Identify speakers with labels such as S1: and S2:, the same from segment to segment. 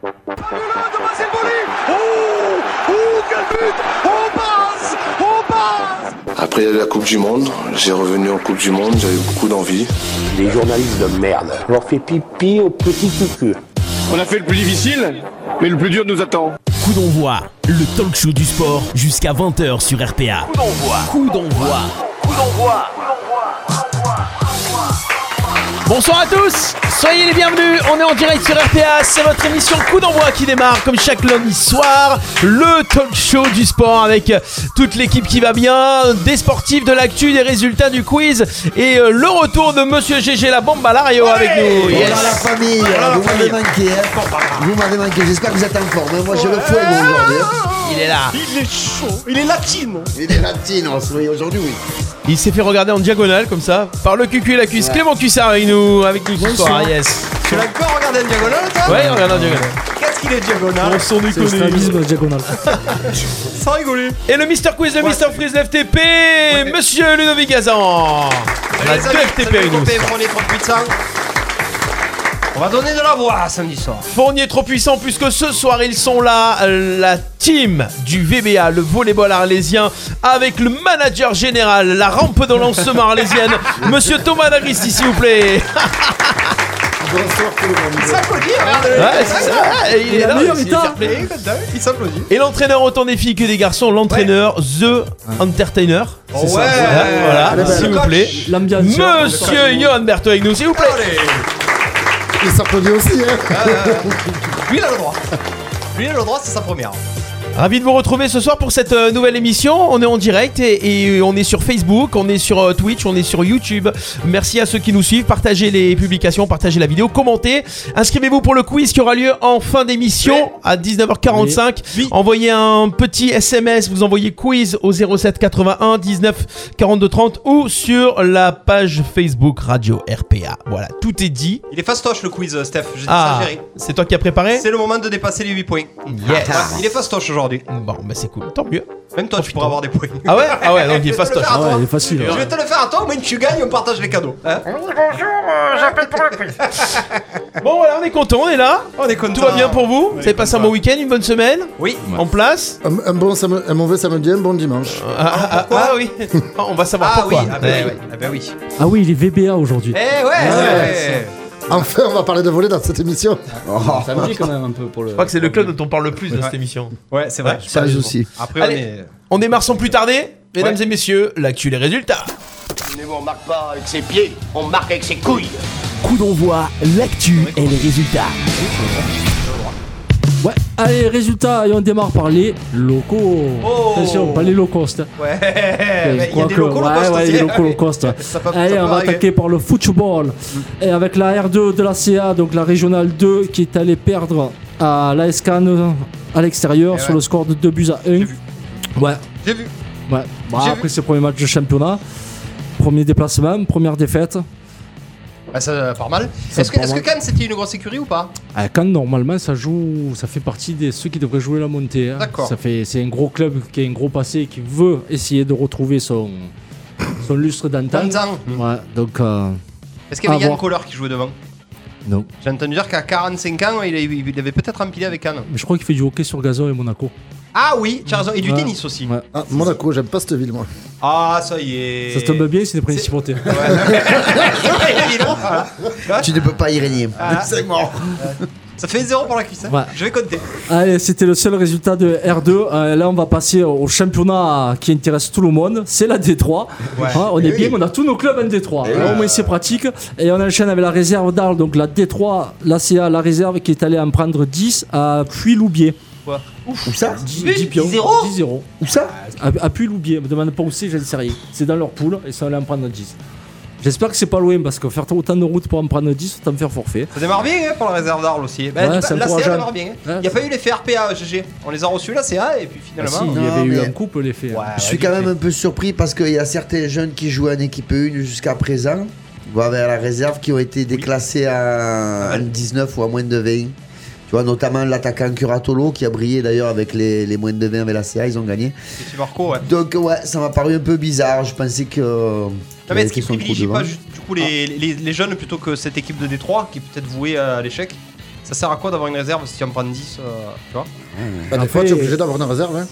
S1: C'est Oh Oh Quel but On passe On passe
S2: Après la Coupe du Monde, j'ai revenu en Coupe du Monde, j'avais beaucoup d'envie.
S3: Les journalistes de merde. On leur fait pipi au petit cul.
S4: On a fait le plus difficile, mais le plus dur nous attend.
S5: Coup d'envoi, le talk show du sport jusqu'à 20h sur RPA. Coup d'envoi. Coup d'envoi.
S6: Bonsoir à tous, soyez les bienvenus, on est en direct sur RPA, c'est votre émission Coup d'envoi qui démarre comme chaque lundi soir, le talk show du sport avec euh, toute l'équipe qui va bien, des sportifs, de l'actu, des résultats du quiz et euh, le retour de Monsieur GG la bombe à l'ario avec nous.
S7: Voilà
S6: Yes.
S7: la famille, vous m'avez manqué, hein.
S8: bah,
S7: vous m'avez manqué, j'espère que vous êtes en forme, hein. moi j'ai le feu moi, aujourd'hui. hein.
S6: Il est là.
S1: Il est chaud Il est latine
S7: Il est latino, oui, aujourd'hui oui.
S6: Il s'est fait regarder en diagonale comme ça par le cucu et la cuisse. Clément Cuissard avec nous, avec nous ce soir. hein, Yes.
S1: Tu l'as encore regardé en diagonale, toi
S6: Ouais, on regarde en diagonale.
S1: Qu'est-ce qu'il est diagonal
S6: On s'en déconne.
S1: Sans rigoler
S6: Et le Mister Quiz de Mister Freeze de FTP, Monsieur Ludovic Gazan. La
S1: Les amis,
S6: FTP
S1: salut
S6: avec
S1: les
S6: nous.
S1: copains, prenez 3800. On va donner de la voix samedi soir.
S6: Fournier trop puissant puisque ce soir ils sont là, euh, la team du VBA, le volleyball arlésien, avec le manager général, la rampe de lancement arlésienne, Monsieur Thomas Lagrist, s'il vous plaît.
S1: Il s'applaudit, hein. regardez-le.
S6: Ouais, c'est ça, il est là, il s'est
S1: Il
S6: fait
S1: est content, Il s'applaudit.
S6: Et l'entraîneur, autant des filles que des garçons, l'entraîneur The Entertainer.
S1: Ouais, bah,
S6: Voilà,
S1: Le
S6: s'il vous
S1: coach.
S6: plaît. Monsieur Johan Berthaud avec nous, s'il vous plaît.
S1: Allez.
S7: Il s'applaudit aussi. Hein.
S1: Lui, il a le droit. Lui, il a le
S6: Oh,
S1: droit, c'est sa première.
S6: Ravi de vous retrouver ce soir pour cette euh, nouvelle émission. On est en direct et, et on est sur Facebook, on est sur euh, Twitch, on est sur YouTube. Merci à ceux qui nous suivent. Partagez les publications, partagez la vidéo, commentez. Inscrivez-vous pour le quiz qui aura lieu en fin d'émission à 19h45. Envoyez un petit SMS, vous envoyez quiz au 07 81 19 42 30 ou sur la page Facebook Radio RPA. Voilà, tout est dit.
S1: Il est fastoche le quiz, euh, Steph. J'ai dit ça
S6: Ah,
S1: à Jerry.
S6: c'est toi qui as préparé
S1: C'est le moment de dépasser les 8 points.
S6: Yes.
S1: Ouais, il est fastoche aujourd'hui.
S6: Bon, bah c'est cool, tant mieux.
S1: Même toi, tu pourras avoir des points.
S6: Ah ouais Ah ouais, donc il
S1: Je
S6: est hein.
S1: vais te le
S6: fastoche.
S1: faire à toi.
S9: facile.
S1: Je vais te le faire à toi, au moins tu gagnes et on partage les cadeaux. hein.
S6: Bon voilà, on est content, on est là.
S1: on est content.
S6: Tout va bien pour vous Vous avez passé un bon week-end, une bonne semaine
S1: Oui.
S6: En place
S7: Un, un bon sam- un mauvais samedi, un bon dimanche.
S6: Ah, ah, ah, ah, oui Ah, On va savoir
S1: Ah oui,
S6: pourquoi. Eh
S1: ah bah
S6: Ouais,
S1: oui,
S6: ouais.
S1: ah bah oui.
S9: Ah oui, il est VBA aujourd'hui.
S1: Eh ouais, ouais.
S7: Enfin, on va parler de voler dans cette émission.
S8: samedi quand même un peu pour le.
S6: Je crois que c'est le club dont on parle le plus dans cette émission.
S1: Ouais, c'est vrai.
S8: ça aussi.
S1: Après,
S6: Allez. On démarre sans plus tarder. Mesdames
S1: Ouais.
S6: et messieurs, l'actu les résultats.
S5: Coup d'envoi, l'actu et les résultats.
S9: Ouais. Allez, résultat, et on démarre par les locaux.
S1: Oh.
S9: Attention, pas les low
S1: on
S9: cost.
S1: est. Ouais. mais Il y a des locaux,
S9: ouais,
S1: low cost
S9: ouais,
S1: aussi.
S9: les locaux low cost.
S1: Ça peut- ça
S9: Allez,
S1: peut
S9: on va
S1: arriver.
S9: attaquer par le football.
S1: Mm.
S9: Et avec la R2 de la CA, donc la régionale 2, qui est allée perdre à la SCAN à l'extérieur
S1: Et
S9: sur
S1: Eh ouais.
S9: le score de 2 buts à 1.
S1: vu.
S9: Ouais,
S1: J'ai vu.
S9: ouais. Bah,
S1: J'ai vu.
S9: après, c'est le premier match de championnat. Premier déplacement, première défaite.
S1: Bah, ça part mal.
S9: Ça
S1: Est-ce que,
S9: part
S1: est-ce que
S9: mal.
S1: Cannes c'était une grosse écurie ou pas
S9: Ah, Cannes, normalement, ça joue, ça fait partie de ceux qui devraient jouer la montée. hein.
S1: D'accord.
S9: Ça fait, c'est un gros club qui a un gros passé qui veut essayer de retrouver son, son lustre d'antan.
S1: Tanzan.
S9: Ouais, donc euh,
S1: Est-ce qu'il y
S6: Ah,
S1: avait
S9: À
S1: Yann
S9: voir.
S1: Coller qui jouait devant
S9: non.
S1: J'ai entendu dire qu'à 45 ans, il, a- il avait peut-être empilé avec Cannes.
S9: Mais je crois qu'il fait du hockey sur gazon et Monaco.
S1: Ah oui, tu as raison. Et du
S9: Ouais.
S1: tennis aussi.
S9: Ouais.
S7: Ah, Monaco, j'aime pas cette ville, moi.
S1: Ah, ça y est.
S9: Ça se tombe bien, c'est des principautés.
S1: Voilà.
S8: Tu ne peux pas y régner.
S7: Ah,
S1: C'est mort. Ça fait 0 pour la cuisse. hein.
S9: Ouais.
S1: Je vais compter.
S9: Allez, c'était le seul résultat de R2. Euh, là, on va passer au championnat qui intéresse tout le monde. C'est la D3.
S1: Ouais.
S9: Hein, on est bien, on a tous nos clubs en D3. Hein, Au moins, c'est pratique. Et on enchaîne avec la réserve d'Arles. Donc, la D3, la CA, la réserve qui est allée en prendre 10 à Puy-Loubier.
S1: Quoi
S8: Où ça
S9: 10
S1: Puy, 10-0?
S9: 10-0.
S8: Où ça
S9: À, à Puy-Loubier. Me demande pas où c'est, je ne sais rien. C'est dans leur poule et ça allait en prendre 10. J'espère que c'est pas loin parce que faire autant de routes pour en prendre 10, autant me faire forfait.
S1: Ça démarre bien hein, pour la réserve d'Arles aussi. Bah,
S9: Ouais,
S1: dis pas-
S9: c'est
S1: la CA
S9: encourageant.
S1: démarre bien. hein. Il
S9: Ouais,
S1: n'y a pas eu les FRPA, GG. On les a reçus, la CA, et puis
S9: Ah si,
S1: finalement.
S9: il y
S8: Non,
S9: avait eu
S8: mais-
S9: un couple, les faits. hein.
S7: bah,
S1: Ouais,
S8: Je suis
S1: vite
S8: quand même
S1: fait.
S8: un peu surpris parce qu'il y a certains jeunes qui jouaient en équipe 1 jusqu'à présent, voire vers la réserve, qui ont été déclassés à, à 19 ou à moins de 20. Tu vois, notamment l'attaquant Curatolo qui a brillé d'ailleurs avec les, les moins de 20 avec la CA, ils ont gagné.
S1: Petit Marco, ouais.
S8: Donc, ouais, ça m'a paru un peu bizarre. Je pensais que. euh,
S1: Non, Ah, mais est-ce qu'ils
S8: sont trop
S1: privilégient
S8: devant.
S1: pas juste du coup les, les- les jeunes plutôt que cette équipe de Détroit qui est peut-être vouée à l'échec Ça sert à quoi d'avoir une réserve si tu en prends 10 euh, Tu vois
S10: Bah, des
S9: Après-
S10: fois, tu es obligé d'avoir une réserve. hein.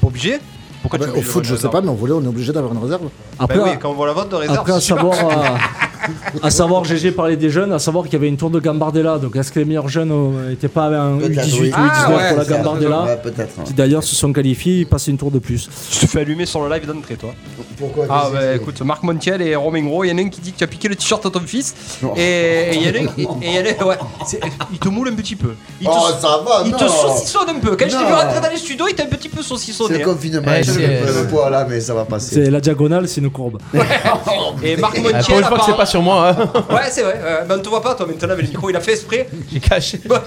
S1: Pas obligé Pourquoi
S10: Bah,
S1: tu es
S10: au
S1: obligé
S10: foot, je
S1: d'avoir
S10: sais
S1: une
S10: pas, mais au volley, on est obligé d'avoir une réserve.
S1: réserve
S9: Après,
S1: Bah oui, quand on voit la vote de réserve,
S9: Après, à
S1: c'est sûr.
S9: savoir, euh, à savoir, GG parlait des jeunes, à savoir qu'il y avait une tour de Gambardella. Donc, est-ce que les meilleurs jeunes n'étaient pas un
S8: Peut-être,
S9: U18 ou
S8: oui.
S9: U19
S8: Ah,
S9: pour la
S8: ouais,
S9: Gambardella
S8: ouais, peut-être, ouais.
S9: Qui d'ailleurs se sont qualifiés, ils passaient une tour de plus.
S1: Je te fais allumer sur le live d'entrée, toi.
S8: Pourquoi
S1: Ah
S8: Qu'est-ce
S1: bah
S8: que
S1: écoute, Marc Montiel et Romain Gros, il y en a un qui dit que tu as piqué le t-shirt à ton fils. Et il y en a un, et il y en a un- ouais, c'est- il te moule un petit peu. Il te,
S10: Oh, ça va,
S1: il te
S10: non.
S1: saucissonne un peu. Quand je t'ai
S8: Non.
S1: vu rentrer dans les studios, il t'a un petit peu
S8: c'est
S1: saucissonné.
S8: le
S1: hein.
S8: confinement,
S6: Ouais,
S8: je
S6: c'est-
S8: le poids là, mais ça va passer.
S9: C'est la diagonale, c'est une courbe.
S1: Et Marc Montiel.
S6: Ah, Pour une fois que c'est pas sur moi, hein.
S1: apparemment- Ouais, c'est vrai. euh, ben, on te voit pas, toi, maintenant, avec le micro, il a fait exprès.
S6: j'ai caché.
S1: Ouais,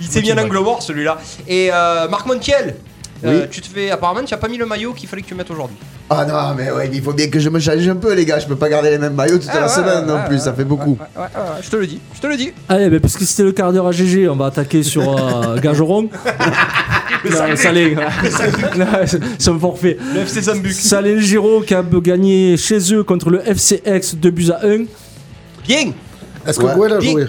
S1: il s'est mis un angle mort, celui-là. Et euh, Marc Montiel. euh, tu te fais apparemment tu as pas mis le maillot qu'il fallait que tu mettes aujourd'hui.
S8: Ah non, mais ouais, il faut bien que je me change un peu, les gars. Je peux pas garder les mêmes maillots toute
S1: Ah,
S8: la
S1: ouais,
S8: semaine
S1: ouais,
S8: non plus,
S1: ouais,
S8: ça fait beaucoup.
S1: Ouais, ouais, ouais, je te le dis, je te le dis.
S9: Allez, Ah mais puisque c'était le quart d'heure à GG, on va attaquer sur euh, Gageron. Non, Salé, Non, c'est un forfait.
S1: Le FC Zambuc.
S9: Salé Giro qui a gagné chez eux contre le FCX 2 buts à 1.
S1: Bien.
S10: Est-ce que
S8: Ouais.
S10: Gouel a
S1: Dis-
S10: joué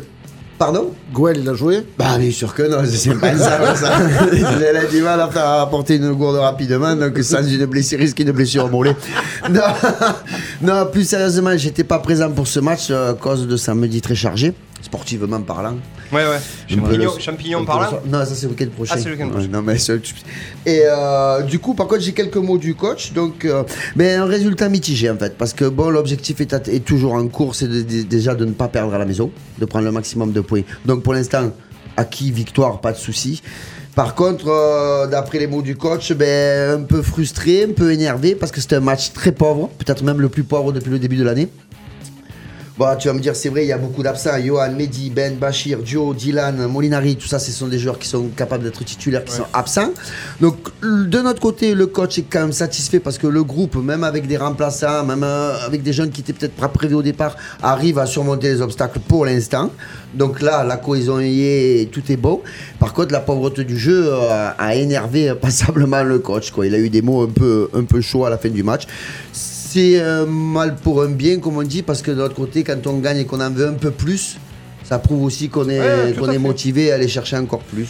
S8: Pardon
S10: Gouel, il a joué
S8: Bah bien sûr que non, c'est pas ça, ça. Elle a du mal à faire apporter une gourde rapidement, donc sans une blessure, risque une blessure au mollet. Non, non plus sérieusement, j'étais pas présent pour ce match euh, à cause de samedi très chargé, sportivement parlant.
S1: Ouais ouais. Champignon,
S8: le-
S1: champignon
S8: un peu
S1: par
S8: le
S1: là.
S8: soir. Non, ça c'est le week-end prochain.
S1: Ah, c'est le week-end
S8: Ouais,
S1: prochain.
S8: non, mais c'est- Et euh, du coup, par contre, j'ai quelques mots du coach. Donc, euh, mais un résultat mitigé en fait, parce que bon, l'objectif est, at- est toujours en cours, c'est de- de- déjà de ne pas perdre à la maison, de prendre le maximum de points. Donc pour l'instant, acquis, victoire, pas de souci. Par contre, euh, d'après les mots du coach, ben, un peu frustré, un peu énervé, parce que c'était un match très pauvre, peut-être même le plus pauvre depuis le début de l'année. Bon, Bah, tu vas me dire, c'est vrai, il y a beaucoup d'absents. Johan, Mehdi, Ben, Bachir, Joe, Dylan, Molinari, tout ça, ce sont des joueurs qui sont capables d'être titulaires, qui sont absents. Donc, l- de notre côté, le coach est quand même satisfait parce que le groupe, même avec des remplaçants, même euh, avec des jeunes qui étaient peut-être pas prévus au départ, arrive à surmonter les obstacles pour l'instant. Donc là, la cohésion y est, tout est beau. Par contre, la pauvreté du jeu euh, a énervé passablement le coach. Quoi. Il a eu des mots un peu, un peu chauds à la fin du match. C'est un mal pour un bien, comme on dit, parce que de l'autre côté, quand on gagne et qu'on en veut un peu plus, ça prouve aussi qu'on est, qu'on est motivé à aller chercher encore plus.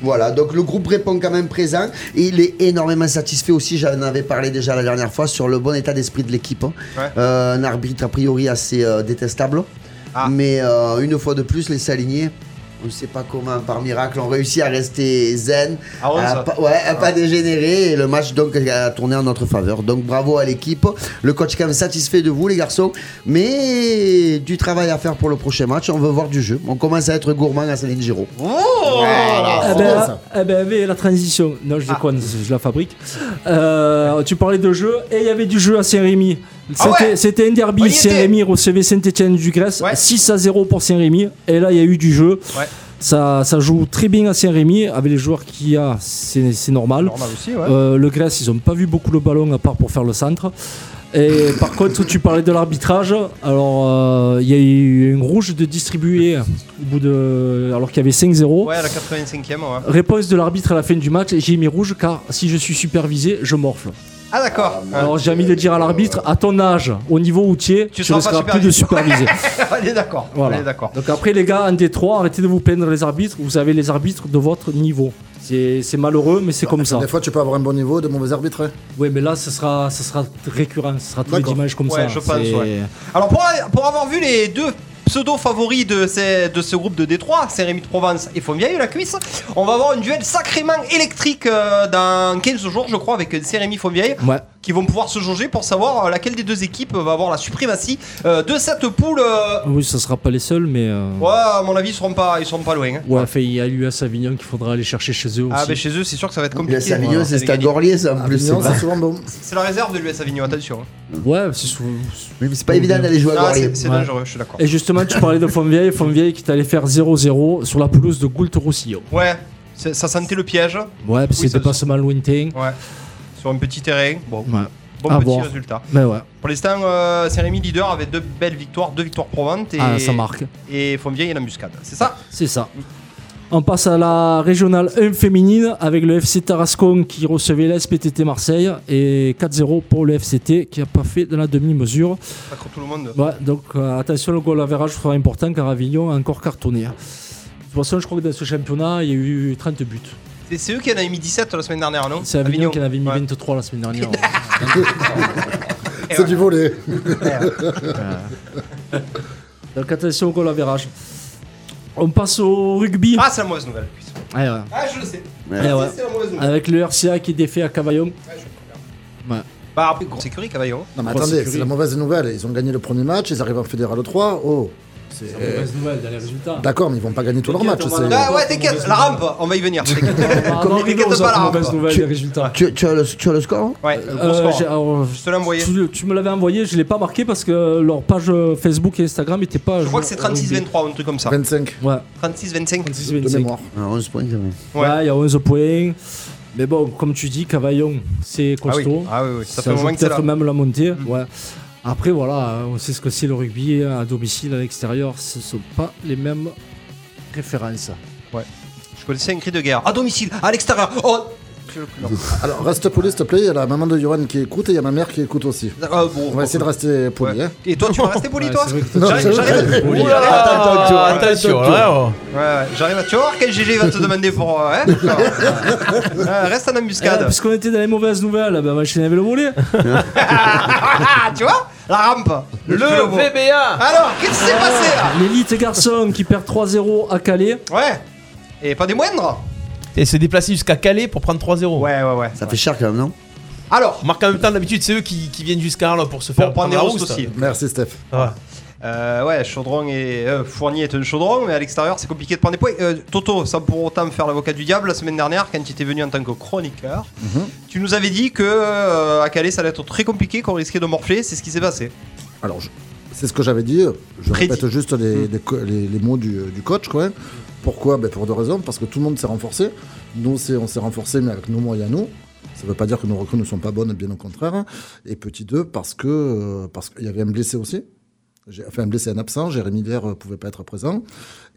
S8: Voilà, donc le groupe répond quand même présent et il est énormément satisfait aussi, j'en avais parlé déjà la dernière fois, sur le bon état d'esprit de l'équipe. hein.
S1: Ouais.
S8: Euh, un arbitre a priori assez euh, détestable,
S1: Ah.
S8: mais euh, une fois de plus, les Saliniers, on ne sait pas comment, par miracle, ont réussi à rester zen,
S1: À onze.
S8: à Ah, pas- ouais, à pas dégénérer et le match donc a tourné en notre faveur. Donc bravo à l'équipe. Le coach est quand même satisfait de vous les garçons, mais du travail à faire pour le prochain match. On veut voir du jeu. On commence à être gourmand à Céline Giraud.
S1: Oh
S8: Ah,
S9: Eh
S10: C'est bien,
S9: ben,
S10: ça.
S9: eh ben, avait la transition. Non,
S1: Ah.
S9: je déconne, je la fabrique. Euh, tu parlais de jeu, et il y avait du jeu à Saint-Rémy.
S1: Ah
S9: C'était
S1: ouais
S9: c'était un
S1: On y
S9: derby.
S1: était.
S9: Saint-Rémy recevait Saint-Etienne du Grèce.
S1: Ouais.
S9: 6 à 0 pour Saint-Rémy. Et là, il y a eu du jeu.
S1: Ouais.
S9: Ça, ça joue très bien à Saint-Rémy. Avec les joueurs qu'il y a, c'est c'est normal.
S1: Normal aussi ouais.
S9: Euh, le Grèce, ils n'ont pas vu beaucoup le ballon à part pour faire le centre. Et par contre, tu parlais de l'arbitrage. Alors, euh, il y a eu une rouge de distribuer au bout de. Alors qu'il y avait 5-0.
S1: Ouais, la 85ème ouais.
S9: Réponse de l'arbitre à la fin du match, j'ai mis rouge car si je suis supervisé, je morfle.
S1: Ah d'accord.
S9: Alors j'ai envie de dire à l'arbitre, à ton âge, au niveau où tu es,
S1: Tu
S9: tu,
S1: seras
S9: ne
S1: pas
S9: seras plus de supervisé.
S1: on est d'accord.
S9: Voilà.
S1: On est d'accord.
S9: Donc après les gars, en D3, arrêtez de vous plaindre les arbitres, vous avez les arbitres de votre niveau. C'est c'est malheureux, mais
S8: Bah,
S9: c'est comme ça.
S10: Des fois, tu peux avoir un bon niveau, de mauvais arbitres. hein.
S9: Oui, mais là, ce sera, ce sera récurrent, ce sera tous les
S10: D'accord.
S9: dimanches comme
S1: Ouais,
S9: ça.
S1: je pense,
S9: C'est-
S1: ouais. Alors pour, pour avoir vu les deux pseudo favoris de, ces- de ce groupe de Détroit, c'est Rémi de Provence et Fontvieille la cuisse, on va avoir un duel sacrément électrique euh, dans 15 jours je crois avec Rémi Fontvieille
S9: Ouais.
S1: qui vont pouvoir se jauger pour savoir euh, laquelle des deux équipes va avoir la suprématie euh, de cette poule. euh,
S9: Oui, ce sera pas les seuls, mais euh,
S1: Ouais, à mon avis, ils seront pas, ils seront pas loin. hein.
S9: ouais, enfin, il y a l'US Avignon qu'il faudra aller chercher chez eux aussi.
S1: Ah, mais chez eux, c'est sûr que ça va être
S8: Le
S1: compliqué.
S8: Savignon, c'est Stagorlier, ça en plus. Ah, C'est
S10: Avignon,
S8: pas,
S10: c'est souvent bon.
S1: C'est la réserve de l'US Avignon, attention. hein.
S9: Ouais, c'est souvent.
S8: mais c'est pas évident d'aller jouer à
S1: Ah,
S8: Gorlier.
S1: c'est c'est
S9: Ouais.
S1: dangereux, je suis d'accord.
S9: Et justement, tu parlais de Fontvieille, Fontvieille qui est allé faire 0-0 sur la pelouse de Goult-Roussillon.
S1: Ouais, c'est- ça sentait le piège.
S9: Ouais,
S1: Oui,
S9: parce que
S1: ça
S9: c'était
S1: le
S9: pas seulement lointain.
S1: Ouais. Sur un petit terrain. Bon,
S9: Ouais.
S1: bon
S9: À
S1: petit
S9: voir.
S1: résultat.
S9: Mais ouais,
S1: Pour l'instant, euh, Saint-Rémy leader avec deux belles victoires, deux victoires provantes et,
S9: ah, ça Ah, marque.
S1: et Fontvieille et l'embuscade. C'est ça
S9: C'est ça. On passe à la régionale 1 féminine avec le FC Tarascon qui recevait la SPTT Marseille et 4-0 pour le FCT qui n'a pas fait de la demi-mesure.
S1: Sacre tout le monde.
S9: Ouais, donc euh, attention, le goal average sera important car Avignon a encore cartonné. De toute façon, je crois que dans ce championnat, il y a eu 30 buts.
S1: C'est- C'est eux qui en avaient mis 17 la semaine dernière, non
S9: C'est Avignon, qui en avait mis 23 la semaine dernière.
S8: C'est du volet.
S9: donc attention au goal average. On passe au rugby.
S1: Ah, c'est la mauvaise nouvelle.
S9: Ouais, ouais.
S1: Ah, je le sais.
S9: Ouais,
S1: Ah,
S9: Eh ouais.
S1: C'est la mauvaise nouvelle.
S9: Avec le RCA qui est défait à Cavaillon. Ouais.
S1: Bah, après, gros sécurité, Cavaillon.
S8: Non, mais attendez, c'est la mauvaise nouvelle. Ils ont gagné le premier match, ils arrivent en fédéral 3. Oh, c'est
S9: la mauvaise nouvelle dans les résultats.
S1: Bah,
S8: D'accord, mais ils vont pas gagner tous leurs matchs. c'est-
S1: Ah, ouais, t'inquiète, la rampe, on va y venir. T'inquiète
S9: Comme
S1: t'inquiète pas, la rampe.
S9: nouvelle, les résultats.
S11: Tu, tu as le, tu as le
S8: hein
S11: score
S1: Ouais, le gros
S9: Euh,
S1: score.
S9: j'ai- alors,
S1: Je te l'ai envoyé.
S9: tu, le- tu me l'avais envoyé, je l'ai pas marqué parce que leur page euh, Facebook et Instagram était pas.
S1: Je crois que c'est 36-23 ou un truc comme ça.
S8: 25.
S9: Ouais,
S1: 36-25.
S9: 36-25.
S8: De mémoire.
S11: Ah, 11 points quand même.
S1: Ouais.
S9: Ouais, il y a 11 points. Mais bon, comme tu dis, Cavaillon, c'est
S1: Ah oui,
S9: costaud.
S1: ah oui, oui, ça fait
S9: joue
S1: un moment que c'est
S9: peut-être
S1: là. Mm.
S9: même la montée. Ouais. Après, voilà, on sait ce que c'est le rugby hein, à domicile, à l'extérieur. Ce sont pas les mêmes références.
S1: Je connaissais un cri de guerre. À domicile, à l'extérieur. Oh
S8: Alors, reste poli, s'il te plaît. Il y a la maman de Yoran qui écoute et il y a ma mère qui écoute aussi.
S1: Ah, bon,
S8: On va essayer de rester poli. hein.
S1: Et toi, tu vas rester poli,
S9: Ouais,
S1: toi
S9: c'est vrai que
S8: Non,
S1: J'arrive-
S8: c'est vrai.
S1: J'arrive
S6: Ouh Oh là là, Ah, attention, là, oh.
S1: Ouais, ouais, j'arrive à. Tu vas voir quel GG va te demander pour. euh, hein, d'accord. Euh, Reste en
S9: Ah,
S1: embuscade.
S9: Puisqu'on était dans les mauvaises nouvelles, ben, machine avait le volet.
S1: Ah, tu vois La rampe.
S6: Le
S1: fais beau.
S6: VBA
S1: Alors, qu'est-ce qui
S8: Ah.
S1: s'est passé là
S9: L'élite garçon qui perd 3-0 à Calais.
S1: Ouais. Et pas des moindres
S6: Et s'est déplacé jusqu'à Calais pour prendre 3-0.
S1: Ouais, ouais, ouais.
S11: Ça fait cher quand même, non
S1: Alors,
S6: Marc en même temps, d'habitude, c'est eux qui, qui viennent jusqu'à là pour se
S1: pour
S6: faire
S1: prendre des roustes
S6: roustes.
S1: aussi.
S8: Merci, Steph.
S6: Ouais. Bah
S1: Euh, ouais, Chaudron et euh, Fournier est un chaudron, mais à l'extérieur, c'est compliqué de prendre des points. Euh, Toto, sans pour autant me faire l'avocat du diable, la semaine dernière, quand tu étais venu en tant que chroniqueur,
S8: Mhm.
S1: tu nous avais dit que euh, à Calais, ça allait être très compliqué, qu'on risquait de morfler. C'est ce qui s'est passé.
S8: Alors, je- c'est ce que j'avais dit. Je
S1: Prédit.
S8: répète juste les, les co- les- les mots du, du coach, quand même. Pourquoi Ben, Pour deux raisons. Parce que tout le monde s'est renforcé. Nous, aussi, on s'est renforcé, mais avec nos moyens, nous. Ça ne veut pas dire que nos recrues ne sont pas bonnes, bien au contraire. Et petit 2, parce que euh, parce qu'il y avait un blessé aussi. J'ai- Enfin, un blessé, un absent. Jérémy Vierre ne pouvait pas être présent.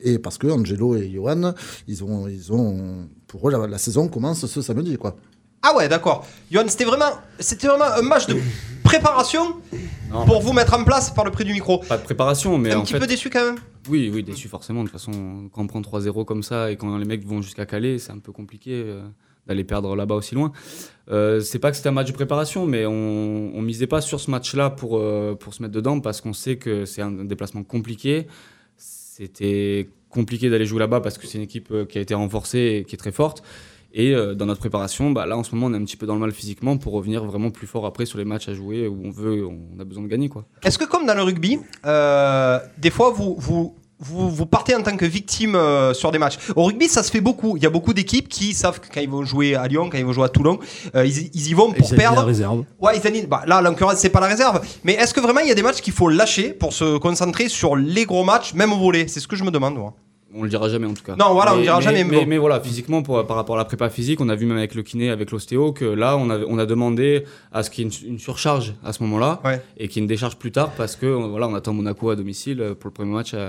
S8: Et parce que Angelo et Johan, ils ont, ils ont, pour eux, la, la saison commence ce samedi. Quoi.
S1: Ah ouais, d'accord. Johan, c'était vraiment, c'était vraiment un match de préparation pour vous mettre en place par le prix du micro.
S4: Pas de préparation, mais
S1: un
S4: en
S1: petit
S4: fait.
S1: peu déçu quand même.
S4: Oui, oui, déçu forcément. De toute façon, quand on prend 3-0 comme ça et quand les mecs vont jusqu'à Calais, c'est un peu compliqué euh, d'aller perdre là-bas aussi loin. Euh, c'est pas que c'était un match de préparation, mais on, on misait pas sur ce match-là pour, euh, pour se mettre dedans parce qu'on sait que c'est un déplacement compliqué. C'était compliqué d'aller jouer là-bas parce que c'est une équipe euh, qui a été renforcée et qui est très forte. Et euh, dans notre préparation, bah, là en ce moment, on est un petit peu dans le mal physiquement pour revenir vraiment plus fort après sur les matchs à jouer où on veut, on a besoin de gagner quoi.
S1: Est-ce que comme dans le rugby, euh, des fois vous, vous, vous, vous partez en tant que victime euh, sur des matchs Au rugby, ça se fait beaucoup. Il y a beaucoup d'équipes qui savent que quand ils vont jouer à Lyon, quand ils vont jouer à Toulon, euh, ils, y- ils y vont pour
S9: Ils avaient la
S1: perdre.
S9: réserve.
S1: Ouais, ils annulent. Bah, là, l'occurrence, c'est pas la réserve. Mais est-ce que vraiment il y a des matchs qu'il faut lâcher pour se concentrer sur les gros matchs, même au volet C'est ce que je me demande. moi.
S4: On le dira jamais en tout cas.
S1: Non, voilà, on le
S4: Mais-
S1: dira
S4: mais-
S1: jamais, mais
S4: Mais,
S1: bon.
S4: mais voilà, physiquement, pour- par rapport à la prépa physique, on a vu même avec le kiné, avec l'ostéo, que là, on a, on a demandé à ce qu'il y ait une, une surcharge à ce moment-là
S1: Ouais.
S4: et qu'il y ait une décharge plus tard parce que on- voilà, on attend Monaco à domicile euh, pour le premier match à,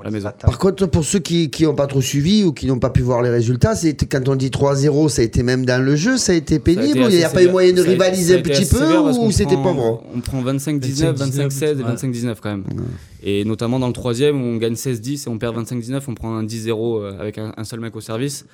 S4: à la maison.
S11: Par contre, pour ceux qui n'ont pas trop suivi ou qui n'ont pas pu voir les résultats, c'est quand on dit 3-0, ça a été même dans le jeu, ça a été
S4: Ça a été
S11: pénible. il n'y a
S4: assez
S11: pas eu
S4: sévère.
S11: moyen de
S4: Ça a été
S11: rivaliser un
S4: assez
S11: petit
S4: sévère
S11: peu
S4: parce qu'on
S11: ou c'était
S4: prend-
S11: pas bon
S4: On prend 25-19, 25-16 et
S9: ouais.
S4: 25-19 quand même. Et notamment dans le troisième, on gagne 16-10 et on perd 25-19, on prend un 10-0 euh, avec un, un seul mec au service.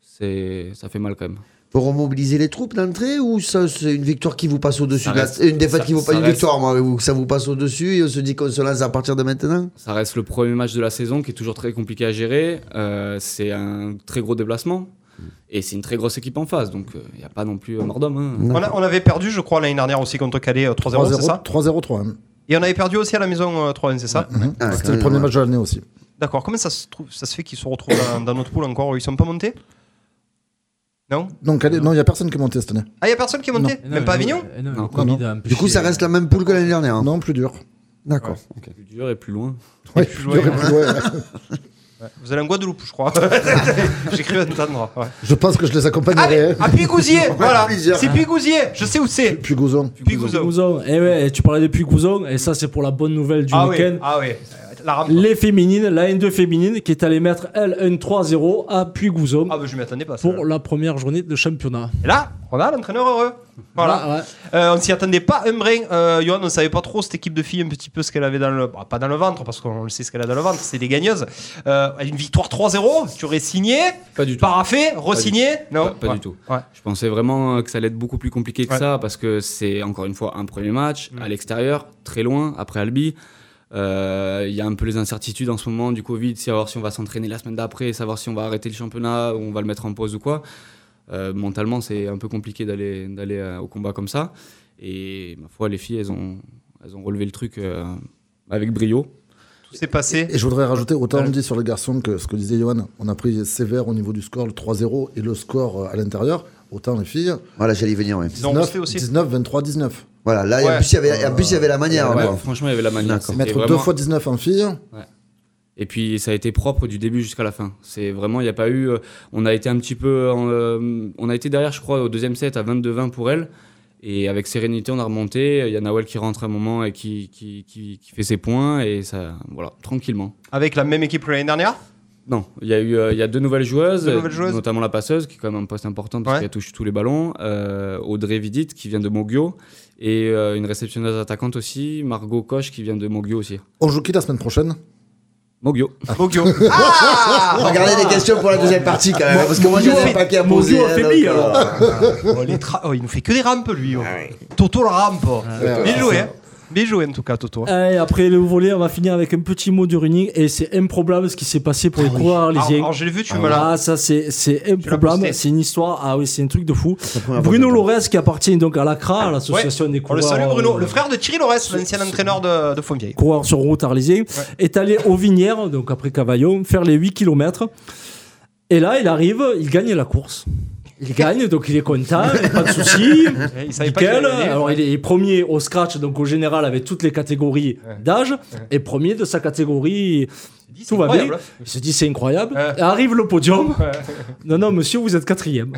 S4: C'est- Ça fait mal quand même.
S11: Pour remobiliser les troupes d'entrée ou ça c'est une victoire qui vous passe au-dessus
S4: Ça
S11: de la-
S4: reste-
S11: Une défaite
S4: ça-
S11: qui vous
S4: ça
S11: passe une
S4: reste-
S11: victoire, moi, ou que ça vous passe au-dessus et on se dit qu'on se lance à partir de maintenant
S4: Ça reste le premier match de la saison qui est toujours très compliqué à gérer. Euh, c'est un très gros déplacement et c'est une très grosse équipe en face, donc il n'y a pas non plus euh, mort d'homme. hein.
S1: On, a- on avait perdu, je crois, l'année dernière aussi contre Calais euh, 3-0, c'est ça
S8: 3-0-3. hein.
S1: Et on avait perdu aussi à la maison euh, 3-1, c'est ça
S11: Ah,
S8: C'était
S11: quand
S8: le
S11: même,
S8: premier
S11: ouais.
S8: match de l'année aussi.
S1: D'accord. Comment ça se, trouve, ça se fait qu'ils se retrouvent dans, dans notre poule encore Ils sont pas montés Non
S8: Donc, allez, non, il n'y a personne qui est monté cette année.
S1: Ah, il y a personne qui est monté Même pas Avignon
S4: Non,
S9: eh Non,
S8: non.
S11: Du coup, ça reste la même poule que l'année dernière. hein.
S8: Non, plus dur.
S11: D'accord.
S4: Plus dur et plus loin.
S8: Ouais,
S1: plus
S8: plus
S1: loin.
S8: dur et plus loin, ouais.
S1: Vous allez en Guadeloupe, je crois. J'ai cru entendre. Ouais.
S8: Je pense que je les accompagnerai. hein.
S1: Allez, à Puyigousier Voilà
S11: Plusieurs.
S1: C'est Puyigousier Je sais où c'est
S8: Puis Gouzon.
S1: Puygouzon.
S9: Gouzon. Eh ouais, tu parlais depuis Gouzon, et ça c'est pour la bonne nouvelle du
S1: Ah oui,
S9: week-end.
S1: ah oui.
S9: les féminines, la N2 féminine, qui est allée mettre, elle, un 3-0 à Puy-Gouzon.
S1: Ah, bah, je m'y attendais pas.
S9: Pour la première journée de championnat. Ah,
S1: Et là, on a l'entraîneur heureux.
S4: Ah,
S1: Voilà. Euh, on s'y attendait pas un brin. Euh, Johan, on savait pas trop cette équipe de filles un petit peu ce qu'elle avait dans le. bah, pas dans le ventre, parce qu'on le sait ce qu'elle a dans le ventre, c'est des gagneuses. Euh, une victoire 3-0, tu aurais signé
S4: Pas du tout.
S1: Paraffé,
S4: Pas
S1: re-signé
S4: du tout.
S1: Non
S4: Pas, pas
S1: Ouais.
S4: du tout. Je pensais vraiment euh, que ça allait être beaucoup plus compliqué que
S1: Ouais.
S4: ça parce que c'est encore une fois un premier match à l'extérieur, très loin, après Albi. Euh, Il y a un peu les incertitudes en ce moment du Covid, savoir si on va s'entraîner la semaine d'après, savoir si on va arrêter le championnat, ou on va le mettre en pause ou quoi. Euh, mentalement, c'est un peu compliqué d'aller d'aller euh, au combat comme ça. Et ma foi, les filles, elles ont, elles ont relevé le truc euh, avec brio.
S1: Tout s'est passé.
S8: Et je voudrais rajouter, autant on
S4: Allez.
S8: dit sur les garçons que ce que disait Johan, on a pris sévère au niveau du score, le 3-0 et le score euh, à l'intérieur, autant les filles.
S11: Voilà, j'allais y venir, oui.
S8: 19, 19, 23, 19.
S11: Voilà, là, en, plus, il y avait, en plus, il y avait la manière.
S4: Ouais,
S11: quoi.
S4: franchement, il y avait la manière. C'était
S8: Mettre deux
S4: vraiment-
S8: fois 19 en filles.
S4: Et puis ça a été propre du début jusqu'à la fin. C'est vraiment, il n'y a pas eu. euh, on a été un petit peu. euh, on a été derrière, je crois, au deuxième set à 22-20 pour elle. Et avec sérénité, on a remonté. Il y a Nawel qui rentre un moment et qui, qui, qui, qui fait ses points. Et ça, voilà, tranquillement.
S1: Avec la même équipe que l'année dernière
S4: Non, il y a eu euh, il y a deux nouvelles joueuses,
S1: Deux nouvelles joueuses.
S4: notamment la passeuse qui est quand même un poste important parce qu'elle touche tous les ballons, euh, Audrey Vidit qui vient de Mogio et euh, une réceptionneuse attaquante aussi, Margot Koch qui vient de Mogio aussi.
S8: On joue qui la semaine prochaine
S4: Mogio.
S1: Mogio.
S11: Regardez les questions pour la deuxième partie, quand même.
S8: Mon-
S11: Parce que moi,
S8: mon duo
S11: j'avais un
S8: fait-
S11: paquet à
S8: mon
S11: poser.
S8: duo a
S11: hein,
S8: fait
S11: donc,
S8: bille,
S11: euh,
S8: alors.
S1: Oh, les tra- oh, il nous fait que des rampes, lui.
S4: Ah
S1: oh. Toto le rampe.
S9: Ah ouais.
S1: Bien joué. hein. Bien joué, en tout cas, Toto.
S9: Et après le volet, on va finir avec un petit mot du running. Et c'est improbable ce qui s'est passé
S1: Ah
S9: pour les coureurs arlésiens.
S1: Alors, alors, je l'ai vu, tu me l'as-
S9: Ah, ça, c'est, c'est improbable.
S1: posté.
S9: C'est une histoire. Ah oui, c'est un truc de fou.
S1: première fois
S9: Bruno Lorez, qui appartient donc à l'ACRA, à l'association
S1: Ouais.
S9: des
S1: On le
S9: coureurs.
S1: salue, Bruno.
S9: euh,
S1: Le frère de Thierry Lorès, l'ancien entraîneur de, de Fontvieille.
S9: coureur sur route arlésien, est allé aux Vinières, donc après Cavaillon, faire les 8 km. Et là, il arrive, il gagne la course. Il gagne, donc il est content, pas de soucis.
S1: Il savait pas qu'il
S9: Eh, Nickel.
S1: allait gagner.
S9: Alors, il est premier au scratch, donc au général, avec toutes les catégories d'âge, et premier de sa catégorie. Tout va bien.
S1: incroyable. hein.
S9: Il se dit, c'est incroyable. Et Arrive le podium. Non, non, monsieur, vous êtes quatrième.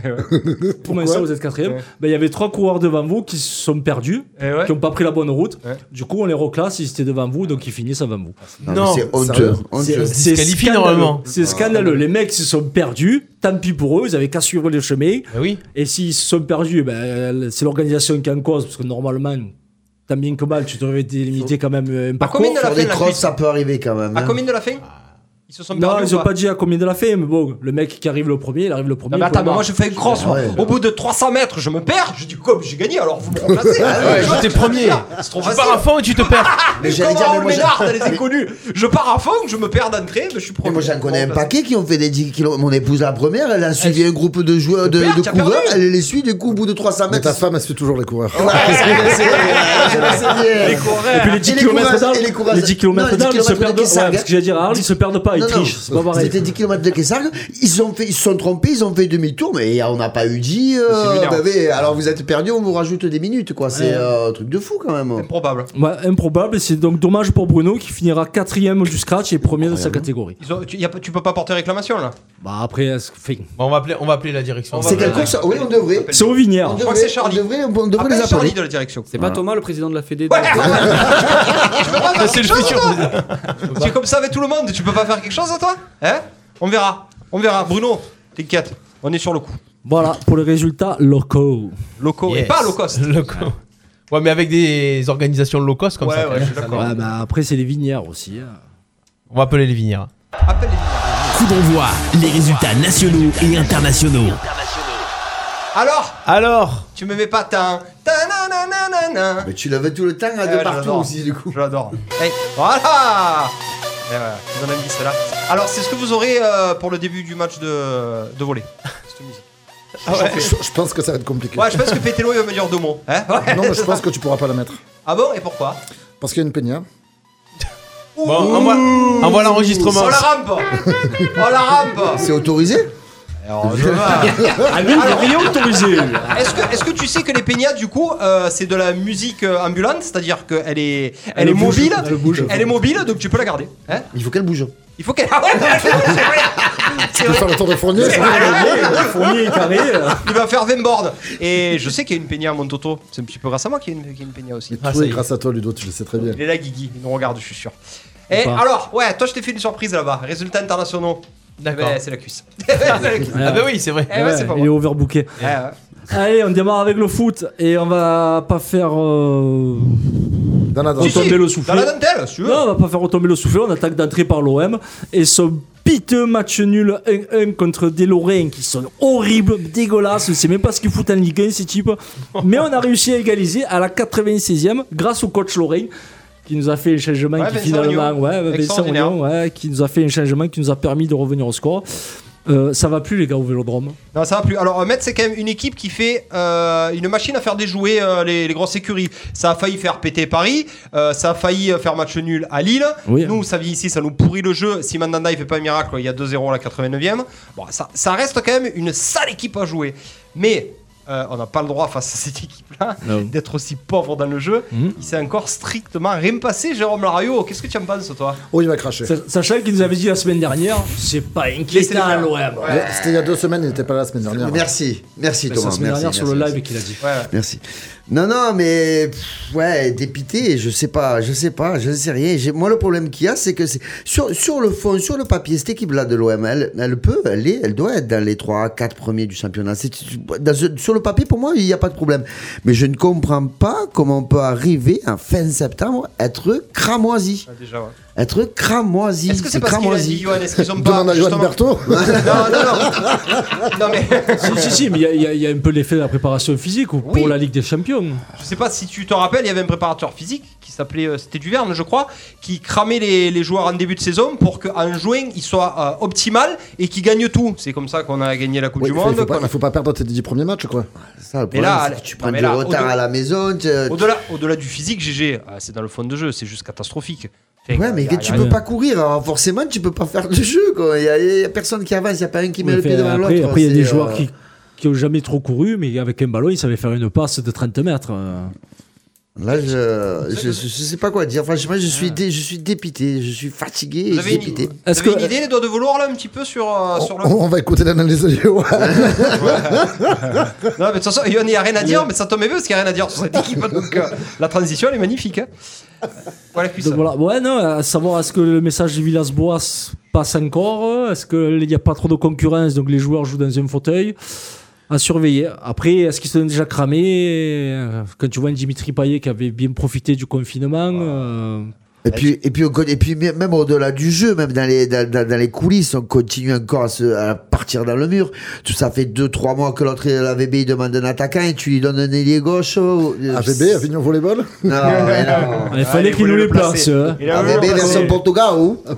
S9: Comment ça, vous êtes quatrième
S1: Ouais.
S9: Ben, Il y avait trois coureurs devant vous qui se sont perdus,
S1: Eh ouais.
S9: qui n'ont pas pris la bonne route.
S1: Ouais.
S9: Du coup, on les reclasse, ils étaient devant vous, donc ils finissent avant vous.
S11: Non, Non. mais c'est honteux, honteux.
S9: C'est
S11: Disqualifié,
S9: scandaleux.
S11: normalement.
S9: C'est scandaleux. Les mecs se sont perdus, tant pis pour eux, ils avaient qu'à suivre le chemin. Et s'ils se sont perdus, ben, c'est l'organisation qui est en cause, parce que normalement, tant bien que mal, tu devrais délimiter quand même euh, un parcours.
S11: combien de la Sur fin, les la crosses, cuisse ça peut arriver quand même. hein.
S1: À combien de la fin Ils se sont
S9: Non,
S1: perdus.
S9: ils
S1: ou
S9: ont pas dit à combien de la fait, mais bon, le mec qui arrive le premier, il arrive le premier.
S1: Non, mais Ah,
S9: il faut
S1: bah, attends,
S9: le
S1: mais moi
S9: marquer.
S1: je fais une cross. moi. Au bout de 300 mètres, je me perds. Je dis, comme j'ai gagné, alors vous me remplacez.
S6: Ouais, j'étais premier.
S1: C'est trop
S6: Tu pars à fond et tu te perds.
S1: Mais
S11: j'allais
S1: j'allais
S11: dire,
S1: dire,
S11: mais moi, j'ai-
S1: les inconnus. Je pars à fond, je me perds d'entrée, mais je suis premier.
S11: Moi, j'en connais un paquet qui ont fait des 10 km. Mon épouse, la première, elle a suivi un groupe de joueurs, de,
S1: perds,
S11: de
S1: t'as
S11: coureurs.
S1: perdu.
S11: Elle les suit, du coup, au bout de 300 mètres.
S8: ta femme, elle suit toujours les coureurs.
S11: Les
S9: Et puis les 10 km d'âge, les 10 km d'âge, ils se perdent. Ouais, parce que j'allais dire, à Arles, ils se perdent pas, Ah, ils trichent. C'est pas pareil.
S11: C'était 10 km de Kessargues. Ils, ont fait- ils se sont trompés, ils ont fait demi-tour, mais on n'a pas eu dit. euh,
S9: C'est lunaire.
S11: bah, mais alors vous êtes perdu, on vous rajoute des minutes, quoi. C'est
S9: Ouais.
S11: euh, un truc de fou, quand même.
S1: Improbable.
S9: Ouais, improbable, et c'est donc dommage pour Bruno qui finira quatrième du scratch et premier de sa catégorie.
S1: Ils ont- tu, y a pas- tu peux pas porter réclamation là
S9: Bah après, est-ce que- fait-
S6: Bon, on va appeler, on va appeler la direction.
S11: C'est quelle course Oui, on devrait.
S9: C'est aux Vignières.
S1: Je crois que c'est Charlie.
S11: On devrait, on devrait
S1: Appelle
S11: les appeler.
S1: Charlie de la direction.
S4: C'est pas Thomas le président de la Fédé.
S1: C'est le futur. Tu es comme ça avec tout le monde, tu peux pas faire quelque chose toi Hein On verra. On verra. Bruno, t'inquiète, on est sur le coup.
S9: Voilà, pour les résultats locaux.
S1: Locaux et pas low cost.
S6: Locaux. Ouais, mais avec des organisations low cost comme ça. quand même.
S9: Ouais, bah après, c'est les Vignières aussi. hein.
S6: On va appeler les vignes.
S5: Coup d'envoi, les résultats nationaux et internationaux.
S1: Alors
S6: Alors
S1: Tu me mets pas ta. Ta-na-na-na-na-na.
S11: Mais tu l'avais tout le temps à
S1: Euh,
S11: deux
S1: je
S11: partout
S1: l'adore.
S11: aussi, du coup.
S1: J'adore. Hey, voilà Et voilà, je vous en ai mis celle-là. Alors, c'est ce que vous aurez euh, pour le début du match de, de volley. Cette musique.
S8: Ah ouais. je, je pense que ça va être compliqué.
S1: Ouais, je pense que Pételo, il va me dire deux mots. Hein Ouais.
S8: Non, mais je pense que tu pourras pas la mettre.
S1: Ah bon Et pourquoi
S8: Parce qu'il y a une peña.
S6: Bon, envoie, envoie l'enregistrement.
S1: Oh la rampe Oh la rampe
S11: C'est autorisé
S1: Alors, je Ah oui,
S9: Alors, rien autorisé.
S1: Est-ce que, est-ce que tu sais que les peñas, du coup, euh, c'est de la musique euh, ambulante, c'est-à-dire qu'elle est, elle
S11: Elle
S1: est
S11: bouge,
S1: mobile,
S11: elle bouge.
S1: est mobile, donc tu peux la garder. Hein
S11: Il faut qu'elle bouge.
S1: Il faut qu'elle. Ah ouais, c'est vrai.
S8: Tu peux faire le tour de Fournier.
S1: C'est
S8: ça
S1: vrai.
S9: Fournier est carré.
S1: Il va faire 20 bornes. Et je sais qu'il y a une peña à Montoto. C'est un petit peu grâce à moi qu'il Ah, y a une, qu'il y a une peña aussi.
S8: Oui, grâce à toi, Ludo, tu le sais très bien.
S1: Il est là, Guigui. Il nous regarde, je suis sûr. Et
S6: Ou pas
S1: alors, ouais, toi je t'ai fait une surprise là-bas. Résultats internationaux.
S6: D'accord.
S1: Eh ben, c'est la cuisse. C'est la cuisse.
S9: Ah bah oui, c'est vrai.
S1: Eh ouais, c'est pas
S9: il
S1: moi.
S9: est overbooké.
S1: Eh ouais.
S9: Allez, on démarre avec le foot et on va pas faire euh,
S1: Si,
S9: retomber
S1: si,
S9: le souffle.
S1: dans la dentelle, si tu veux.
S9: Non, on va pas faire retomber le souffle. On attaque d'entrée par l'OM et ce piteux match nul 1-1 contre des Lorrains qui sont horribles, dégueulasses. C'est même pas ce qu'ils foutent en Ligue 1 ces types. Mais on a réussi à égaliser à la 96e grâce au coach Lorrain qui nous a fait un changement
S1: Ouais,
S9: qui
S1: Vincent
S9: finalement,
S1: Ognon.
S9: ouais, Vincent
S1: Extraordinaire.
S9: Ognon, ouais, qui nous a fait un changement qui nous a permis de revenir au score. Euh, ça va plus les gars au Vélodrome.
S1: Non, ça va plus. Alors, euh, Metz, c'est quand même une équipe qui fait euh, une machine à faire déjouer euh, les, les grosses écuries. Ça a failli faire péter Paris, euh, ça a failli euh, faire match nul à Lille.
S9: Oui.
S1: Nous, ça vient ici, ça nous pourrit le jeu. Si Mandanda, il fait pas un miracle, il y a 2-0 à la 89e. Bon, ça, ça reste quand même une sale équipe à jouer. Mais euh, on n'a pas le droit face à cette équipe-là
S9: Non. Mhm.
S1: d'être aussi pauvre dans le jeu. Il s'est encore strictement rien passé, Jérôme Larayo. Qu'est-ce que tu en penses, toi
S3: Oh, il va cracher.
S9: Sa- Sachant qu'il nous avait dit la semaine dernière, c'est pas inquiétant à l'OM.
S3: C'était il y a deux semaines, il n'était pas là la semaine dernière.
S8: Merci, merci
S9: C'est
S8: Thomas.
S9: la semaine
S8: merci,
S9: dernière sur
S8: merci,
S9: le
S8: merci.
S9: live qu'il a dit.
S8: Merci. Non, non, mais pff, ouais, dépité, je sais pas, je sais pas, je sais rien. J'ai- Moi, le problème qu'il y a, c'est que c'est sur, sur le fond, sur le papier, cette équipe-là de l'OM, elle, elle peut, elle, est, elle doit être dans les 3, 4 premiers du championnat. C'est- dans ce- sur le papier, pour moi, il n'y a pas de problème. Mais je ne comprends pas comment on peut arriver en fin septembre être cramoisi.
S1: Déjà, ouais.
S8: Être cramoisi.
S1: Est-ce que c'est parce qu'il a
S8: cramoisi.
S1: dit, Johan, est-ce qu'ils ont pas Demande à Johan justement- Berthaud. Non, mais
S9: si, si, si, mais il y a- il y, a- il y a un peu l'effet de la préparation physique ou pour la Ligue des Champions.
S1: Je sais pas si tu te rappelles, il y avait un préparateur physique qui s'appelait, euh, c'était Duverne, je crois, qui cramait les, les joueurs en début de saison pour qu'en juin, ils soient euh, optimal et qu'ils gagnent tout. C'est comme ça qu'on a gagné la Coupe
S3: Oui,
S1: du
S3: il faut, il
S1: Monde.
S3: faut pas,
S1: qu'on a-
S3: il faut pas perdre tes 10 premiers matchs, quoi.
S8: Ça,
S1: Mais là, problème, c'est que tu
S3: tu
S1: prends
S3: prends
S1: mais
S3: du
S1: du là,
S3: retard
S1: retard au-delà-
S3: à
S1: à
S3: la
S1: la
S8: maison.
S1: Au-delà, au-delà du physique, GG, ah, c'est dans le fond de jeu, c'est juste catastrophique. Fait que
S8: Ouais, mais
S1: y a-
S8: tu
S1: y a
S8: peux
S1: rien.
S8: pas courir, alors forcément tu peux pas faire le jeu. quoi. Il y a, il y a personne qui avance, il y a pas un qui met
S9: Mais
S8: le pied
S9: fait,
S8: devant l'autre.
S9: après, après, il y a
S8: c'est,
S9: des joueurs
S8: euh,
S9: qui qui ont jamais trop couru, mais avec un ballon, ils savaient faire une passe de 30 mètres. euh.
S8: Là, je, je, je- je sais pas quoi dire. Franchement, je suis, dé- je suis dépité, je suis fatigué et
S1: Vous avez, une,
S8: dépité.
S1: vous avez une idée, les doigts de velours, là, un petit peu sur, euh, sur le.
S3: On va écouter l'analyse de Johan.
S1: non, mais de toute façon, Yohan, il n'y a rien à dire, mais ça tombe bien parce qu'il n'y a rien à dire sur cette équipe. Donc, euh, la transition, elle est magnifique. hein. Voilà, cuisse.
S9: Donc voilà, ouais, non, à savoir est-ce que le message de Villas-Boas passe encore euh, Est-ce qu'il n'y a pas trop de concurrence, donc les joueurs jouent dans un fauteuil à surveiller. Après, est-ce qu'ils sont déjà cramés Euh, Quand tu vois un Dimitri Payet qui avait bien profité du confinement, euh,
S8: Et puis, et puis, on con- et puis mê- même au-delà du jeu, même dans les, dans, dans- dans les coulisses, on continue encore à, se, à partir dans le mur. Tout ça fait 2-3 mois que l'autre, la VB, il demande un attaquant et tu lui donnes un ailier gauche. AVB,
S3: Avignon Volleyball
S8: Non, mais non.
S9: il fallait qu'il nous les place. euh.
S8: AVB version Portugal.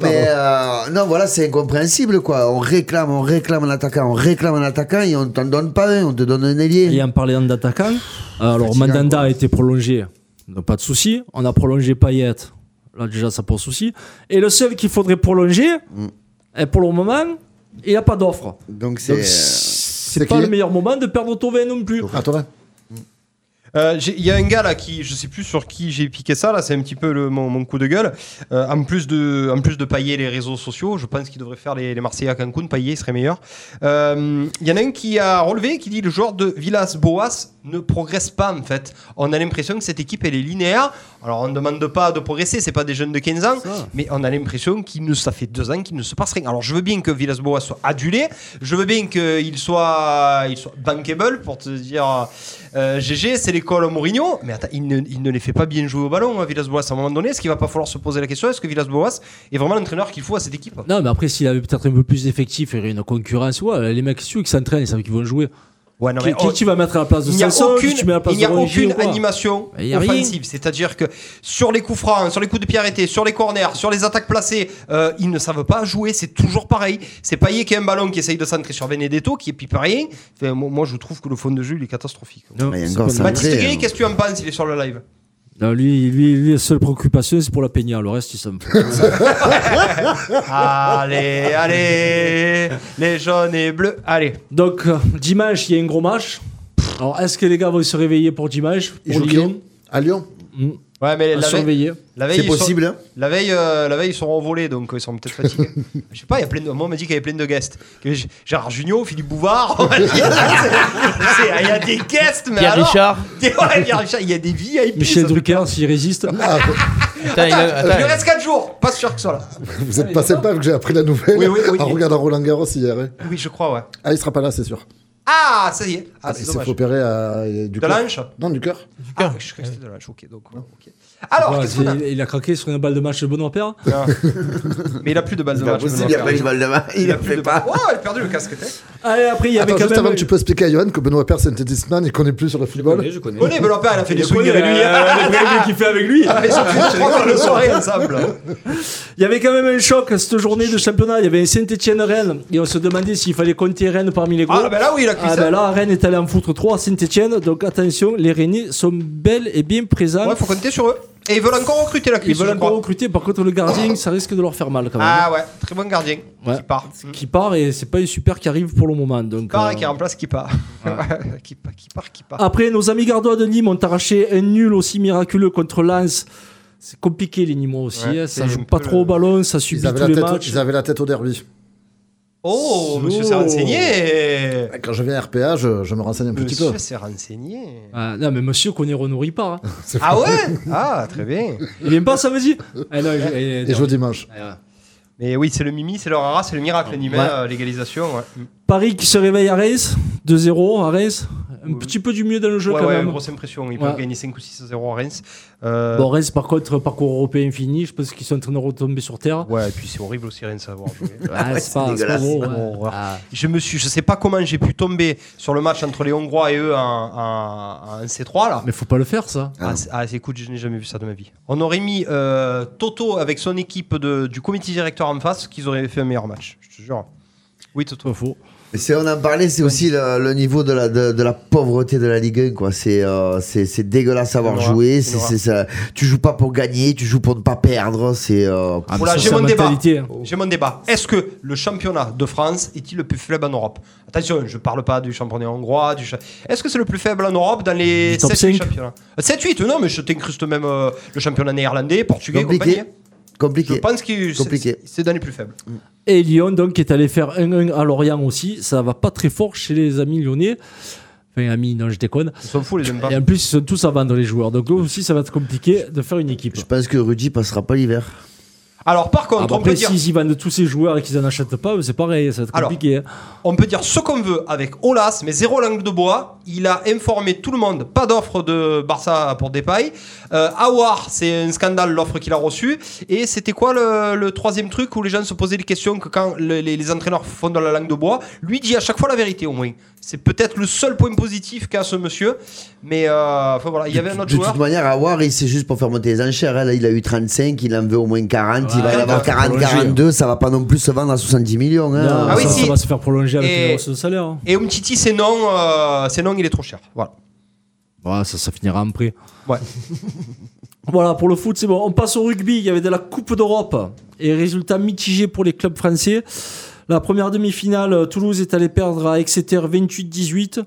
S8: Mais euh, non, voilà, c'est incompréhensible quoi. On réclame, on réclame un attaquant, on réclame un attaquant et on t'en donne pas un, on te donne un ailier.
S9: Et en parlant d'attaquant, euh, alors Mandanda a été prolongé, donc pas de souci. On a prolongé Payet, là déjà ça pose souci. Et le seul qu'il faudrait prolonger, et pour le moment, il n'y a pas d'offre.
S8: Donc euh,
S9: c'est- C'est pas le meilleur moment de perdre Tovin non plus.
S1: Euh, j'ai- Il y a un gars là qui, je sais plus sur qui j'ai piqué ça là, c'est un petit peu le- mon, mon coup de gueule. Euh, en plus de, en plus de pailler les réseaux sociaux, je pense qu'il devrait faire les, les Marseillais à Cancun, pailler serait meilleur. Euh, Il y en a un qui a relevé qui dit le joueur de Villas-Boas ne progresse pas en fait. On a l'impression que cette équipe elle est linéaire. Alors on ne demande pas de progresser, c'est pas des jeunes de 15 ans, mais on a l'impression qu'il ne, ça fait deux ans qu'il ne se passe rien. Alors je veux bien que Villas-Boas soit adulé, je veux bien qu'il soit, il soit bankable pour te dire euh, GG, c'est l'école Mourinho, mais attends, il ne, il ne les fait pas bien jouer au ballon, hein, Villas-Boas. À un moment donné, est-ce qu'il va pas falloir se poser la question est-ce que Villas-Boas est vraiment l'entraîneur qu'il faut à cette équipe
S9: Non, mais après, s'il avait peut-être un peu plus d'effectifs, il y aurait une concurrence. Ouais, les mecs, ceux qui s'entraînent, ils savent qu'ils vont jouer.
S1: Ouais, non,
S9: qui
S1: mais oh,
S9: qui
S1: on-
S9: tu vas mettre à la place de
S1: il n'y a
S9: Sanson
S1: aucune,
S9: Qui tu mets à la place
S1: il n'y a
S9: de Rongier
S1: aucune
S9: ou quoi
S1: animation
S9: Il y a rien.
S1: offensive. C'est-à-dire que sur les coups francs, sur les coups de pied arrêtés, sur les corners, sur les attaques placées, euh, ils ne savent pas jouer. C'est toujours pareil. C'est Payet qui a un ballon qui essaye de centrer sur Benedetto, qui pipe rien. Enfin, moi, moi, je trouve que le fond de jeu, il est catastrophique.
S8: Mais
S9: c'est
S8: encore
S9: pas
S8: centré,
S1: Baptiste
S8: hein.
S1: Gris, qu'est-ce que tu en penses Il est sur le live.
S9: Non, lui, lui, lui, la seule préoccupation, c'est pour la peña. Le reste, il s'en fout.
S1: allez, allez, les jaunes et bleus, allez.
S9: Donc, euh, dimanche, il y a un gros match. Alors, est-ce que les gars vont se réveiller pour dimanche
S3: Ils
S9: Pour
S3: jouent qui
S9: Lyon
S3: À Lyon
S1: Ouais, mais
S9: À
S1: la
S9: surveiller.
S1: veille, la veille,
S9: C'est
S1: Ben, ils sont-
S9: possible, hein.
S1: la veille, euh, la veille, ils seront envolés, donc euh, ils sont peut-être fatigués. Je sais pas, il y a plein de. Moi, on m'a dit qu'il y avait plein de guests. Que G- Gérard Junior, Philippe Bouvard. on m'a dit, c'est- c'est- Il y a des guests, mais
S9: Pierre
S1: alors-
S9: Richard.
S1: Ouais, Pierre Richard, il y a des VIP.
S9: Michel
S1: ça, truc.
S9: Drucker, s'il résiste.
S1: Attends, il, lui reste 4 jours. Pas sûr que ce soit là.
S8: Vous êtes pas sympa, vu que j'ai appris la nouvelle
S1: Oui, oui, oui.
S8: en regardant Roland Garros hier. hein.
S1: Oui, je crois, ouais.
S8: Ah, il sera pas là, c'est sûr.
S1: Ah, ça y est. Ah,
S8: Ah,
S1: c'est
S8: il s'est
S1: dommage.
S8: fait opérer à- euh, du
S1: De
S8: cœur.
S1: la hanche
S8: Non, du cœur.
S1: Ah, je crois que c'était de la hanche, ok. Donc, ok. Alors,
S9: Voilà,
S1: qu'est-ce qu'on a
S9: il, il a craqué sur une balle de match de Benoît Père.
S1: Ah. Mais il a plus de balles de match.
S7: possible, il a pas eu de balle de main. Il a fait
S1: de
S7: pas.
S1: Oh, il a perdu le casque tête.
S9: Allez, après, il y avait
S8: Attends,
S9: quand
S8: juste
S9: même.
S8: avant, tu peux expliquer à Johan que Benoît Père, c'est un tennisman, il connaît plus sur le football.
S4: je connais.
S1: On est Belopin, il a fait des
S9: Il
S1: swings
S9: connaît,
S1: avec lui.
S9: euh, le premier qu'il fait avec lui.
S1: Ah, Ils ont fait trois fois le soirée ensemble.
S9: Il y avait quand même un choc cette journée de championnat. Il y avait Saint-Etienne-Rennes et on se demandait s'il fallait compter Rennes parmi les gros.
S1: Ah, ben là, oui, il a cuit
S9: Ah,
S1: ça.
S9: ben là, Rennes est allé en foutre 3 à Saint-Etienne. Donc attention, les Rennais sont belles et bien présentes.
S1: Ouais, faut compter sur eux. Et ils veulent encore recruter la
S9: Ils
S1: cuisse.
S9: veulent
S1: je
S9: encore
S1: crois.
S9: recruter. Par contre, le gardien, ça risque de leur faire mal quand même.
S1: Ah ouais, très bon gardien
S9: Ouais.
S1: qui part.
S9: Qui part et c'est pas une super qui arrive pour le moment. Donc,
S1: Qui part
S9: euh,
S1: et qui remplace qui part. Ouais, qui part, qui part, qui part.
S9: Après, nos amis gardois de Nîmes ont arraché un nul aussi miraculeux contre Lens. C'est compliqué les Nîmois aussi.
S1: Ouais,
S9: hein.
S1: c'est
S9: Ça joue
S1: un
S9: pas
S1: peu
S9: trop
S1: le-
S9: au ballon, ça subit
S8: Ils
S9: tous
S8: avaient, la
S9: les
S8: tête au,
S9: matchs.
S8: ils avaient la tête au derby.
S1: Oh, monsieur
S9: Oh.
S1: s'est renseigné.
S8: Bah, Quand je viens à RPA, je, je me renseigne un petit peu.
S1: Monsieur s'est renseigné.
S9: Ah, non, mais monsieur qu'on ne renourrit pas. hein.
S1: Ah ouais Ah, très bien.
S9: Il vient pas samedi ah, non, il- il-
S8: Et
S9: non. euh,
S8: je dimanche.
S1: Mais oui, c'est le mimi, c'est le rara, c'est le miracle animé,
S9: Ouais.
S1: euh, l'égalisation. Ouais,
S9: Paris qui se réveille à Reims, 2-0 à Reims. Un
S1: Oui.
S9: petit peu du mieux dans le jeu
S1: ouais,
S9: quand
S1: ouais,
S9: même.
S1: grosse impression. Ils
S9: Ouais.
S1: peuvent gagner 5 ou 6 à 0 à Reims. Euh,
S9: Bon, Reims par contre, parcours européen fini. Je pense qu'ils sont en train de retomber sur terre.
S1: Ouais, et puis c'est horrible aussi Reims à avoir joué.
S9: Ah, c'est pas, c'est pas beau, ouais.
S1: Oh, horreur.
S9: Ah.
S1: Je me suis, je sais pas comment j'ai pu tomber sur le match entre les Hongrois et eux en, en- en C3 là.
S9: Mais faut pas le faire ça.
S1: Ah, c'est- ah, c'est- écoute, je n'ai jamais vu ça de ma vie. On aurait mis euh, Toto avec son équipe de- du comité directeur en face, qu'ils auraient fait un meilleur match. Je te jure. Oui, Toto.
S9: Faux.
S7: Et c'est- on en parlait, c'est aussi le, le niveau de la, de, de la pauvreté de la Ligue 1, quoi. C'est, euh, c'est, c'est dégueulasse à avoir
S1: C'est une
S7: joué.
S1: horreur,
S7: C'est,
S1: c'est une
S7: c'est, ça- tu joues pas pour gagner, tu joues pour ne pas perdre. C'est, euh,
S9: Ah, mais
S1: Voilà,
S9: ça,
S1: j'ai
S9: c'est
S1: mon
S9: la
S1: débat.
S9: mentalité, hein.
S1: J'ai mon débat. Est-ce que le championnat de France est-il le plus faible en Europe Attention, je parle pas du championnat hongrois. Du cha- Est-ce que c'est le plus faible en Europe dans les
S9: Du top
S1: 7-8
S9: cinq.
S1: championnats 7-8, non, mais je t'incruste même euh, le championnat néerlandais, portugais,
S7: Compliqué.
S1: compagnie. Je
S7: compliqué.
S1: pense que c'est-
S7: Compliqué.
S1: c'est c'est dans les plus faibles.
S9: Et Lyon, donc, est allé faire 1-1 à Lorient aussi. Ça va pas très fort chez les amis lyonnais. Enfin, amis, non, je déconne.
S1: Ils sont fous, les aime pas.
S9: Et en plus, ils sont tous à vendre, les joueurs. Donc, eux aussi, ça va être compliqué de faire une équipe.
S7: Je pense que Rudy passera pas l'hiver.
S1: Alors, par
S9: Ah,
S1: contre,
S9: bah,
S1: on peut
S9: après,
S1: dire.
S9: s'ils y vendent tous ces joueurs et qu'ils en achètent pas, c'est pareil, ça va être
S1: Alors,
S9: compliqué. hein.
S1: On peut dire ce qu'on veut avec Olas, mais zéro langue de bois. Il a informé tout le monde, pas d'offre de Barça pour Depay. Euh, Awar, c'est un scandale l'offre qu'il a reçue. Et c'était quoi le, le troisième truc où les gens se posaient des questions que quand le- les, les entraîneurs font dans la langue de bois, lui dit à chaque fois la vérité au moins. C'est peut-être le seul point positif qu'a ce monsieur. Mais euh, enfin, voilà, il y avait un autre
S7: De toute
S1: joueur.
S7: manière, Awar, il c'est juste pour faire monter les enchères. hein. Là, il a eu 35, il en veut au moins 40, il va y
S1: Ouais,
S7: avoir
S1: il va
S7: 40,
S9: prolonger,
S7: 42. Ça va pas non plus se vendre à 70 millions. hein.
S9: Non,
S1: Ah oui,
S9: ça,
S1: si.
S9: ça va se faire prolonger avec
S1: Et-
S9: les hausses de salaire. hein.
S1: Et Umtiti, c'est non, euh, c'est non, il est trop cher. Voilà.
S9: Ouais, ça, ça finira en prêt.
S1: Ouais.
S9: voilà, pour le foot, c'est bon. On passe au rugby. Il y avait de la Coupe d'Europe et résultats mitigés pour les clubs français. La première demi-finale, Toulouse est allée perdre à Exeter 28-18.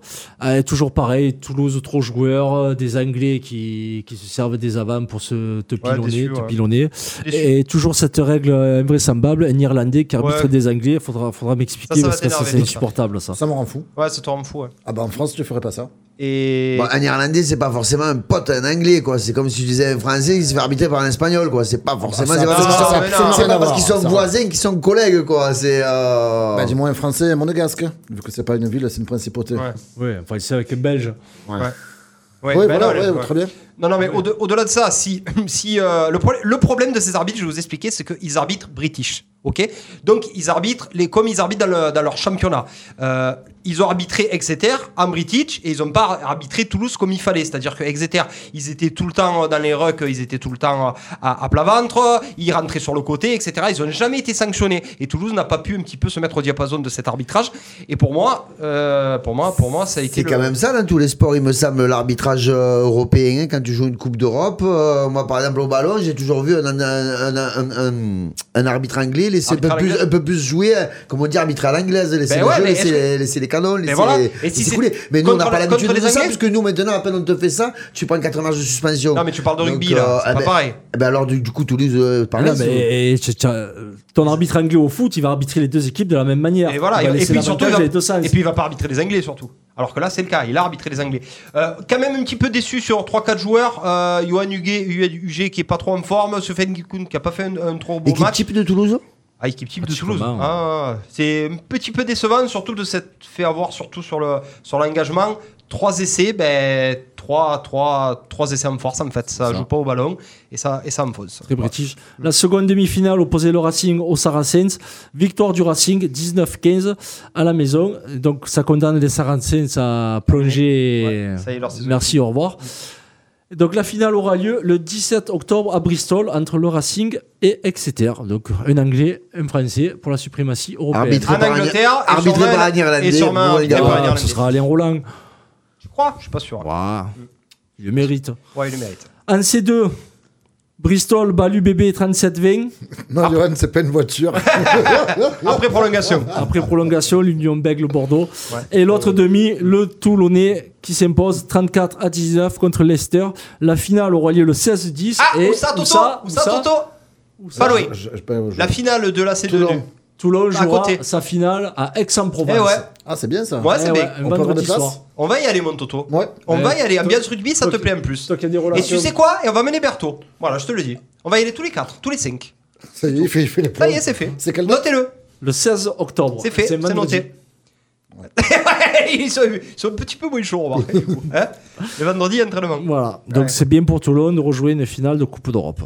S9: Euh, toujours pareil, Toulouse trop joueur, euh, des Anglais qui, qui se servent des avants pour se te pilonner.
S1: déçu,
S9: te
S1: ouais.
S9: pilonner.
S1: Déçu.
S9: Et toujours cette règle euh, invraisemblable, un Irlandais qui arbitre
S1: Ouais.
S9: des Anglais. Faudra, faudra m'expliquer
S1: Ça, ça va
S9: parce que ça,
S1: t'énerver,
S9: c'est
S1: ça.
S9: insupportable ça.
S8: Ça me rend fou.
S1: Ouais, c'est toi, fou. ouais.
S8: Ah bah en France, tu ferais pas ça.
S1: Et.
S8: Bah,
S7: Bon, un Irlandais, c'est pas forcément un pote, un Anglais, quoi. C'est comme si tu disais un Français qui se fait arbitrer par un Espagnol, quoi. C'est pas forcément.
S8: Ah, ça-
S7: c'est pas parce
S1: ça-
S7: qu'ils
S1: ça-
S7: sont-
S1: ça-
S7: c'est
S1: ça-
S7: pas
S8: ça-
S7: parce qu'ils
S8: ça-
S7: sont
S8: ça-
S7: voisins, qu'ils sont collègues, quoi. C'est. euh,
S8: Bah, dis-moi un français et un monégasque, vu que c'est pas une ville, c'est une principauté.
S1: Ouais.
S9: Ouais, enfin, c'est avec un Belge.
S1: Ouais,
S8: Oui,
S1: ben
S8: voilà,
S1: non,
S8: bah, ouais,
S1: ouais.
S8: très bien.
S1: Non, non, mais au- de- au-delà de ça, si, si euh, le, pro- le problème de ces arbitres, je vais vous expliquer, c'est qu'ils arbitrent british. Ok, donc ils arbitrent les comme ils arbitrent dans, le- dans leur championnat. Euh, ils ont arbitré Exeter en British et ils n'ont pas arbitré Toulouse comme il fallait. C'est-à-dire que Exeter, ils étaient tout le temps euh, dans les rucks, ils étaient tout le temps euh, à, à plat ventre, ils rentraient sur le côté, etc. Ils n'ont jamais été sanctionnés et Toulouse n'a pas pu un petit peu se mettre au diapason de cet arbitrage. Et pour moi, euh, pour moi, pour moi, ça a été
S7: C'est
S1: le-
S7: quand même ça dans tous les sports, il me semble, l'arbitrage euh, européen. hein, quand tu joues une Coupe d'Europe, Euh, moi par exemple au ballon, j'ai toujours vu un, un- un- un- un- un arbitre anglais laisser un peu,
S1: Arbitre à
S7: plus,
S1: l'anglaise.
S7: un peu plus jouer, euh, comme on dit, arbitre à l'anglaise, laisser
S1: Ben
S7: le
S1: ouais,
S7: jeu,
S1: mais
S7: laisser,
S1: est-ce que-
S7: les- laisser les canons, laisser,
S1: voilà.
S7: les-
S1: Et si
S7: laisser
S1: c'est
S7: couler. Mais nous, on n'a
S1: contre
S7: pas
S1: les-
S7: l'habitude
S1: contre
S7: de
S1: les
S7: ça,
S1: Anglais
S7: parce que nous, maintenant, à peine on te fait ça, tu prends 4 matchs de suspension.
S1: Non, mais tu parles de
S7: Donc,
S1: rugby là,
S7: euh,
S1: c'est
S7: eh
S1: pas
S7: ben-
S1: pareil.
S7: eh ben alors, du, du coup, Toulouse, euh, par
S9: Ah non,
S7: là, c'est-
S9: mais et tu- tu- euh, ton arbitre anglais au foot, il va arbitrer les deux équipes de la même manière.
S1: Et voilà,
S9: Il va
S1: et,
S9: laisser
S1: puis surtout, il
S9: l'avantage
S1: va,
S9: des deux sens.
S1: et puis il va pas arbitrer les Anglais surtout. Alors que là, c'est le cas. Il a arbitré les Anglais. Euh, quand même un petit peu déçu sur 3-4 joueurs. Euh, Johan Huguet, UG qui est pas trop en forme. Sufjan Gikoun qui a pas fait un, un trop beau
S11: Équipe
S1: match.
S11: type de Toulouse
S1: Ah, équipe type
S11: Ah,
S1: de
S11: tu
S1: Toulouse.
S11: peux pas, ouais.
S1: Ah, c'est un petit peu décevant, surtout de s'être fait avoir surtout sur le sur l'engagement. Trois essais, ben trois, trois, trois essais en force en fait. Ça, joue pas au ballon et ça et ça enfonce.
S9: Très british. La seconde demi-finale opposait le Racing au Saracens. Victoire du Racing 19-15 à la maison. Donc ça condamne les Saracens à plonger.
S1: ça y est, leur saison.
S9: Merci, au revoir. Donc la finale aura lieu le 17 octobre à Bristol entre le Racing et Exeter. Donc un Anglais, un Français pour la suprématie européenne.
S1: Arbitré En par un- Angleterre et arbitré sûrement par un- un Irlandais, et sûrement bon, arbitré également. par un
S9: Ah, Ce
S1: Irlandais.
S9: sera Alain Roland.
S1: Je crois, je suis pas sûr.
S9: Il le mérite.
S1: Ouais, il le mérite.
S9: En C2, Bristol bat l'UBB 37-20.
S7: Ah.
S8: Non, Johan, c'est pas une voiture.
S1: Après prolongation.
S9: Après prolongation, l'Union Bègle Bordeaux.
S8: Ouais.
S9: Et l'autre demi, le Toulonnais qui s'impose 34 à 19 contre Leicester. La finale aura lieu le 16-10.
S1: Ah,
S9: et
S1: où ça, Toto Où ça, Toto Pas loin. La finale de la C2. du-
S9: Toulon
S1: À
S9: jouera
S1: côté.
S9: sa finale à Aix-en-Provence.
S1: Eh ouais.
S8: Ah, c'est bien ça.
S1: Ouais, c'est
S9: Eh
S1: bien.
S9: ouais, Eh. un On peut vendredi avoir des soir. places
S1: On va y aller, mon Toto. On
S9: Ouais.
S1: va y aller.
S9: Toi-
S1: Ambiance rugby, ça
S9: toi
S1: te
S9: qui-
S1: plaît en plus.
S9: toi qui as des
S1: Et
S9: relations-
S1: tu sais quoi Et on va mener Berthaud. Voilà, je te le dis. On va y aller tous les quatre, tous les cinq.
S8: Ça y est, il fait, il fait les
S1: Ça y est, c'est fait. Notez-le.
S9: Le 16 octobre.
S1: C'est fait, c'est
S9: vendredi.
S1: noté. ils, sont, ils sont un petit peu moins chauds, on va du coup. Hein le vendredi, entraînement.
S9: Voilà. Donc c'est bien pour Toulon de rejouer une finale de Coupe d'Europe.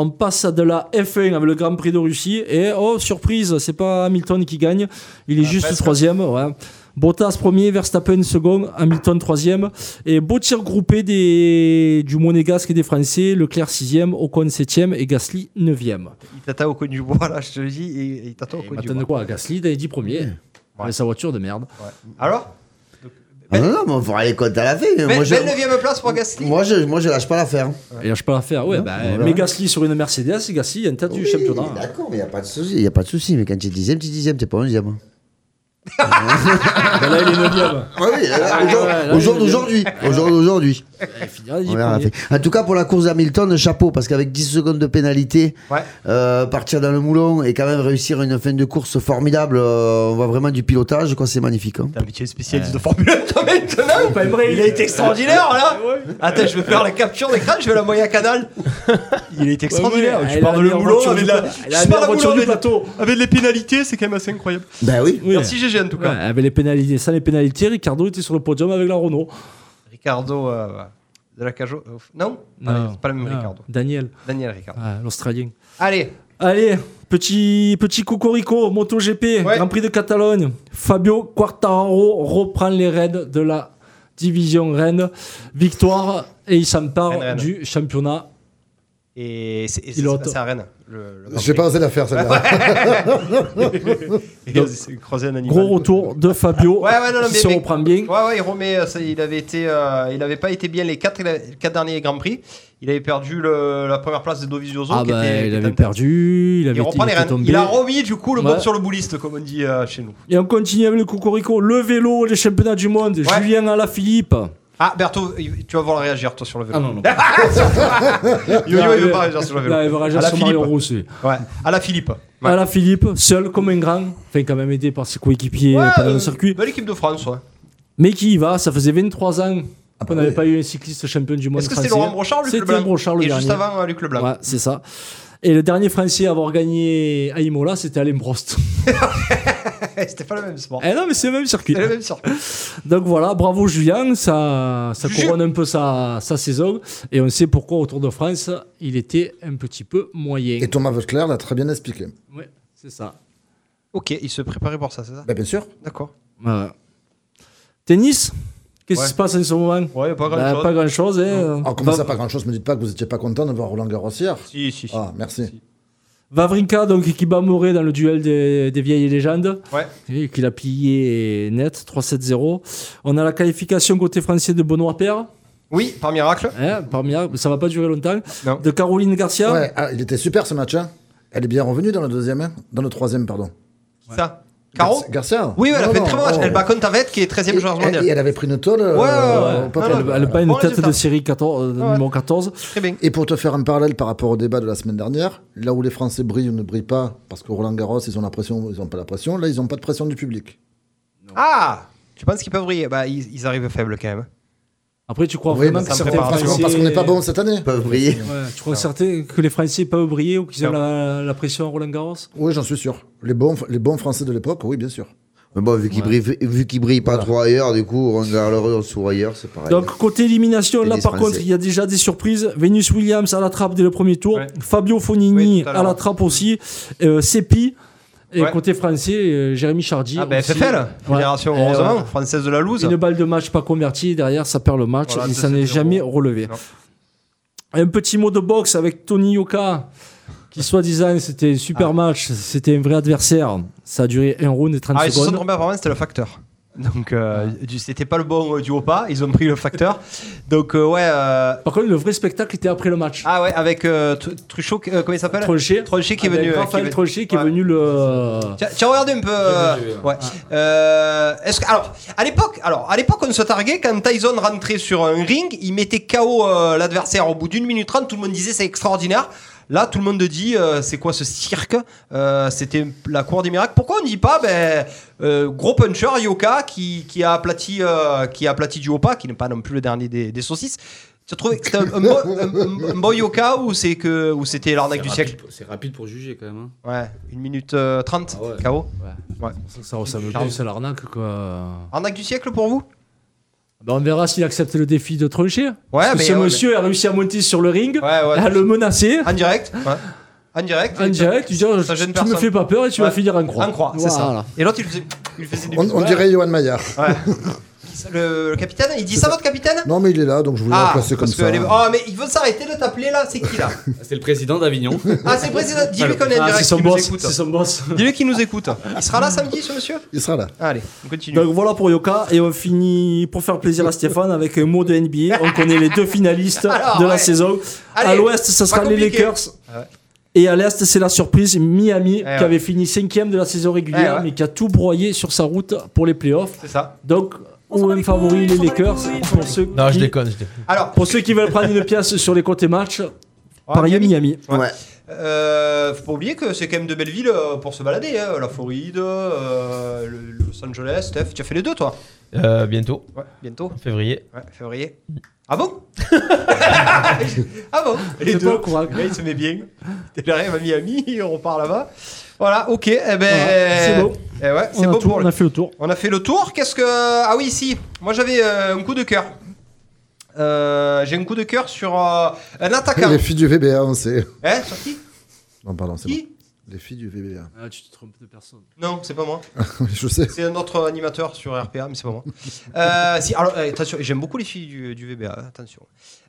S9: On passe à de la F1 avec le Grand Prix de Russie. Et oh, surprise, c'est pas Hamilton qui gagne. Il est juste troisième. Ouais. Bottas premier, Verstappen second, Hamilton troisième. Et beau tir groupé des, du Monégasque et des Français. Leclerc sixième, Ocon septième et Gasly neuvième.
S1: Il t'attend au coin du bois, là, je te le dis. et- et Il t'attend au coin du
S9: Attends de
S1: bois.
S9: quoi Gasly est dix premiers. Avec sa voiture de merde.
S1: Alors
S7: Ah non, non, mais on fera les comptes à la fin.
S1: Belle
S7: Moi, je,
S1: 9ème place pour Gasly.
S7: moi, je, moi, je lâche pas l'affaire. hein.
S9: Il lâche pas l'affaire, ouais. bah, Mais Gasly sur une Mercedes, et Gasly est en tête du championnat.
S7: D'accord, mais il n'y a pas de souci. Il n'y a pas de souci, mais quand tu es dixième, tu es dixième, t'es pas onzième. hein.
S9: Ben là, il est neuvième.
S7: Ouais, Ah oui, là, au jour-
S9: Ouais, là,
S7: au jour
S9: il est
S7: d'aujourd'hui. Au jour d'aujourd'hui.
S9: Il finira dix
S7: Ouais, on l'a
S9: premiers.
S7: fait. En tout cas, pour la course d'Hamilton, chapeau, parce qu'avec 10 secondes de pénalité,
S1: Ouais.
S7: euh, partir dans le moulon et quand même réussir une fin de course formidable, euh, on voit vraiment du pilotage, quoi, c'est magnifique. hein.
S1: T'es habitué spécialiste de Formule 1, toi, maintenant
S9: Pas vrai,
S1: Il a été extraordinaire, là Attends, je vais faire la capture d'écran, je vais la moyen à Canal. Il a été extraordinaire.
S9: Ouais, Ah,
S1: tu
S9: elle a
S1: parles
S9: mis
S1: de
S9: en
S1: boulot
S9: voiture
S1: avec
S9: du
S1: la...
S9: pla- elle
S1: je
S9: a mis
S1: parle
S9: en
S1: de
S9: voiture
S1: boulot
S9: du
S1: avec la-
S9: plateau.
S1: Avec les pénalités, c'est quand même assez incroyable.
S7: Ben oui.
S9: Oui.
S1: Merci GG, en tout
S9: Ouais,
S1: cas.
S9: avec les pénalités, sans les pénalités, Ricardo était sur le podium avec la Renault.
S1: Ricardo euh, de la Cajo... euh, Non,
S9: Non.
S1: Ah, C'est pas le même
S9: Ah,
S1: Ricardo.
S9: Daniel,
S1: Daniel Ricardo.
S9: ah, l'Australien.
S1: Allez,
S9: Allez, petit, petit cocorico, MotoGP,
S1: Ouais.
S9: Grand Prix de Catalogne. Fabio Quartararo reprend les raids de la division Rennes. Victoire et il
S1: Rennes,
S9: s'empare
S1: Rennes.
S9: du championnat.
S1: et c'est et c'est-
S9: Pilote.
S1: c'est passé à Rennes. le- le Grand
S8: J'ai
S1: Prix.
S8: pas osé la faire, celle-là.
S1: Il a aussi croisé un animal.
S9: Gros retour de Fabio
S1: Ouais, ouais, non, non,
S9: qui
S1: mais-
S9: se
S1: mais-
S9: reprend bien.
S1: Ouais, ouais, il remet. euh, ça, il avait été, euh, il avait pas été bien les quatre, les quatre derniers Grands Prix. Il avait perdu le- la première place de Dovizioso.
S9: Ah
S1: qui
S9: bah,
S1: était- qui
S9: il
S1: était en
S9: avait
S1: tête.
S9: perdu, il avait
S1: Il reprend
S9: il
S1: les
S9: était
S1: rênes.
S9: tombé.
S1: Il a remis du coup le
S9: Ouais.
S1: monde sur le bouliste, comme on dit euh, chez nous.
S9: Et on continue avec le Cocorico, le vélo, les championnats du monde,
S1: Ouais.
S9: Julien Alaphilippe.
S1: Ah, Berthaud, il- tu vas voir réagir toi sur le vélo.
S9: Ah non, non.
S1: Yo-Yo, il veut pas réagir sur le vélo.
S9: Là, il veut réagir
S1: à la
S9: sur
S1: Philippe.
S9: Mario Rossi.
S1: Ouais, à la Philippe. Ouais.
S9: Alaphilippe, seul comme un grand, enfin quand même aidé par ses coéquipiers
S1: Ouais,
S9: pendant
S1: euh,
S9: le circuit,
S1: Belle équipe de France, ouais.
S9: mais qui y va, ça faisait 23 ans qu'on n'avait
S8: oui.
S9: pas eu un cycliste champion du monde
S1: Est-ce que
S9: français.
S1: c'était Laurent Brochard, Luc
S9: C'était
S1: Leblanc
S9: Brochard le
S1: Et
S9: dernier.
S1: juste avant euh, Luc Leblanc.
S9: Ouais, c'est ça. Et le dernier français à avoir gagné à Imola, c'était Alain Prost.
S1: C'était pas le même sport.
S9: eh non, mais c'est le même circuit.
S1: C'était le même sport.
S9: Donc voilà, bravo Julien, ça, ça
S1: Julien.
S9: couronne un peu sa, sa saison. Et on sait pourquoi au Tour de France, il était un petit peu moyen.
S8: Et Thomas Vauclair l'a très bien expliqué.
S9: Ouais, c'est ça.
S1: Ok, il se préparait pour ça, c'est ça
S8: Bah, bien sûr.
S1: D'accord.
S9: Voilà. Euh, Tennis Qu'est-ce qui
S1: Ouais.
S9: se passe en ce moment
S1: Ouais, pas
S9: Bah,
S1: grand-chose.
S9: Pas grand-chose. hein.
S8: Alors, Ah, comment
S9: Va-
S8: ça, pas grand-chose Me dites pas que vous étiez pas content de voir Roland Garros hier.
S1: Si, si, si.
S8: Ah, merci.
S9: Vavrinka, donc, qui bat Moré dans le duel des, des vieilles légendes,
S1: Ouais.
S9: et qu'il a pillé net, 3-7-0. On a la qualification côté français de Benoît Père,
S1: Oui, par miracle.
S9: hein, parmi elles, ça va pas durer longtemps,
S1: Non.
S9: de Caroline Garcia.
S8: Ouais, ah, il était super ce match. hein. Elle est bien revenue dans le deuxième, hein. dans le troisième, pardon.
S1: Ça. Caro
S8: Garci- Garcia
S1: Oui, mais elle a
S8: Non,
S1: fait un
S8: non,
S1: très bon match.
S8: oh.
S1: Elle bat Contavet, qui est 13 e
S8: Et-
S1: joueur
S8: et-
S1: mondial.
S8: et elle avait pris une tôle. euh,
S1: Ouais, ouais, ouais.
S8: au papier.
S1: Non, euh, non,
S9: Elle, elle bat une
S1: Bon
S9: tête
S1: résultat.
S9: de série 14, euh,
S1: Ouais.
S9: numéro 14.
S1: Très bien.
S8: Et pour te faire un parallèle par rapport au débat de la semaine dernière, là où les Français brillent ou ne brillent pas, parce que Roland Garros, ils ont la pression, ils n'ont pas la pression, là, ils n'ont pas de pression du public.
S1: Ah Tu penses qu'ils peuvent briller Bah, ils, ils arrivent faibles quand même.
S9: Après, tu crois
S8: Oui,
S9: vraiment
S8: mais ça
S9: que
S8: me
S9: certains
S8: prépare
S9: Français-
S8: parce qu'on n'est pas bon cette année.
S7: peuvent briller.
S9: Ouais, tu crois que certains que les Français peuvent briller ou qu'ils ont
S1: Non.
S9: la, la pression à Roland Garros
S8: Oui, j'en suis sûr. Les bons, les bons Français de l'époque, oui, bien sûr.
S7: Mais bon, vu qu'ils brillent, vu qu'ils brillent pas trop ailleurs, du coup, on regarde leur on s'ouvre ailleurs, c'est pareil.
S9: Donc côté élimination,
S7: Et
S9: là
S7: des
S9: par
S7: Français.
S9: contre, il y a déjà des surprises. Venus Williams à la trappe dès le premier tour,
S1: Ouais.
S9: Fabio Fognini
S1: Oui, tout à
S9: à
S1: l'heure.
S9: la trappe aussi, euh, Sepi. Et
S1: Ouais.
S9: côté français, euh, Jérémy Chardy.
S1: Ah, bah,
S9: aussi.
S1: FFL,
S9: Ouais.
S1: Fédération,
S9: Et,
S1: heureusement,
S9: euh,
S1: française de la loose.
S9: Une balle de match pas convertie, derrière ça perd le match,
S1: Voilà,
S9: il s'en est
S1: 2-7-0.
S9: jamais relevé.
S1: Non.
S9: Un petit mot de boxe avec Tony Yoka, qui soi-disant c'était un
S1: Ah.
S9: super match, c'était un vrai adversaire. Ça a duré un round et 30
S1: Ah, ils se sont
S9: secondes.
S1: trompés apparemment, c'était le facteur. Donc, euh, du- c'était pas le bon euh, duo pas, ils ont pris le facteur. Donc, euh, ouais. euh,
S9: Par contre, le vrai spectacle était après le match.
S1: Ah, ouais, avec euh, Tru- Truchot, euh, comment il s'appelle
S9: Tronchet.
S1: Tronchet qui est
S9: Avec
S1: venu. euh, qui est
S9: ah, ben, Raphaël
S1: venu-
S9: Tronchet qui est
S1: Ouais.
S9: venu le.
S1: Tu as- tu as regardé un peu. euh,
S4: J'ai vu, Ah. j'ai vu,
S1: ouais. Euh, est-ce que alors à l'époque, alors à l'époque, on se targuait quand Tyson rentrait sur un ring, il mettait KO euh, l'adversaire au bout d'une minute trente. Tout le monde disait c'est extraordinaire. Là, tout le monde dit euh, c'est quoi ce cirque Euh, C'était la cour des miracles. Pourquoi on ne dit pas ben euh, gros puncher Yoka qui, qui a aplati euh, qui a aplati Duopa qui n'est pas non plus le dernier des, des saucisses. Tu as trouvé que c'était un, un bon- un- un bon Yoka ou c'est que ou c'était l'arnaque du
S4: rapide
S1: siècle
S4: pour- C'est rapide pour juger quand même. hein.
S1: Ouais, une minute euh, trente
S4: Ah ouais.
S1: KO.
S9: Ça ressemble
S1: Charles.
S9: plus à l'arnaque quoi.
S1: Arnaque du siècle pour vous
S9: Ben, on verra s'il accepte le défi de Tronchet.
S1: Ouais,
S9: Parce que
S1: mais-
S9: ce
S1: ouais,
S9: monsieur a réussi à monter sur le ring,
S1: Ouais, ouais.
S9: à le menacer.
S1: En direct ouais. En direct
S9: En
S1: et-
S9: direct, tu dis,
S1: ça gêne
S9: tu me
S1: personne.
S9: fais pas peur et tu
S1: Ouais.
S9: vas finir en croix.
S1: En croix, c'est
S9: Voilà.
S1: ça. Et l'autre, il faisait, il faisait du.
S8: On, on dirait Johan Maillard.
S1: Ouais. Le, le capitaine, il dit ça, votre capitaine Ah,
S8: Non, mais il est là, donc je voulais le placer comme
S1: parce que
S8: ça.
S1: elle est- Oh, mais il veut s'arrêter de t'appeler là, c'est qui là
S4: C'est le président d'Avignon.
S1: Ah, c'est le président, dis-lui qu'on est en
S9: Ah,
S1: direct,
S9: c'est son
S1: qu'il nous
S9: boss.
S1: écoute.
S9: C'est son boss.
S1: Dis-lui qu'il nous écoute. Il sera là samedi, ce monsieur
S8: Il sera là.
S1: Allez, on continue.
S9: Donc voilà pour Yoka et on finit pour faire plaisir à Stéphane avec un mot de NBA. On connaît les deux finalistes
S1: Alors,
S9: de la
S1: ouais.
S9: saison. à
S1: Allez,
S9: l'ouest, ça
S1: pas
S9: sera les
S1: compliqué.
S9: Lakers.
S1: Ah ouais. Eh
S9: Et à l'est, c'est la surprise Miami
S1: ouais.
S9: qui avait fini cinquième de la saison régulière
S1: Eh ouais.
S9: mais qui a tout broyé sur sa route pour les playoffs.
S1: C'est ça.
S9: Donc on même favori les Lakers pour ceux
S6: Non, je
S9: qui
S6: déconne. je déconne.
S1: Alors,
S9: Pour ceux qui veulent prendre une pièce sur les côtés match,
S1: ouais,
S9: pariez
S1: Oh, Miami.
S9: Miami.
S1: Ouais.
S7: Ouais.
S1: Euh, faut pas oublier que c'est quand même de belles villes euh, pour se balader. hein. La Floride, euh, le- Los Angeles, Steph. Tu as fait les deux, toi
S6: Euh, bientôt,
S1: Ouais, bientôt.
S6: en février.
S1: Ouais, février. Ah bon Ah bon Les
S9: T'es pas
S1: deux.
S9: au courant.
S1: Le gars, il se met bien. Il arrive à Miami, on repart là-bas. Voilà, ok. Eh ben,
S9: Voilà, c'est beau.
S1: Eh ouais, c'est
S9: On a,
S1: beau
S9: tout-
S1: pour
S9: on
S1: le-
S9: a fait le tour.
S1: On a fait le tour. Qu'est-ce que. Ah oui, si. Moi, j'avais euh, un coup de cœur. Euh, J'ai un coup de cœur sur euh, un attaquant.
S8: Les filles du VBA, on sait.
S1: Hein Sur qui
S8: Non, pardon, c'est bon.
S1: Qui
S8: Les filles du VBA.
S9: Ah, tu te trompes de personne.
S1: Non, c'est pas moi.
S8: je sais.
S1: C'est un autre animateur sur RPA, mais c'est pas moi. Euh, si, alors, euh, attention, j'aime beaucoup les filles du, du VBA, hein, attention.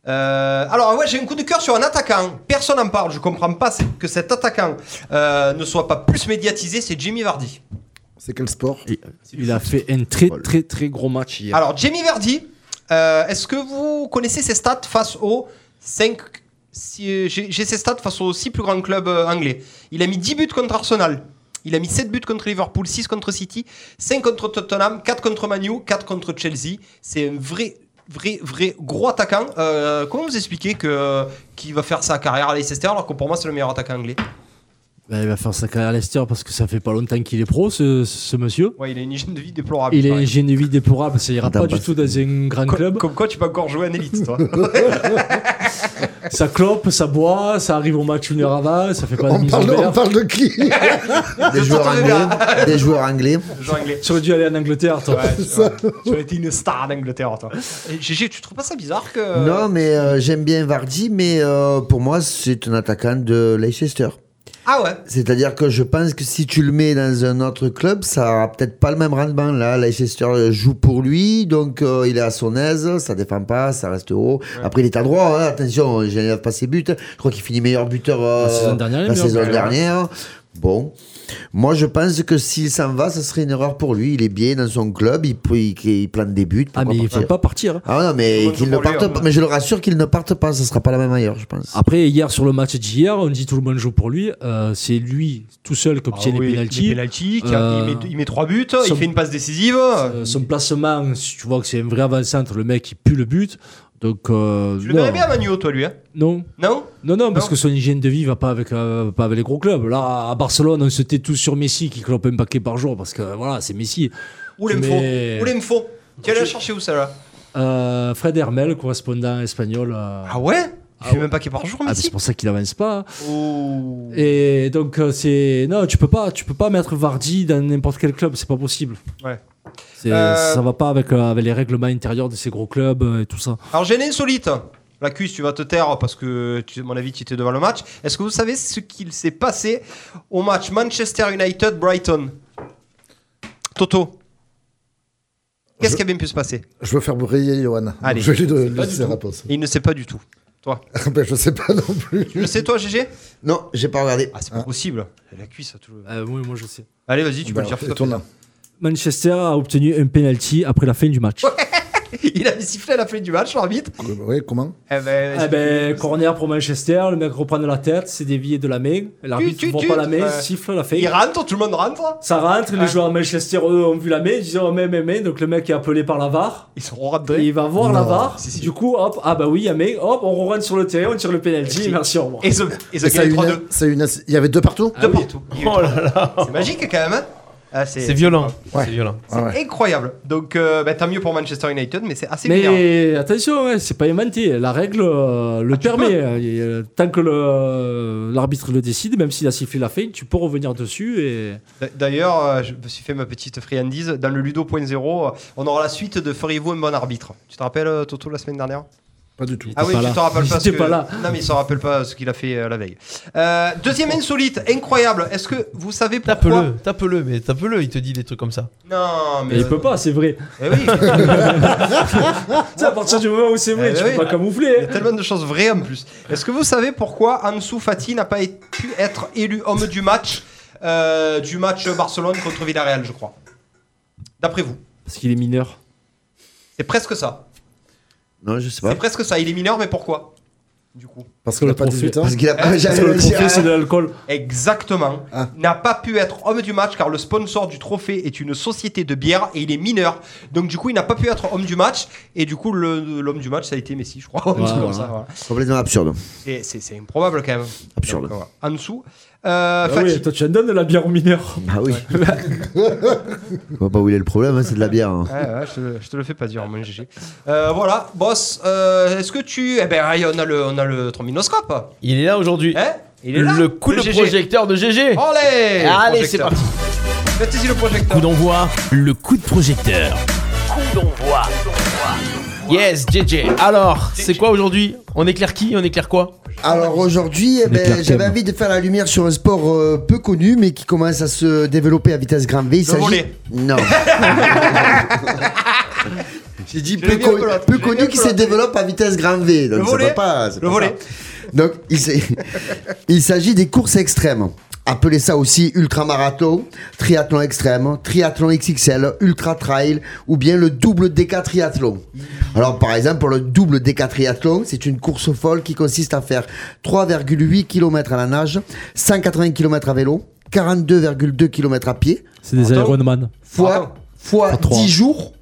S1: Euh, alors, ouais, j'ai un coup de cœur sur un attaquant. Personne n'en parle, je comprends pas c'est- que cet attaquant euh, ne soit pas plus médiatisé, c'est Jimmy Vardy.
S8: C'est quel sport
S9: Il a fait un très très très gros match hier.
S1: Alors, Jimmy Vardy, euh, est-ce que vous connaissez ses stats face aux 5... J'ai j'ai ses stats face aux 6 plus grands clubs euh, anglais. Il a mis 10 buts contre Arsenal. Il a mis 7 buts contre Liverpool, 6 contre City, 5 contre Tottenham, 4 contre Manu, 4 contre Chelsea. C'est un vrai, vrai, vrai gros attaquant. Euh, comment vous expliquez que- euh, qu'il va faire sa carrière à Leicester alors que pour moi c'est le meilleur attaquant anglais
S9: Ben, il va faire sa carrière à Leicester parce que ça fait pas longtemps qu'il est pro, ce, ce monsieur.
S1: Ouais, il a une hygiène de vie déplorable.
S9: Il
S1: il
S9: est
S1: paraît.
S9: une vie déplorable, ça ira
S7: Attends,
S9: pas du
S7: pas-
S9: tout dans un grand
S1: Co-
S9: club.
S1: Comme quoi tu peux encore jouer en élite, toi.
S9: Ça clope, ça boit, ça arrive au match une heure avant, ça fait pas de
S8: on
S9: mise en
S8: parle, on
S9: l'air.
S8: parle de qui
S7: Des joueurs anglais. Des joueurs anglais.
S1: Joueur anglais.
S9: Tu aurais dû aller en Angleterre, toi.
S1: Ouais, tu, ouais. Tu aurais été une star d'Angleterre, toi. Et GG, tu trouves pas ça bizarre que.
S7: Non, mais euh, j'aime bien Vardy, mais euh, pour moi, c'est un attaquant de Leicester.
S1: Ah ouais
S7: C'est-à-dire que je pense que si tu le mets dans un autre club, ça aura peut-être pas le même rendement. Là, Leicester joue pour lui, donc euh, il est à son aise, ça défend pas, ça reste haut. Après, il est à droit, hein, attention, il n'enlève pas ses buts. Je crois qu'il finit meilleur buteur euh,
S9: La saison dernière, il est
S7: la
S9: meilleur
S7: saison
S9: buteur.
S7: dernière. Bon. Moi, je pense que s'il s'en va, ça serait une erreur pour lui. Il est bien dans son club, il, peut- il, il plante des buts.
S9: Ah,
S7: pourquoi
S9: mais il
S7: partir
S9: faut pas partir.
S7: ah non,
S1: Tout le
S7: mais
S1: monde
S7: qu'il
S1: joue
S7: ne
S1: pour lui,
S7: parte
S1: hein.
S7: pas. Mais je le rassure qu'il ne parte pas. Ça sera pas la même ailleurs, je
S3: Ah.
S7: pense.
S9: Après, hier, sur le match d'hier, on dit tout le monde joue pour lui. Euh, c'est lui tout seul qui
S1: Ah
S9: obtient
S1: oui,
S9: les pénalties.
S1: pénaltys, qui-
S9: Euh,
S1: il, met, il met trois buts, il
S9: son-
S1: fait une passe décisive.
S9: Euh, son placement, si tu vois que c'est un vrai avant-centre, le mec il pue le but. Donc, euh,
S1: Tu le verrais
S9: non.
S1: bien, Manu, toi, lui. Hein
S9: non,
S1: non
S9: non, non, parce
S1: Non.
S9: que son hygiène de vie va pas avec, euh, pas avec les gros clubs. Là, à Barcelone, on se tait tous sur Messi qui clope un paquet par jour parce que voilà, c'est Messi.
S1: Où l'info
S9: Mais-
S1: Où l'info
S9: Ah,
S1: Tu allais la chercher où celle-là
S9: Euh, Fred Hermel, correspondant espagnol. euh,
S1: Ah ouais Il fait même pas qu'il par jour,
S9: Ah,
S1: mais
S9: bah,
S1: si.
S9: c'est pour ça qu'il avance pas.
S1: Oh.
S9: Et donc euh, c'est non, tu peux pas, tu peux pas mettre Vardy dans n'importe quel club, c'est pas possible.
S1: Ouais.
S9: C'est-
S1: Euh,
S9: Ça va pas avec, euh, avec les règlements intérieurs de ces gros clubs euh, et tout ça.
S1: Alors j'ai une insolite. La cuisse, tu vas te taire parce que, tu, à mon avis, tu étais devant le match. Est-ce que vous savez ce qu'il s'est passé au match Manchester United-Brighton Toto, qu'est-ce qui a bien pu se passer
S3: Je veux faire briller Johan.
S1: Allez.
S3: Je vais lui donner
S1: Pas du
S3: ses
S1: tout.
S3: réponses.
S1: Il ne sait pas du tout. Toi,
S3: ben, je sais pas non plus. Hein.
S1: tu le sais, toi, GG
S8: Non, j'ai pas regardé.
S1: Ah, c'est pas possible. La cuisse, à tout le...
S9: Euh, oui, moi je sais.
S1: Allez, vas-y, tu
S3: Bah,
S1: peux le dire. fais
S3: et ton
S1: plaisir.
S9: Manchester a obtenu un penalty après la fin du match.
S1: Il avait sifflé à la fin du match, l'arbitre.
S3: Oui, Euh, comment
S1: Eh ben,
S9: Eh ben, corner pour Manchester, le mec reprend de la tête, c'est dévié de la main, l'arbitre
S1: Tu, tu,
S9: ne voit
S1: tu.
S9: pas la main,
S1: Ouais.
S9: siffle la
S1: il
S9: fake.
S1: rentre, tout le monde rentre.
S9: Ça rentre, les
S1: Ouais.
S9: joueurs de Manchester, eux, ont vu la main, ils disent oh, mais, mais, mais, donc le mec est appelé par la VAR.
S1: Ils sont
S9: Et
S1: rentrés.
S9: il va voir la VAR,
S1: Si, si.
S9: du coup, hop, ah bah oui, il y a main, hop, on rentre sur le terrain, on tire le penalty,
S1: Merci.
S9: merci, au revoir.
S1: Et ils ont ils ont
S3: Et ça,
S1: gagné
S3: une-
S1: 3-2.
S3: ça, une- Il y avait deux partout
S1: De partout. Il y a Ah eu trois- C'est magique quand même. hein Ah,
S6: C'est violent.
S3: Ouais.
S6: C'est violent.
S3: Ah ouais.
S1: Incroyable. Donc, euh, bah, tant mieux pour Manchester United, mais c'est assez bizarre.
S9: Mais attention, hein, c'est pas inventé. La règle euh,
S1: Ah,
S9: le permet. hein. Et, euh, tant que le- l'arbitre le décide, même s'il a sifflé la fin, tu peux revenir dessus. Et...
S1: D- D'ailleurs, euh, je me suis fait ma petite friandise. Dans le Ludo.0, euh, on aura la suite de Feriez-vous un bon arbitre Tu te rappelles, euh, Toto, la semaine dernière
S3: Pas du tout.
S1: Ah oui,
S9: pas
S1: tu
S9: là.
S1: te rappelles pas. ce
S9: J'étais
S1: que-
S9: pas là.
S1: Non, mais il se rappelle pas ce qu'il a fait euh, la veille. Euh, deuxième insolite, incroyable. Est-ce que vous savez pourquoi
S6: Tape-le, tape-le, mais tape-le, il te dit des trucs comme ça.
S1: Non, mais. euh,
S9: Mais il peut pas, c'est vrai.
S1: Eh oui,
S9: Tu sais, à partir du moment où c'est vrai,
S1: Eh
S9: tu
S1: oui.
S9: peux pas
S1: il y
S9: camoufler. hein.
S1: a tellement de choses vraies en plus. Est-ce que vous savez pourquoi Ansu Fati n'a pas é- pu être élu homme du match euh, du match Barcelone contre Villarreal, je crois D'après vous
S9: Parce qu'il est mineur.
S1: C'est presque ça.
S8: Non, je sais
S1: C'est
S8: pas.
S1: presque ça. Il est mineur, mais pourquoi Du coup.
S3: Parce qu'il
S9: le
S3: a pas hein.
S9: trophée.
S3: 18 ans.
S8: Parce qu'il a pas.
S1: Parce
S9: Parce
S8: j'allais
S9: que le
S8: le dire.
S9: trophée, c'est de l'alcool.
S1: Exactement.
S3: Ah.
S1: N'a pas pu être homme du match car le sponsor du trophée est une société de bière et il est mineur. Donc du coup, il n'a pas pu être homme du match et du coup, le- l'homme du match, ça a été Messi, je crois. Un truc
S9: Voilà.
S1: comme ça, voilà.
S7: ah,
S8: Complètement absurde.
S1: Et C'est c'est improbable quand même.
S8: Absurde.
S1: Donc, voilà. En dessous. Euh,
S9: Ah
S1: Fatih.
S9: oui, toi, tu en donnes de la bière aux mineurs.
S8: Bah oui. Je vois pas où il est le problème, hein, c'est de la bière. hein.
S1: Ouais, ouais, je, te, le- je te le fais pas dire, mon GG. Euh, voilà, boss, euh, est-ce que tu. Eh ben, allez, on a le, on a le trombinoscope.
S6: Il est là aujourd'hui.
S1: Hein Il est là.
S6: le coup de
S1: GG.
S6: projecteur de
S1: Oh,
S6: GG.
S1: Allez
S6: Allez, c'est
S1: projecteur.
S6: parti.
S1: Mettez-y le projecteur.
S12: Coup d'envoi, le coup de projecteur.
S6: Yes, JJ. Alors, c'est quoi aujourd'hui On éclaire qui On éclaire quoi
S8: Alors aujourd'hui, eh ben,
S9: Éclair
S8: j'avais
S9: thème.
S8: envie de faire la lumière sur un sport euh, peu connu mais qui commence à se développer à vitesse grand V. Il s'agit-
S1: volley.
S8: Non. J'ai dit
S1: Je
S8: peu,
S1: l'ai bien
S8: con-
S1: collant.
S8: peu
S1: Je l'ai bien
S8: connu qui se
S1: collant.
S8: développe à vitesse grand V. Donc
S1: Le
S8: ça
S1: volley.
S8: va pas. c'est
S1: Le
S8: pas
S1: volley.
S8: ça. Donc il s'est- il s'agit des courses extrêmes. Appelez ça aussi ultramarathon, triathlon extrême, triathlon XXL, ultra trail ou bien le double décatriathlon. Alors par exemple pour le double décatriathlon, c'est une course folle qui consiste à faire 3,8 km à la nage, 180 km à vélo, 42,2 km à pied,
S9: C'est des Ironman.
S8: fois, fois
S9: Fois
S8: 10 jours,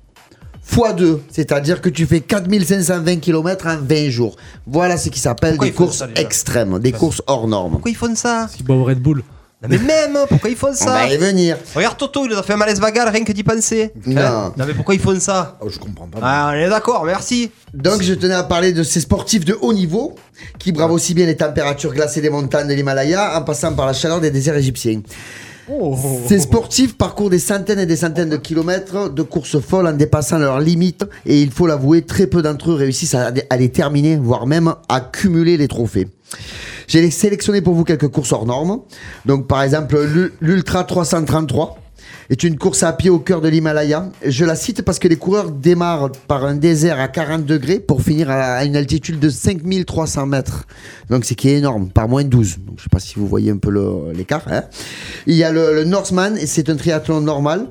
S8: fois 2. C'est-à-dire que tu fais 4520 km en 20 jours. Voilà ce qui s'appelle
S1: Pourquoi
S8: des
S1: ils font
S8: courses
S1: ça, déjà
S8: extrêmes, des courses hors normes.
S1: Pourquoi ils font ça
S9: Qui boivent Red Bull.
S1: Non, mais même, pourquoi ils font
S8: On
S1: ça
S8: va bah, y venir.
S1: Regarde Toto, il nous a fait un malaise vagal, rien que d'y penser.
S8: Non.
S1: Hein non, mais pourquoi ils font ça
S3: Oh, je comprends pas.
S1: Ah, on est d'accord, merci.
S8: Donc je tenais à parler de ces sportifs de haut niveau qui bravent aussi bien les températures glacées des montagnes de l'Himalaya en passant par la chaleur des déserts égyptiens. Ces sportifs parcourent des centaines et des centaines de kilomètres de courses folles en dépassant leurs limites et il faut l'avouer, très peu d'entre eux réussissent à, à les terminer, voire même à cumuler les trophées. J'ai sélectionné pour vous quelques courses hors normes. Donc par exemple l'U- l'Ultra 333 est une course à pied au cœur de l'Himalaya. Je la cite parce que les coureurs démarrent par un désert à 40 degrés pour finir à à une altitude de 5300 mètres. Donc c'est qui est énorme, par moins 12. Donc, je sais pas si vous voyez un peu le- l'écart. hein. Il y a le, le Northman, et c'est un triathlon normal.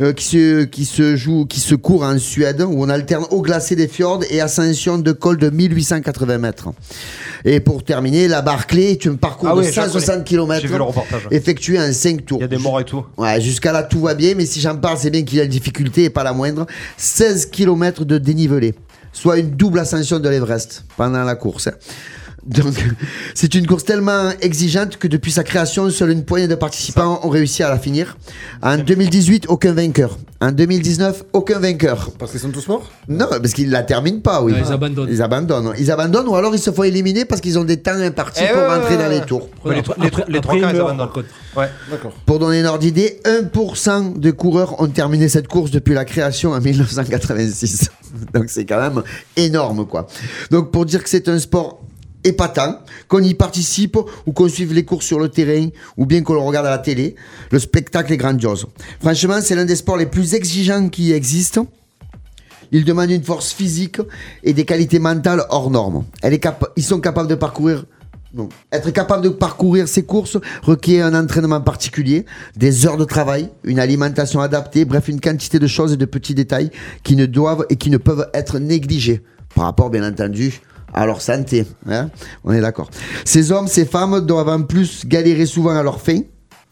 S8: euh, qui, se, qui se joue, qui se court en Suède, où on alterne eau glacée des fjords et ascension de col de 1880 mètres. Et pour terminer, la Barclay est un parcours
S1: Ah
S8: de
S1: oui, je la
S8: 160
S1: J'ai vu le
S8: km
S1: reportage.
S8: effectué en 5 tours.
S1: Il y a des morts et tout.
S8: Ouais, jusqu'à là tout va bien, mais si j'en parle, c'est bien qu'il y a une difficulté et pas la moindre. 16 km de dénivelé, soit une double ascension de l'Everest pendant la course. hein. Donc, c'est une course tellement exigeante que depuis sa création, seule une poignée de participants ont réussi à la finir. En 2018, aucun vainqueur. En 2019, aucun vainqueur.
S2: Parce qu'ils sont tous morts
S8: Non, parce qu'ils la terminent pas, oui.
S9: Ouais, ils abandonnent.
S8: Ils abandonnent. Ils abandonnent ou alors ils se font éliminer parce qu'ils ont des temps impartis
S1: Eh
S8: pour
S1: ouais,
S8: rentrer
S1: ouais,
S8: dans
S1: ouais.
S8: les tours.
S1: Mais les, trois- les trois- les trois quarts, ils abandonnent. Ouais.
S2: D'accord.
S8: Pour donner une ordre d'idée, 1% de coureurs ont terminé cette course depuis la création en 1986. Donc c'est quand même énorme, quoi. Donc pour dire que c'est un sport épatant, qu'on y participe ou qu'on suive les courses sur le terrain ou bien qu'on le regarde à la télé, le spectacle est grandiose. Franchement, c'est l'un des sports les plus exigeants qui existent. Il demande une force physique et des qualités mentales hors normes. Elle est capa- ils sont capables de parcourir. non. Être capable de parcourir ces courses requiert un entraînement particulier, des heures de travail, une alimentation adaptée, bref, une quantité de choses et de petits détails qui ne doivent et qui ne peuvent être négligés par rapport, bien entendu, à leur santé. hein. On est d'accord. Ces hommes, ces femmes doivent en plus galérer souvent à leur fin,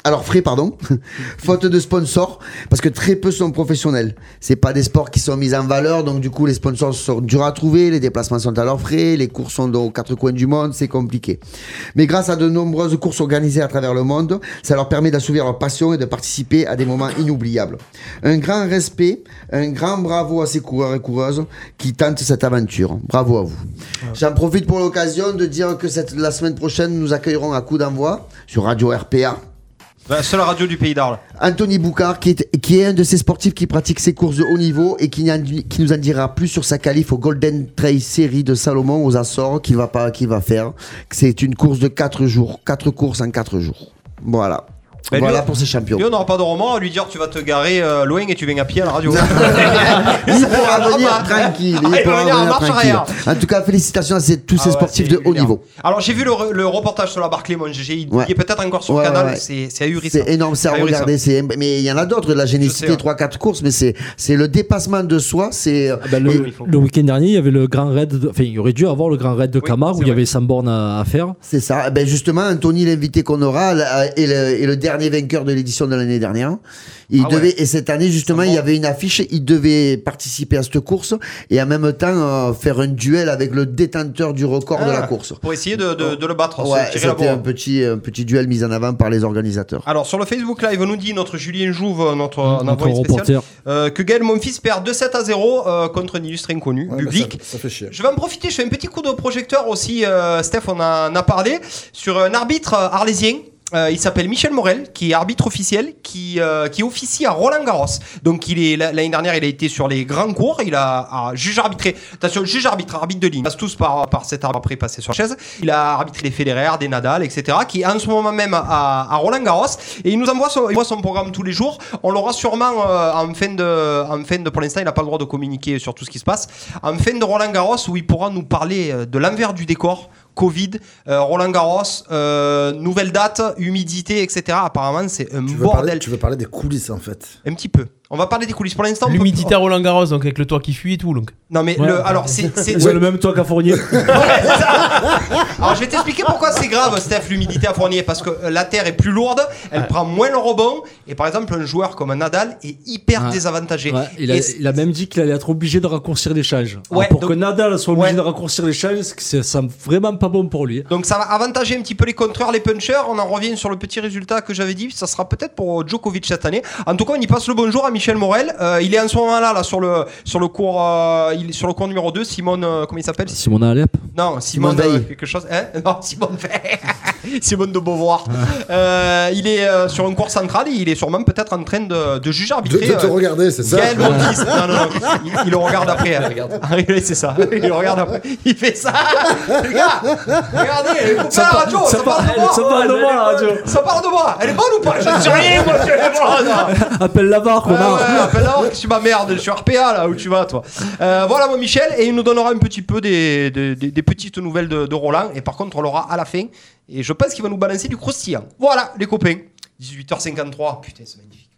S8: alors frais, pardon, faute de sponsors, parce que très peu sont professionnels. C'est pas des sports qui sont mis en valeur, donc du coup les sponsors sont durs à trouver, les déplacements sont à leurs frais, les courses sont aux quatre coins du monde, c'est compliqué. Mais grâce à de nombreuses courses organisées à travers le monde, ça leur permet d'assouvir leur passion et de participer à des moments inoubliables. Un grand respect, un grand bravo à ces coureurs et coureuses qui tentent cette aventure. Bravo à vous. J'en profite pour l'occasion de dire que cette, la semaine prochaine nous accueillerons à coup d'envoi sur Radio RPA.
S1: La seule radio du pays d'Arles.
S8: Anthony Boucard, qui est, qui est un de ces sportifs qui pratique ses courses de haut niveau et qui, n'en- qui nous en dira plus sur sa qualif au Golden Trail Series de Salomon aux Açores qu'il va, pas, qu'il va faire. C'est une course de 4 jours, 4 courses en 4 jours. Voilà.
S1: Ben,
S8: voilà
S1: lui-
S8: pour ces champions.
S1: Lui, on n'aura pas de roman à lui dire tu vas te garer euh, loin et tu viens à pied à la radio.
S8: Il pourra venir
S1: Ah bah.
S8: tranquille.
S1: Ah,
S8: Il
S1: il va
S8: pourra
S1: venir en
S8: venir
S1: marche
S8: tranquille.
S1: arrière.
S8: En tout cas, félicitations à ces- tous
S1: Ah
S8: ces
S1: ouais,
S8: sportifs
S1: c'est
S8: de haut
S1: lunaire.
S8: niveau.
S1: Alors j'ai vu le, re- le reportage sur la Barclay, mon GG, il
S8: Ouais.
S1: il est peut-être encore sur
S8: Ouais,
S1: le canal,
S8: ouais, ouais.
S1: c'est c'est ahurissant.
S8: C'est énorme, c'est à
S1: Ahurissant.
S8: regarder. c'est- Mais il y en a d'autres. Là, j'ai
S1: Je sais,
S8: cité
S1: hein. ouais.
S8: 3-4 courses, mais c'est c'est le dépassement de soi. C'est
S9: Ah bah, le,
S8: et-
S9: le week-end dernier, il y avait le grand raid. de- Enfin, il y aurait dû avoir le grand raid de Camargue où il y avait 100 bornes à, à faire.
S8: C'est ça. Eh Ben justement, Anthony, l'invité qu'on aura, là, est le, est le dernier vainqueur de l'édition de l'année dernière. Il
S1: Ah ouais. Ah
S8: devait et cette année justement, il y avait une affiche. Il devait participer à cette course et en même temps euh, faire un duel avec le détenteur du record de la
S1: Ah, Oh,
S8: course.
S1: Pour essayer de, de- de le battre, se
S8: Ouais,
S1: tirer la
S8: c'était
S1: bourre.
S8: un petit, un petit duel mis en avant par les organisateurs.
S1: Alors sur le Facebook Live, on nous dit notre Julien Jouve, notre, notre
S9: Notre
S1: envoyé spécial,
S9: reporter.
S1: euh, que Gaël Monfils perd 2-7 à 0 euh, contre un illustre inconnu,
S2: Ouais, bah,
S1: public.
S2: ça, ça fait chier.
S1: Je vais en profiter, je fais un petit coup de projecteur aussi, euh, Steph on en a parlé, sur un arbitre euh, arlésien. Euh, il s'appelle Michel Morel, qui est arbitre officiel, qui, euh, qui officie à Roland Garros. Donc il est l'a- l'année dernière, il a été sur les grands cours, il a, a juge arbitré. Attention, juge arbitre, arbitre de ligne. Ils passent tous par, par cet arbitre après passé sur la chaise. Il a arbitré les Federer, des Nadal, etc. Qui est en ce moment même à, à Roland Garros et il nous envoie son, il voit son programme tous les jours. On l'aura sûrement euh, en fin de, en fin de, pour l'instant, il n'a pas le droit de communiquer sur tout ce qui se passe. En fin de Roland Garros, où il pourra nous parler euh, de l'envers du décor. Covid, euh, Roland Garros, euh, nouvelle date, humidité, etc. Apparemment, c'est un
S2: Tu veux,
S1: bordel.
S2: parler, tu veux parler des coulisses en fait.
S1: Un petit peu. On va parler des coulisses pour l'instant. on peut-
S6: L'humidité à Roland Garros, donc avec le toit qui fuit et tout. Donc.
S1: Non mais
S9: Ouais.
S1: le, alors c'est, c'est-
S9: Ils ont le même toit qu'à Fournier.
S1: Alors je vais t'expliquer pourquoi c'est grave, Steph, l'humidité à Fournier, parce que euh, la terre est plus lourde, elle prend moins le rebond, et par exemple un joueur comme Nadal est hyper
S9: Ouais.
S1: désavantagé.
S9: Ouais, il, a,
S1: Et c-
S9: il a même dit qu'il allait être obligé de raccourcir l'échange.
S1: Ouais,
S9: Alors, pour
S1: donc-
S9: que Nadal soit obligé
S1: Ouais.
S9: de raccourcir l'échange, c'est que c'est- ça semble vraiment pas bon pour lui.
S1: Donc ça va avantager un petit peu les contreurs, les punchers. On en revient sur le petit résultat que j'avais dit. Ça sera peut-être pour euh, Djokovic cette année. En tout cas, on y passe le bonjour à Michel Morel. Euh, il est en ce moment là, là sur le sur le cours euh, il, sur le cours numéro 2 Simone euh, comment il s'appelle
S9: Simon Alep.
S1: Non, Simone,
S8: Simone
S1: euh,
S8: Veil.
S1: quelque chose. Hein non, Simone Veil. Simone de Beauvoir. Euh, il est euh, sur une course centrale et il est sûrement peut-être en train de, de juger
S2: De,
S1: arbitrer.
S2: de te
S1: euh,
S2: regarder, c'est ça
S1: Gaël Monfils. Non, non, non. Il, il le regarde après. hein. Ah, oui, c'est ça. Il le regarde après. Il fait ça. Les gars, regardez, elle est coupée à la radio. Ça, parle de moi.
S9: Ça parle de moi, la radio.
S1: Ça parle de moi. Elle est bonne ou pas Je ne sais rien, moi, je l'ai bonne.
S9: Appelle la barre,
S1: Ouais, ouais,
S9: connard.
S1: appelle la marque, tu m'emmerdes, je suis RPA là, où tu vas toi. Euh, voilà mon Michel, et il nous donnera un petit peu des, des, des- des petites nouvelles de, de Roland, et par contre on l'aura à la fin, et je pense qu'il va nous balancer du croustillant. Voilà les copains, 18h53, putain c'est magnifique.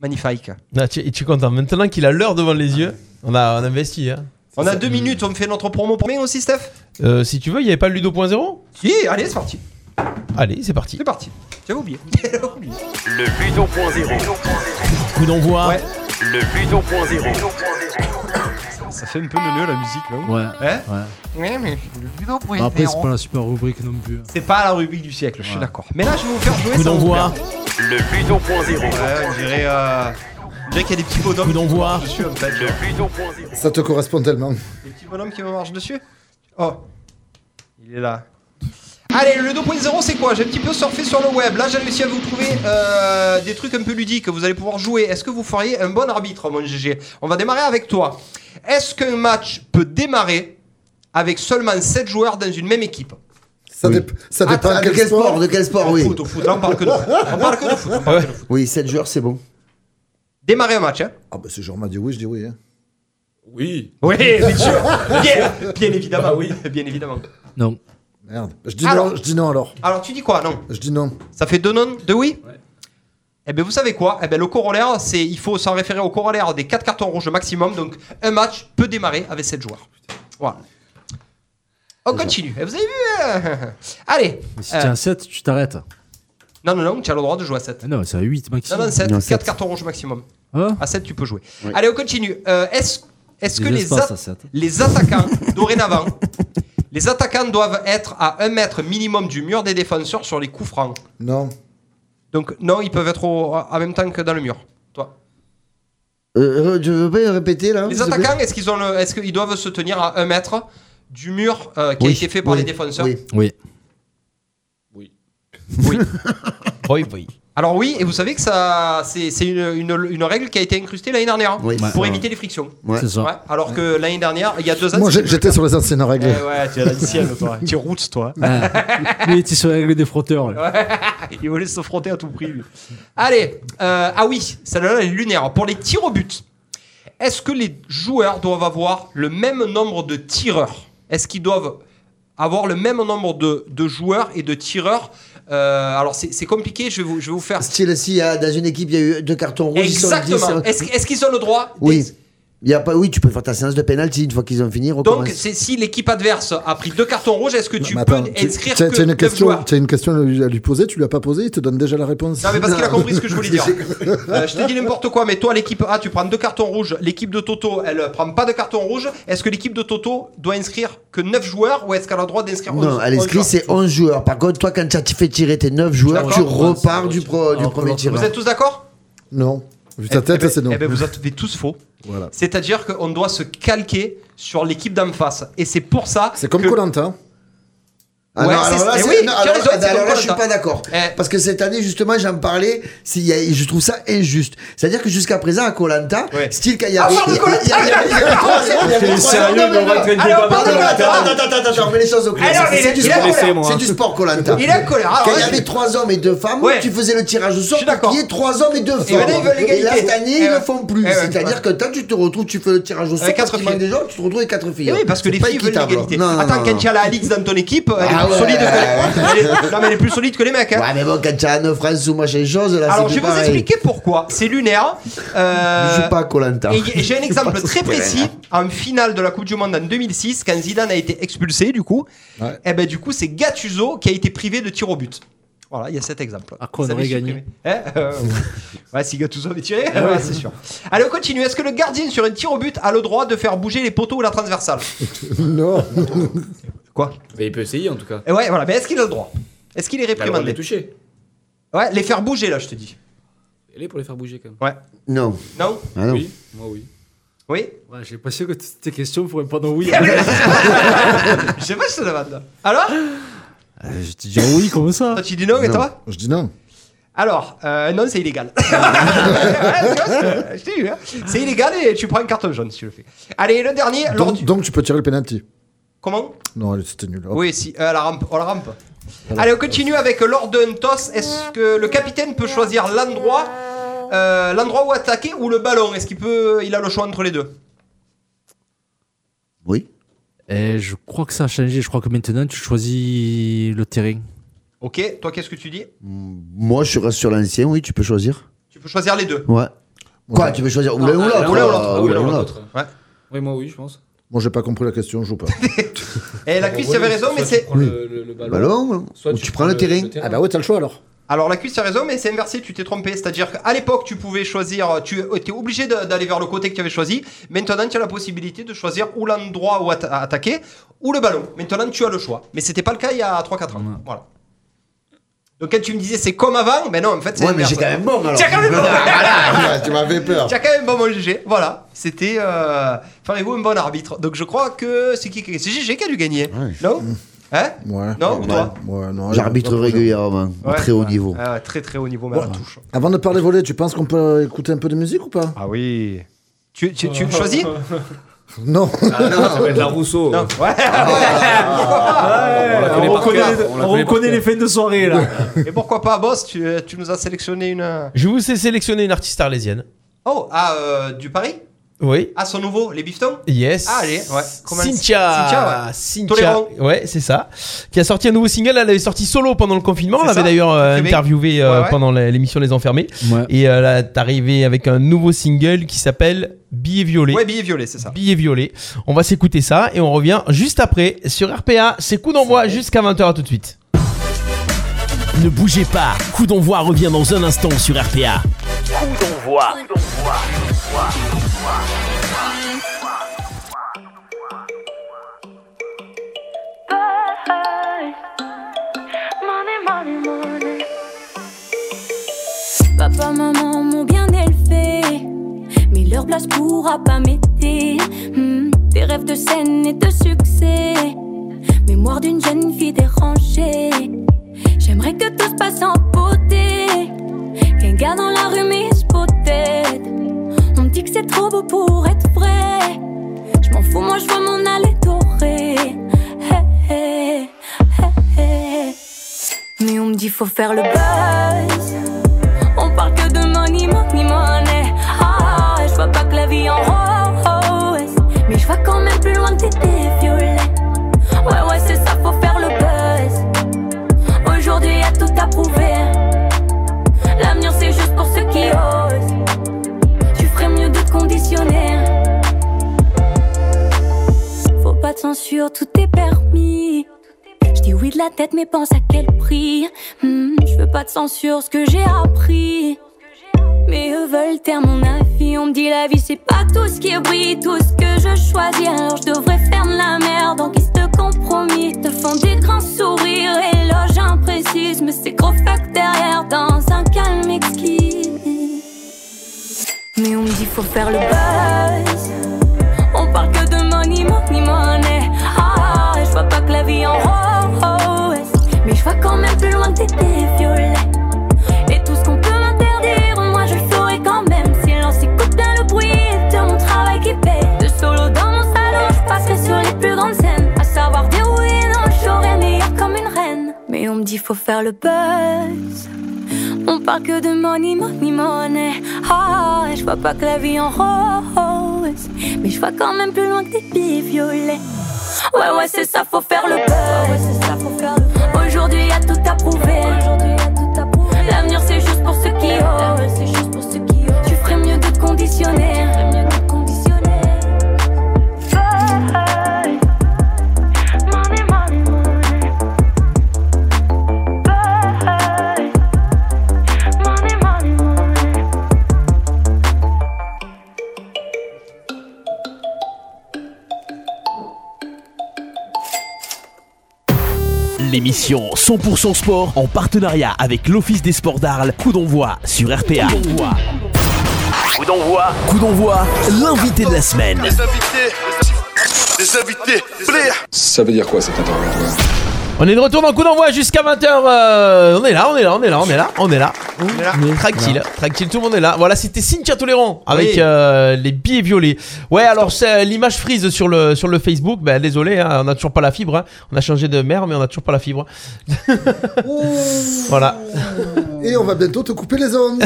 S1: Magnifique.
S6: Ah, tu, tu es content. Maintenant qu'il a l'heure devant les yeux, on a, on a investi. hein.
S1: On a deux minutes, on fait notre promo pour mail aussi Steph
S6: Euh, si tu veux, il n'y avait pas le Ludo.0
S1: Si, allez c'est parti,
S6: Allez, c'est parti.
S1: c'est parti. J'avais oublié. J'avais oublié.
S13: Le Ludo.0.
S14: Coup d'envoi,
S1: Ouais.
S13: Le Ludo.0.
S1: Ça,
S15: ça fait un peu le lieu la musique là.
S9: Ouais.
S15: Hein
S9: ouais.
S1: Ouais, mais le bidon pour
S9: Bah après,
S1: les
S9: c'est pas la super rubrique non plus.
S1: C'est pas la rubrique du siècle, je suis d'accord. Mais là, je vais vous faire jouer
S9: Coup
S1: ça vous
S9: d'envoi.
S1: plaît. Le Ludo.0. Ouais, on dirait, euh, on dirait qu'il y a des petits bonhommes. Coup d'envoi. Dessus, en fait. Le Ludo.0.
S16: Ça te correspond tellement.
S1: Des petits bonhommes qui me marchent dessus. Oh, il est là. Allez, le 2.0 c'est quoi J'ai un petit peu surfé sur le web. Là, j'ai réussi à vous trouver euh, des trucs un peu ludiques. Vous allez pouvoir jouer. Est-ce que vous feriez un bon arbitre, mon GG On va démarrer avec toi. Est-ce qu'un match peut démarrer avec seulement 7 joueurs dans une même équipe
S16: Ça, dép- ça dépend
S1: Attends,
S16: de quel sport.
S8: De quel sport,
S1: Au
S8: oui.
S1: Ah, foot, au foot. Là, on parle que de foot. On parle que de foot.
S8: Oui, 7 joueurs, c'est bon.
S1: Démarrer un match, hein
S16: Ah bah si Jean m'a dit oui, je dis oui. Hein.
S4: Oui.
S1: Oui, bien sûr. Bien, bien évidemment, oui. Bien évidemment.
S16: Non. Merde. Je dis
S1: Alors-
S16: non, je dis non alors.
S1: Alors, tu dis quoi Non.
S16: Je dis non.
S1: Ça fait deux non, deux oui Eh bien, vous savez quoi Eh bien, le corollaire, c'est il faut s'en référer au corollaire des 4 cartons rouges maximum. Donc, un match peut démarrer avec 7 joueurs. Voilà. On continue. Eh, vous avez vu hein Allez.
S9: Mais si
S1: Euh,
S9: t'es un 7, tu t'arrêtes. Ah
S1: non, non, non, tu as le droit de jouer à 7.
S9: Non, c'est à 8
S1: Non,
S9: maximum.
S1: non, 7.
S9: Non,
S1: 4
S9: sept.
S1: cartons rouges maximum.
S9: Hein
S1: à 7, tu peux jouer. Allez, on continue. Euh, est-ce est-ce
S9: Des
S1: que les,
S9: espaces
S1: a-
S9: à sept.
S1: les attaquants, dorénavant, les attaquants doivent être à 1 mètre minimum du mur des défenseurs sur les coups francs
S16: Non.
S1: Donc, non, ils peuvent être au- en même temps que dans le mur. Toi.
S8: Ah, Euh, je veux bien répéter là.
S1: Les
S8: s'il te plaît
S1: attaquants, est-ce qu'ils, ont le- est-ce qu'ils doivent se tenir à 1 mètre du mur euh, qui a
S8: Oui,
S1: été fait par
S8: oui,
S1: les défenseurs
S8: oui.
S9: Oui.
S1: Oui. Alors oui, et vous savez que ça, c'est, c'est une, une- une règle qui a été incrustée l'année dernière hein,
S16: Oui,
S1: pour
S8: Ah.
S16: ouais.
S1: éviter les frictions.
S16: Ouais. C'est ça.
S1: alors que l'année dernière, il y a deux ans,
S16: Moi
S1: c'était
S16: j'ai-
S1: plus
S16: j'étais sur les anciennes règles.
S1: Eh ouais, tu es l'ancienne, toi. Tu routes, toi.
S9: Lui, t'es sur la règle des frotteurs. là.
S1: Il voulait se frotter à tout prix, lui. Allez, euh, ah oui, celle-là, elle est lunaire. Pour les tirs au but, est-ce que les joueurs doivent avoir le même nombre de tireurs Est-ce qu'ils doivent avoir le même nombre de, de joueurs et de tireurs Euh, Alors, c'est c'est compliqué, je vais vous, je vais vous faire.
S8: Style, si ah, dans une équipe, il y a eu deux cartons rouges. ils sont
S16: hein
S1: Exactement.
S8: dix,
S1: Est-ce est-ce qu'ils ont le droit
S8: Oui. Il y a pas... Oui, tu peux faire ta séance de pénalty une fois qu'ils ont fini.
S1: Donc,
S8: recommence.
S1: c'est si l'équipe adverse a pris deux cartons rouges, est-ce que tu peux
S16: Tu
S1: inscrire
S16: as
S1: que
S16: une
S1: neuf
S16: question,
S1: joueurs
S16: t'as une question à lui à lui poser, tu lui as pas posé, il te donne déjà la réponse.
S1: Non mais parce qu'il a compris ce que je voulais dire. Euh, je te dis n'importe quoi, mais toi l'équipe A, tu prends deux cartons rouges. L'équipe de Toto, elle euh, prend pas de carton rouge. Est-ce que l'équipe de Toto doit inscrire que 9 joueurs ou est-ce qu'elle a le droit d'inscrire
S8: Non,
S1: 11
S8: à
S1: onze
S8: l'inscrit,
S1: joueurs
S8: c'est 11 joueurs. Par contre, toi, quand tu as fait tirer tes 9 joueurs, tu
S1: D'accord.
S8: repars du, pro- du premier tireur.
S1: Vous êtes tous d'accord
S16: Non. Vu ta
S1: Eh- eh
S16: tête,
S1: ben-
S16: c'est non.
S1: eh ben, vous êtes tous faux.
S16: Voilà.
S1: C'est-à-dire qu'on doit se calquer sur l'équipe d'en face. Et c'est pour ça.
S16: C'est comme
S1: que-
S16: Colantin.
S8: Ah
S1: Ouais,
S8: non, alors
S1: c'est-
S8: là,
S1: eh
S8: c'est-
S1: oui,
S8: non,
S1: tu as
S8: alors-
S1: raison,
S8: ah,
S1: c'est
S8: alors
S1: comme
S8: là, je suis
S1: Colanta.
S8: pas d'accord. Parce que cette année, justement, j'en parlais, s'il y a- je trouve ça injuste. C'est-à-dire que jusqu'à présent, à Colanta, style qu'il y a.
S17: Ah, pardon, Koh-Lanta,
S8: il y a- il y a- il y a- il y a- il y a-
S17: T'es
S8: il y a-
S17: sérieux,
S8: Non,
S17: mais on va
S8: non,
S17: traiter
S8: non.
S17: le débat
S8: Alors, pardon,
S17: Koh-Lanta.
S8: Attends, attends, attends, attends, attends, on met les choses au clair.
S17: Alors,
S8: C'est-
S17: il
S8: C'est
S17: est-
S8: du
S17: il est
S8: sport.
S17: blessé, moi.
S8: C'est du sport, Colanta.
S17: Il est en colère. Alors,
S8: Quand il y
S17: ouais.
S8: avait 3 hommes et 2 femmes,
S17: Ouais.
S8: tu faisais le tirage au sort
S17: Je suis
S8: pour qu'il y ait 3 hommes et 2
S17: Et maintenant,
S8: femmes.
S17: ils veulent l'égalité.
S8: Et là, cette année,
S17: Eh
S8: ils le
S17: ouais.
S8: font plus.
S17: Eh ouais.
S8: C'est-à-dire que toi, tu te retrouves, tu fais le tirage au sort.
S1: Avec quatre
S8: parce qu'il manque
S1: filles.
S8: des gens, tu te retrouves avec 4
S1: Eh
S8: filles.
S1: oui, parce que
S8: C'est
S1: les
S8: pas
S1: filles veulent
S8: équitable.
S1: l'égalité.
S8: Non, non,
S1: Attends,
S8: non,
S1: quand
S8: non.
S1: tu as la Alix dans ton équipe, elle est
S8: Ah
S1: plus
S8: ouais.
S1: solide que les- elle est- Non, mais elle est plus solide que les mecs. hein.
S8: Ouais, mais bon, quand tu as 9 phrases ou machin chose, là,
S1: Alors,
S8: Ah, c'est
S1: je
S8: plus
S1: vais vous
S8: pareil.
S1: expliquer pourquoi. C'est lunaire. Euh,
S8: Je joue pas à Colanta.
S1: Et y- j'ai un exemple très précis en finale de la Coupe du Monde en 2006 quand Zidane a été expulsé du coup. Et ben du coup c'est Gattuso qui a été privé de tir au but. Voilà, il y a cet exemple. À
S9: quoi on aurait gagné
S1: Eh, euh, Ouais, si Gattuso avait tiré,
S9: Ah ouais.
S1: ouais, c'est sûr. Allez, on continue. Est-ce que le gardien sur un tir au but a le droit de faire bouger les poteaux ou la transversale
S16: non.
S1: Quoi
S4: Mais il peut essayer en tout cas.
S1: Et ouais, voilà. Mais est-ce qu'il a le droit Est-ce qu'il est
S4: Il a le droit de les
S1: réprimandé
S4: toucher.
S1: Ouais, les faire bouger là, je te dis.
S4: Il est pour les faire bouger quand même.
S1: Ouais.
S8: Non.
S1: Non
S8: Ah non.
S4: Oui, moi oui.
S1: Oui
S9: Ouais, j'ai pas sûr que toutes tes questions pour répondre oui.
S1: Eh, Je sais pas, je te demande. Alors
S9: je te dis oui, comment ça
S1: Toi, tu dis non, et toi
S16: Je dis non.
S1: Alors, euh, non, c'est illégal. Ouais, tu vois, c'est- je t'ai eu, hein. C'est illégal et tu prends une carte jaune si tu le fais. Allez, le dernier, lors
S16: Donc,
S1: du...
S16: donc tu peux tirer le penalty.
S1: Comment
S16: Non, c'était nul. Hop.
S1: Oui, si, euh, la rampe, on la rampe. Allez, on continue avec euh, lors d'un toss. Est-ce que le capitaine peut choisir l'endroit euh, l'endroit où attaquer ou le ballon Est-ce qu'il peut, il a le choix entre les deux
S8: Oui.
S9: Et Eh, je crois que ça a changé. Je crois que maintenant, tu choisis le terrain.
S1: Ok, toi, qu'est-ce que tu dis
S8: Moi, je reste sur l'ancien, oui, tu peux choisir.
S1: Tu peux choisir les deux.
S8: Ouais. Quoi, tu peux choisir ou l'un ou
S4: Non,
S8: l'autre
S4: ou l'un ou
S8: euh,
S4: l'autre.
S8: ou l'un ou l'autre.
S1: Ouais.
S4: Oui, moi oui, je pense.
S16: Moi j'ai pas compris la question, je joue pas.
S1: Et Eh, la
S4: Bon,
S1: cuisse
S4: voilà,
S1: avait raison,
S4: soit
S1: mais
S4: tu
S1: c'est.
S4: prends le- le- le ballon,
S16: Ballon,
S4: soit
S16: ou tu prends le terrain. Ah bah ouais, t'as le choix alors.
S1: Alors la cuisse a raison, mais c'est inversé, tu t'es trompé. C'est-à-dire qu'à l'époque, tu pouvais choisir, tu étais obligé de- d'aller vers le côté que tu avais choisi. Maintenant, tu as la possibilité de choisir ou l'endroit où atta- attaquer, ou le ballon. Maintenant, tu as le choix. Mais c'était pas le cas il y a 3-4 ans. Voilà. Donc quand tu me disais c'est comme avant, mais non, en fait c'est
S8: Ouais, mais
S1: inverse.
S8: j'ai quand même bon, alors.
S1: Tiens, quand même bon.
S8: Voilà, tu m'avais peur.
S1: Tiens, quand même bon, mon GG. Voilà, c'était... Euh... Farez-vous un bon arbitre. Donc je crois que c'est qui qui- C'est GG qui a dû gagner. Non
S8: Mm.
S1: Hein
S18: Ouais.
S1: Non, ou toi
S18: Ouais, non,
S8: J'arbitre
S18: j'ai-
S8: régulièrement, à
S1: Ouais.
S8: très haut niveau.
S1: Ah, Très très haut niveau, même
S18: Voilà.
S1: à touche.
S18: Avant de parler volet, tu penses qu'on peut écouter un peu de musique ou pas
S1: Ah oui. Tu, tu, tu le choisis
S18: Non.
S4: Ah non, ça va être la Rousseau.
S1: Non. Ah Ouais.
S4: on la connaît par cœur, on la connaît par cœur.
S19: fins de soirée là.
S1: Et pourquoi pas, boss tu, tu nous as sélectionné une. euh,
S6: Je vous ai sélectionné une artiste arlésienne.
S1: Oh, ah, euh, du Paris
S6: Oui.
S1: Ah, son nouveau, les Biftons
S6: Yes.
S1: Ah, allez, ouais. Comment-
S6: Cynthia.
S1: Cynthia, ouais.
S6: Cynthia.
S1: Tolérant.
S6: Ouais, c'est ça. Qui a sorti un nouveau single. Elle avait sorti solo pendant le confinement. On
S1: C'est
S6: l'avait
S1: ça.
S6: d'ailleurs euh,
S1: Très bien.
S6: interviewé euh,
S1: Ouais, ouais.
S6: pendant la- l'émission Les Enfermés.
S20: Ouais.
S6: Et euh, là, t'es arrivé avec un nouveau single qui s'appelle Billet violet.
S1: Ouais, billet violet, c'est ça.
S6: Billet violet. On va s'écouter ça et on revient juste après sur RPA. C'est coup d'envoi jusqu'à 20h. À tout de suite.
S3: Ne bougez pas, Coup d'envoi revient dans un instant sur RPA.
S21: Coup d'envoi.
S9: Money, money, money. Papa, maman m'ont bien élevé, mais leur place pourra pas m'aider. Hmm, Des rêves de scène et de succès, mémoire d'une jeune fille dérangée. J'aimerais que tout se passe en beauté, qu'un gars dans la rue m'espotette. On me dit que c'est trop beau pour être vrai. Je m'en fous, moi je veux m'en aller doré. Hey, hey, hey, hey. Mais on me dit faut faire le buzz. On parle que de money, money, money. Ah, je vois pas que la vie en rose. Mais je vois quand même plus loin que t'étais violet. Ouais, ouais, c'est ça, faut faire le buzz. Aujourd'hui, y'a tout à prouver. L'avenir, c'est juste pour ceux qui osent. Tu ferais mieux de te conditionner. Faut pas de censure, tout est permis. Je dis oui de la tête, mais pense à quel prix. Hmm, je veux pas de censure, ce que j'ai appris. Mais eux veulent taire mon avis. On me dit la vie, c'est pas tout ce qui est oui, tout ce que je choisis. Alors je devrais faire de la merde en guise de compromis. Te font des grands sourires, éloges imprécises. Mais c'est gros fuck derrière dans un calme exquis. Mais on me dit faut faire le buzz. On parle que de money, money, money. Ah, je vois pas que la vie en rose. Mais je vois quand même plus loin que t'étais violet. Et tout ce qu'on peut m'interdire, moi je le ferai quand même. Silence, écoute bien le bruit de mon travail qui paye. De solo dans mon salon, je passerai sur les plus grandes scènes. À savoir dire oui, non, je serai meilleure comme une reine. Mais on me dit faut faire le buzz. On parle que de money, money, money. Ah, je vois pas que la vie en rose. Mais je vois quand même plus loin que des pieds violets. Ouais, ouais, c'est ça, faut faire le buzz. Aujourd'hui, y'a tout à prouver. L'avenir, c'est juste pour ceux qui osent. Tu ferais mieux de te conditionner.
S3: L'émission 100% sport en partenariat avec l'Office des sports d'Arles. Coup d'envoi sur RPA.
S21: Coup Coup d'envoi.
S3: Coup d'envoi, l'invité de la semaine.
S21: Les invités. Les invités. Blair.
S22: Ça veut dire quoi cet interrogatoire
S6: On est de retour dans coup d'envoi jusqu'à 20h. euh, on est là, on est là, on est là, on est là, on est là. Mmh, Tranquille, tranquille, tout le monde est là. Voilà, c'était Cynthia Tolérant avec
S1: Oui.
S6: euh, les billets violets. Ouais, alors c'est, euh, l'image frise sur le sur le Facebook. Bah, désolé, hein, on n'a toujours pas la fibre. hein. On a changé de mère, mais on n'a toujours pas la fibre. voilà.
S18: Et on va bientôt te couper les ondes.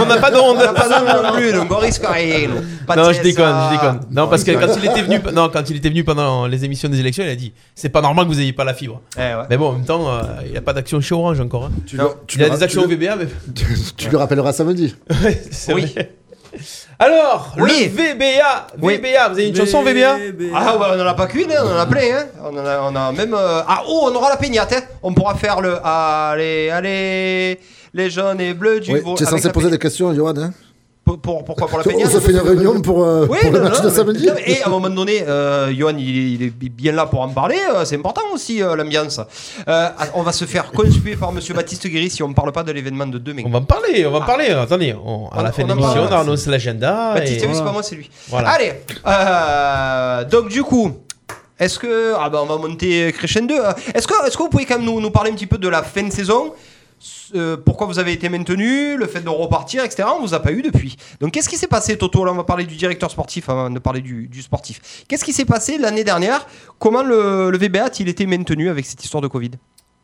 S6: on n'a pas d'ondes.
S1: On n'a pas d'ondes non plus, donc on risque rien. Pas de
S6: non, je
S1: cesse,
S6: déconne,
S1: ah.
S6: je déconne. Non, parce que quand il était venu, non, quand il était venu pendant les émissions des élections, il a dit c'est pas normal que vous ayez pas la fibre.
S1: Eh
S6: Mais bon, en même temps, euh, il a pas d'action chez Orange encore. hein.
S18: Tu le- tu
S6: il a
S18: le-
S6: des actions au
S18: tu le-
S6: VBA, mais
S18: tu le rappelleras samedi.
S6: oui. Alors,
S1: Oui.
S6: le VBA, VBA,
S1: Oui.
S6: vous avez une chanson VBA
S1: Ah ouais, on en a pas qu'une, hein, on en a plein. Hein. On, en a, on a même. euh, Ah oh, on aura la peignate. hein. On pourra faire le. Allez, allez, les jaunes et bleus du
S8: Oui,
S1: veau.
S8: tu es
S1: avec
S8: censé
S1: la Ah,
S8: poser des questions, Johan. Hein
S1: Pour, pour, pourquoi Pour la
S8: on
S1: peignate
S8: se fait une réunion pour, euh,
S1: Oui,
S8: pour le
S1: non,
S8: match
S1: non,
S8: de
S1: mais-
S8: samedi
S1: non, mais- Et à un moment donné, euh, Johan, il, il est bien là pour en parler. euh, c'est important aussi, euh, l'ambiance. Euh, on va se faire conspuer par Monsieur Baptiste Guéry si on ne parle pas de l'événement de demain.
S6: On va en parler, on va en parler. Attendez, on- à la fin
S1: Ah. on
S6: de
S1: en
S6: l'émission,
S1: parle.
S6: on annonce l'agenda.
S1: Baptiste,
S6: Ah, et
S1: oui, c'est
S6: voilà.
S1: pas moi, c'est lui.
S6: Voilà.
S1: Allez, euh, donc du coup, est-ce que. Ah bah on va monter crescendo. Euh, Est-ce que, est que vous pouvez quand même nous, nous parler un petit peu de la fin de saison S- euh, pourquoi vous avez été maintenu, le fait de repartir, etc. On vous a pas eu depuis. Donc qu'est-ce qui s'est passé, Toto Là, on va parler du directeur sportif avant de parler du, du sportif. Qu'est-ce qui s'est passé l'année dernière Comment le, le VBA a-t-il été maintenu avec cette histoire de Covid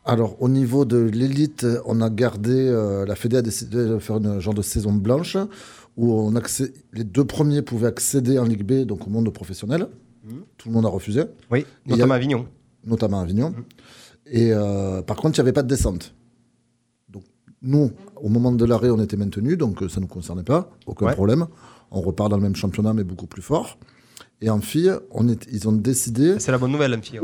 S8: Alors, au niveau de l'élite, on a gardé. euh, la Fédé a décidé de faire une genre de saison blanche où on accé- les deux premiers pouvaient accéder en Ligue B, donc au monde professionnel.
S1: Mmh.
S8: Tout le monde a refusé.
S1: Oui,
S8: Et il y a-
S1: notamment à Avignon.
S8: Notamment à Avignon. Et euh, par contre, il n'y avait pas de descente. Donc, nous, au moment de l'arrêt, on était maintenus, donc euh, ça ne nous concernait pas, aucun
S1: Ouais.
S8: problème. On repart dans le même championnat, mais beaucoup plus fort. Et en filles, on est, ils ont décidé.
S1: C'est la hein. bonne nouvelle, en filles.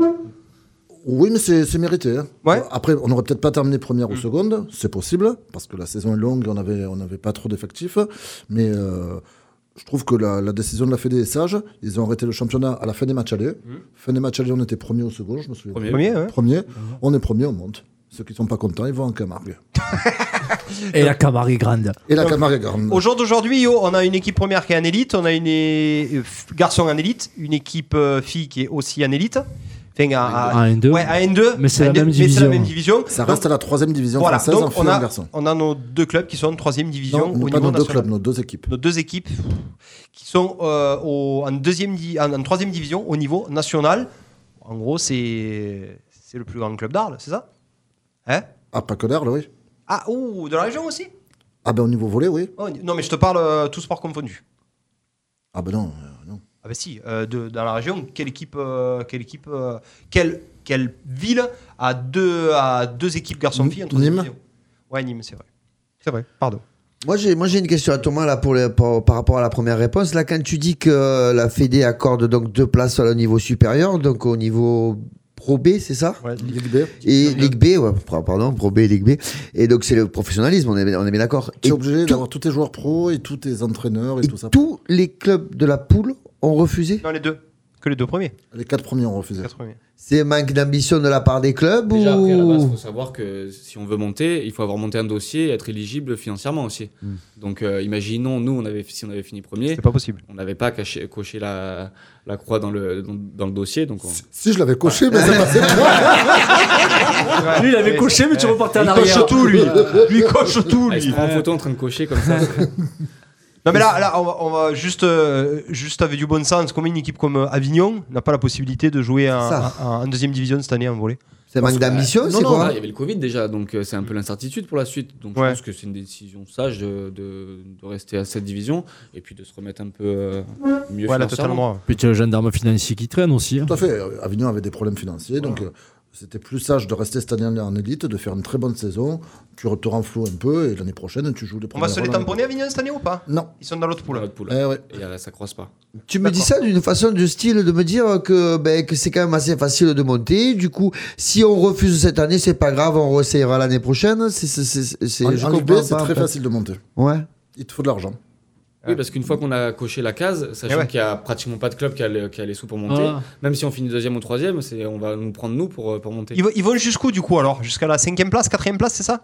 S8: Oui, mais c'est c'est mérité. hein. Après, on n'aurait peut-être pas terminé première
S1: Mm.
S8: ou seconde, c'est possible, parce que la saison est longue et on n'avait on avait pas trop d'effectifs. Mais euh, je trouve que la, la décision de la Fédé est sage. Ils ont arrêté le championnat à la fin des matchs allés. Fin des matchs allés, on était premier ou second, je me souviens.
S1: Mm. Premier.
S8: plus.
S1: Premier, hein. ouais.
S8: On est premier, on monte. Ceux qui ne sont pas contents, ils vont en Camargue.
S23: Et la Camargue est grande.
S8: Et la Camargue est grande.
S1: Au jour d'aujourd'hui, yo, on a une équipe première qui est en élite, on a une é- euh, f- garçon en élite, une équipe euh, fille qui est aussi en élite. Enfin, à,
S23: En N2.
S1: Ouais, à N2.
S23: Mais c'est la
S1: N2,
S23: même
S1: Mais c'est la
S23: division.
S1: même division.
S8: Ça reste à la troisième division
S1: Voilà,
S8: française en
S1: donc
S8: filles
S1: on
S8: et en
S1: a,
S8: garçons.
S1: on a nos deux clubs qui sont en troisième division
S8: Non,
S1: au
S8: pas nos
S1: niveau
S8: deux
S1: national.
S8: clubs, nos deux équipes.
S1: Nos deux équipes pff, qui sont euh, au- en, deuxième di- en, en troisième division au niveau national. En gros, c'est c'est le plus grand club d'Arles, c'est ça Hein
S8: Ah, pas que d'Arles, oui.
S1: Ah, ou de la région aussi
S8: Ah, ben au niveau volet, oui.
S1: Oh, Non, mais je te parle euh, tous sports confondus.
S8: Ah, ben non.
S1: Ah bah si, euh, de- dans la région, quelle équipe, euh, quelle équipe, euh, quelle, quelle ville a deux, a deux équipes garçons-filles en troisième
S7: Nîmes
S1: division Ouais, Nîmes, c'est vrai. C'est vrai, pardon.
S7: Moi j'ai, moi j'ai une question à Thomas là pour, le- pour- par rapport à la première réponse. Là quand tu dis que la Fédé accorde donc deux places au niveau supérieur, donc au niveau Pro B, c'est ça
S8: Ligue B.
S7: Et Ligue B, ouais, pardon, Pro B et Ligue B. Et donc c'est le professionnalisme, on est, on est bien d'accord.
S8: Tu
S7: Et
S8: es obligé d'avoir tous tes joueurs pros et tous tes entraîneurs et, tout ça.
S7: tous les clubs de la poule ont refusé
S1: Non, les deux. Que les deux premiers.
S8: Les quatre premiers ont refusé.
S7: C'est manque d'ambition de la part des clubs
S4: Déjà, après, à la base, il
S7: ou
S4: faut savoir que si on veut monter, il faut avoir monté un dossier et être éligible financièrement aussi.
S16: Mm.
S4: Donc, euh, imaginons, nous, on avait, si on avait fini premier,
S1: pas possible.
S4: on n'avait pas caché- coché la, la croix dans le, dans, dans le dossier. Donc on-
S8: Si je l'avais coché, mais ça passait
S9: Lui, il avait
S4: Et-
S9: coché, mais tu
S4: ouais.
S9: repartais en
S4: Il
S9: arrière.
S4: coche tout, lui.
S1: Lui coche tout,
S4: Ah, il se
S1: lui.
S4: prend en photo en train de cocher comme ça.
S1: Non mais là, là on, va, on va juste, euh, juste avec du bon sens, comme une équipe comme euh, Avignon n'a pas la possibilité de jouer en,
S7: Ça.
S1: en- en deuxième division cette année en volet.
S7: C'est manque d'ambition,
S4: euh, Non,
S7: c'est
S4: non,
S7: quoi
S4: là, Ah, Il y avait le Covid déjà, donc euh, c'est un peu l'incertitude pour la suite. Donc
S1: Ouais.
S4: je pense que c'est une décision sage de, de- de rester à cette division et puis de se remettre un peu euh, mieux financièrement.
S23: Puis tu as le gendarme financier qui traîne aussi. hein.
S8: Tout à fait. Euh, Avignon avait des problèmes financiers, donc euh, c'était plus sage de rester cette année en élite, de faire une très bonne saison. Tu re- te renfloues un peu et l'année prochaine, tu joues les
S1: On
S8: premiers.
S1: va se les tamponner Avignon cette année ou pas
S8: Non.
S1: Ils sont dans l'autre poule.
S4: Et euh, ça croise pas.
S7: Tu me dis ça d'une façon du style de me dire que, ben, que c'est quand même assez facile de monter. Du coup, si on refuse cette année, c'est pas grave, on essayera l'année prochaine. C'est, c'est, c'est, c'est-
S8: En,
S7: je
S8: en Ligue B,
S7: comprends
S8: c'est
S7: pas, en
S8: très
S7: fait.
S8: facile de monter.
S7: Ouais.
S8: Il te faut de l'argent.
S1: Ah,
S4: Oui, parce qu'une fois qu'on a coché la case, sachant
S8: Eh ouais.
S4: qu'il n'y a pratiquement pas de club qui a, le- qui a les sous pour monter,
S1: Voilà.
S4: même si on finit deuxième ou troisième, c'est- on va nous prendre nous pour, euh, pour monter.
S1: Ils, vont- ils vont jusqu'où du coup alors Jusqu'à la cinquième place, quatrième place, c'est ça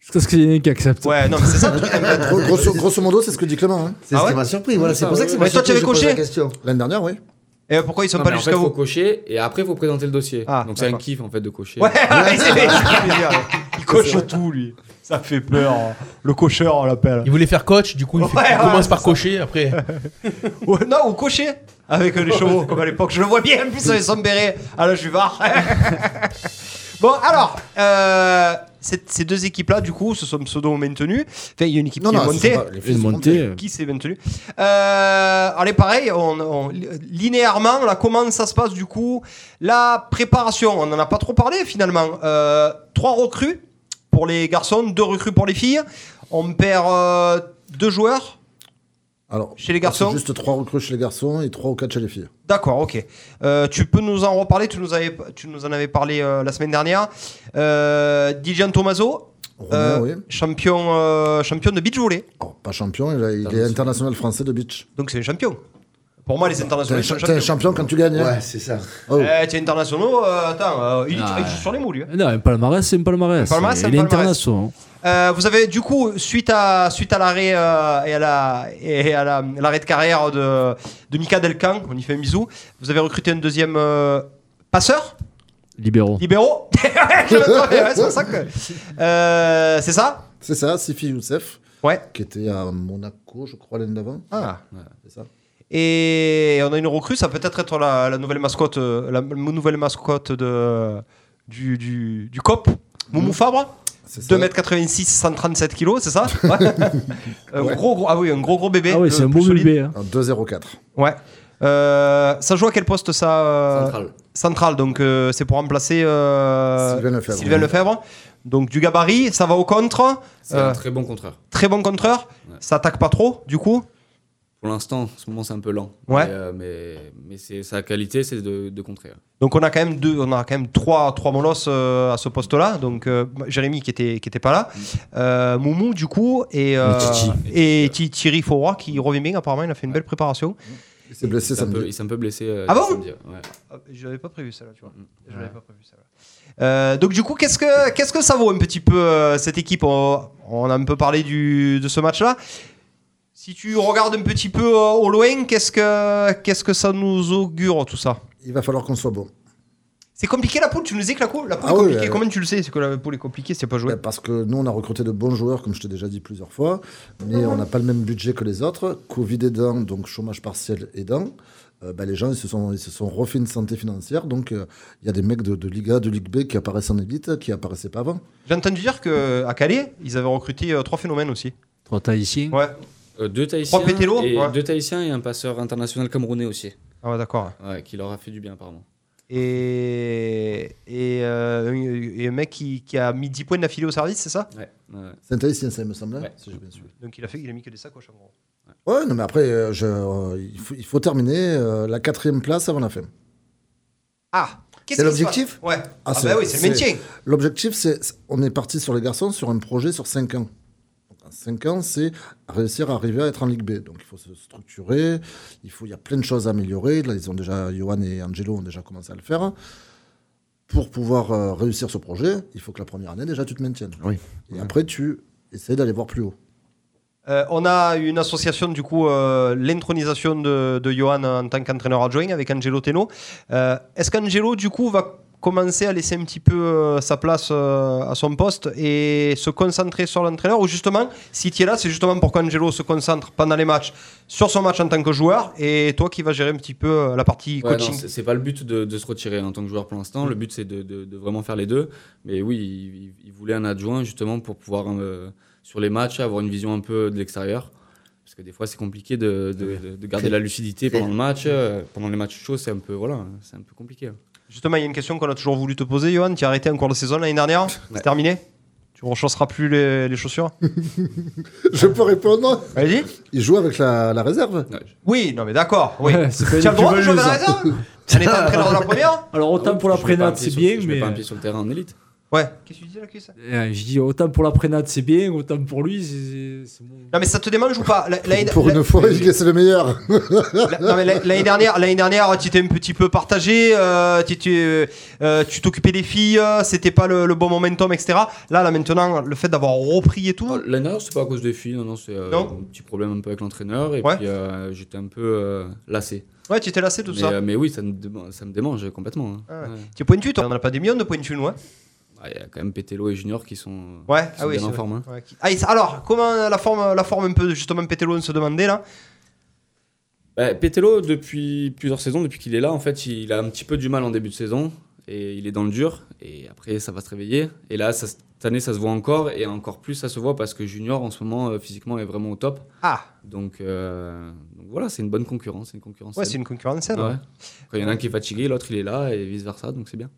S23: Jusqu'à ce qu'il y en ait un qui accepte.
S1: Ouais, non mais c'est ça. le truc.
S8: Gros- grosso, grosso modo, c'est ce que dit Clément. hein.
S7: C'est
S1: Ah
S7: ce qui m'a surpris. Voilà, c'est pour ça que c'est
S1: Mais toi, tu avais coché
S8: L'année dernière, oui.
S1: Et euh, pourquoi ils sont
S4: Non,
S1: pas
S4: mais
S1: allés
S4: en fait,
S1: jusqu'à vous Ah,
S4: faut cocher et après faut présenter le dossier. Donc c'est un kiff en fait de cocher. euh,
S1: Ouais, ouais, c'est- c'est ce que je veux dire. il coche tout lui. Ça fait peur. hein. Le cocheur, on l'appelle.
S6: Il voulait faire coach, du coup, il, fait-
S1: Ouais,
S6: il
S1: ouais,
S6: commence
S1: c'est
S6: par cocher après.
S1: Ouais, non, ou cocher avec euh, les chevaux comme à l'époque. Je le vois bien, en plus ils sont bérés à la Juvard. bon, alors, euh, cette- ces deux équipes-là, du coup, se sont pseudo-maintenues. Enfin, il y a une équipe
S23: Non,
S1: qui
S23: non,
S1: est
S23: elles
S1: montée.
S23: sont pas- les filles Une sont montée, montées.
S1: Qui s'est maintenue euh, Allez, pareil, on, on- linéairement, là, comment ça se passe, du coup La préparation, on n'en a pas trop parlé, finalement. Euh, trois recrues pour les garçons, deux recrues pour les filles. On perd euh, deux joueurs
S8: Alors,
S1: Chez les garçons
S8: c'est Juste trois recrues chez les garçons et trois ou quatre chez les filles.
S1: D'accord, ok. Euh, tu peux nous en reparler, tu nous, avais, tu nous en avais parlé euh, la semaine dernière. Euh, Dijan Tomaso, euh, champion, euh, champion de beach volley.
S8: Oh, Pas champion, il, a- il est international français de beach.
S1: Donc c'est un champion. Pour moi, les internationaux,
S8: T'es un
S1: ils sont
S8: cha- t'es un champion quand tu gagnes. hein.
S7: Ouais, c'est ça.
S8: Oh.
S1: Eh, t'es internationaux, euh, attends, euh, il,
S23: Ah,
S1: il joue sur les mots, lui. hein.
S23: Non, un palmarès, c'est un palmarès.
S1: Un palmarès, c'est un
S23: Il est
S1: palmarès.
S23: international. hein,
S1: Euh, vous avez du coup, suite à, suite à l'arrêt euh, et à la et à la- l'arrêt de carrière de, de Mika Delcan, on y fait un bisou, vous avez recruté un deuxième euh, passeur
S23: Libéraux.
S1: Libéraux Je me trompais, ouais, C'est pour ça que. Euh, c'est ça
S8: C'est ça, Sifi Youssef.
S1: Ouais.
S8: Qui était à Monaco, je crois, l'année d'avant.
S1: Ah.
S8: Ouais, c'est ça.
S1: Et on a une recrue, ça va peut-être être la, la nouvelle mascotte, euh, la m- nouvelle mascotte de, du, du, du COP, Moumou Fabre. 2m86, 137 kg, c'est ça Ouais. Un Gros, gros, Ah oui, un gros gros bébé.
S8: Ah oui, c'est
S1: le
S8: un beau
S1: plus solide.
S8: bébé, hein. Un 2,04.
S1: Ouais. Euh, ça joue à quel poste ça euh,
S8: Central.
S1: Central, donc euh, c'est pour remplacer euh,
S8: Sylvain Lefebvre.
S1: Lefebvre. Donc du gabarit, ça va au contre.
S4: C'est
S1: Euh,
S4: un très bon contreur.
S1: très bon contreur. Ça attaque pas trop, du coup
S4: Pour l'instant, en ce moment, c'est un peu lent.
S1: Ouais.
S4: Mais, euh, mais, mais c'est, sa qualité, c'est de, de contrer.
S1: Donc on a quand même deux, on a quand même trois, trois molosses euh, à ce poste-là. Donc euh, Jérémy qui était qui était pas
S4: Mm.
S1: là, Euh, Moumou du coup et euh, et Thi- Thierry Faura qui revient bien apparemment. Il a fait une belle préparation.
S8: Il s'est blessé
S4: il s'est un
S8: samedi.
S4: peu, il s'est un peu blessé. euh,
S1: Ah bon
S4: samedi, ouais.
S1: Je l'avais pas prévu celle-là, tu vois. Je l'avais pas prévu celle-là. Euh, donc du coup, qu'est-ce que qu'est-ce que ça vaut un petit peu euh, cette équipe on, on a un peu parlé du, de ce match-là. Si tu regardes un petit peu euh, au loin, qu'est-ce que qu'est-ce que ça nous augure tout ça
S8: Il va falloir qu'on soit bon.
S1: C'est compliqué la poule. Tu nous disais que la poule, la poule
S8: Ah
S1: est
S8: oui,
S1: compliquée.
S8: euh,
S1: Comment tu le sais C'est que la poule est compliquée, c'est pas joué.
S8: Ben, parce que nous, on a recruté de bons joueurs, comme je t'ai déjà dit plusieurs fois, mais on n'a pas le même budget que les autres. Covid aidant, donc chômage partiel aidant, euh, ben, les gens ils se, sont, ils se sont refait une santé financière. Donc, euh, il y a des mecs de, de Liga, de Ligue B qui apparaissent en élite, qui apparaissaient pas avant.
S1: J'ai entendu dire que à Calais, ils avaient recruté euh, trois phénomènes aussi.
S23: Trois Tahitiens.
S1: Ouais.
S4: Euh, deux Tahitiens.
S1: Trois pétélos,
S4: et
S1: ouais.
S4: Deux Tahitiens et un passeur international camerounais aussi.
S1: Ah ouais, d'accord.
S4: Ouais, qui leur a fait du bien, apparemment.
S1: Et et, euh, un- et un mec qui, qui a mis 10 points d'affilée au service, c'est ça
S4: Ouais.
S8: C'est intéressant, ça me semble. hein, si j'ai bien suivi.
S1: Donc il a fait, il a mis que des sacoches en gros.
S8: Ouais, non, mais après, euh, je- euh, il, faut, il faut terminer euh, la quatrième place avant la fin.
S1: Ah,
S8: C'est
S1: qu'est-ce qui se
S8: l'objectif
S1: passe Ouais. Ah, bah oui, c'est le métier.
S8: L'objectif, c'est. c'est- On est parti sur les garçons sur un projet sur 5 ans. 5 ans, c'est réussir à arriver à être en Ligue B. Donc il faut se structurer, il, faut, il y a plein de choses à améliorer. Là, ils ont déjà, Johan et Angelo ont déjà commencé à le faire. Pour pouvoir euh, réussir ce projet, il faut que la première année, déjà, tu te maintiennes. Et après, tu essaies d'aller voir plus haut.
S1: Euh, on a une association, du coup, euh, l'intronisation de, de Johan en tant qu'entraîneur adjoint avec Angelo Teno. Euh, Est-ce qu'Angelo, du coup, va commencer à laisser un petit peu euh, sa place euh, à son poste et se concentrer sur l'entraîneur Ou justement, si tu es là, c'est justement pour qu'Angelo se concentre pendant les matchs sur son match en tant que joueur et toi qui vas gérer un petit peu euh, la partie
S4: Ouais,
S1: coaching
S4: non, c'est- c'est pas le but de, de se retirer en tant que joueur pour l'instant. Le but, c'est de, de- de vraiment faire les deux. Mais oui, il, il- il voulait un adjoint justement pour pouvoir, euh, sur les matchs, avoir une vision un peu de l'extérieur. Parce que des fois, c'est compliqué de, de- de- de garder la lucidité pendant le match. euh, Pendant les matchs chauds, c'est un peu, voilà, c'est un peu compliqué.
S1: Justement, il y a une question qu'on a toujours voulu te poser, Johan. Tu as arrêté en cours de saison l'année dernière. C'est terminé Tu ne rechausseras plus les, les chaussures
S8: Je peux répondre
S1: Allez-y.
S8: Il joue avec la, la réserve
S4: Ah,
S1: Oui, non mais d'accord. Oui.
S23: Ah,
S8: Ouais, c'est pas
S1: tu as
S8: une
S1: le droit de
S8: qui
S1: jouer hein
S8: veut
S1: dans la
S8: le
S1: réserve T'en étais entraîneur de la première
S9: Alors autant pour la prénate, c'est bien,
S4: Je mets
S9: mais.
S4: pas un pied sur le terrain en élite.
S1: Ouais. Qu'est-ce que tu dis là, Chris
S9: Euh, Je dis autant pour la prénate, c'est bien, autant pour lui, c'est- c'est bon.
S1: Non mais ça te démange ou pas La- l'année-
S8: Pour
S1: la-
S8: une fois, il c'est le meilleur.
S1: la- non, mais la- L'année dernière, l'année dernière, tu étais un petit peu partagé, euh, tu étais, euh, tu t'occupais des filles, euh, c'était pas le, le bon momentum, etc. Là, là maintenant, le fait d'avoir repris et tout.
S4: L'année dernière, c'est pas à cause des filles, non, non, c'est euh,
S1: Non.
S4: un petit problème un peu avec l'entraîneur. Et
S1: Ouais.
S4: puis, euh, j'étais un peu euh, lassé.
S1: Ouais, tu étais lassé de tout
S4: mais,
S1: ça.
S4: euh, mais oui, ça me, déman- ça me démange complètement. hein.
S1: Ah ouais. Tu es pointu, toi. On n'a pas des millions de pointus, nous. hein.
S4: Ah, Il y a quand même Pételo et Junior qui sont,
S1: Ouais,
S4: qui sont
S1: ah oui.
S4: bien en
S1: c'est
S4: forme. hein.
S1: vrai. Ouais, qui- Ah, et ça- alors, comment la forme, la forme un peu de justement Pételo, on se demandait là
S4: Bah, Pételo, depuis plusieurs saisons, depuis qu'il est là, en fait, il a un petit peu du mal en début de saison. Et il est dans le dur. Et après, ça va se réveiller. Et là, ça- cette année, ça se voit encore. Et encore plus, ça se voit parce que Junior, en ce moment, euh, physiquement, est vraiment au top.
S1: Ah.
S4: Donc, euh, donc voilà, c'est une bonne concurrence. C'est une concurrence
S1: Ouais,
S4: saine.
S1: c'est une concurrence saine,
S4: Ah
S1: ouais.
S4: Quand il y en a un qui est fatigué, l'autre, il est là. Et vice-versa. Donc c'est bien.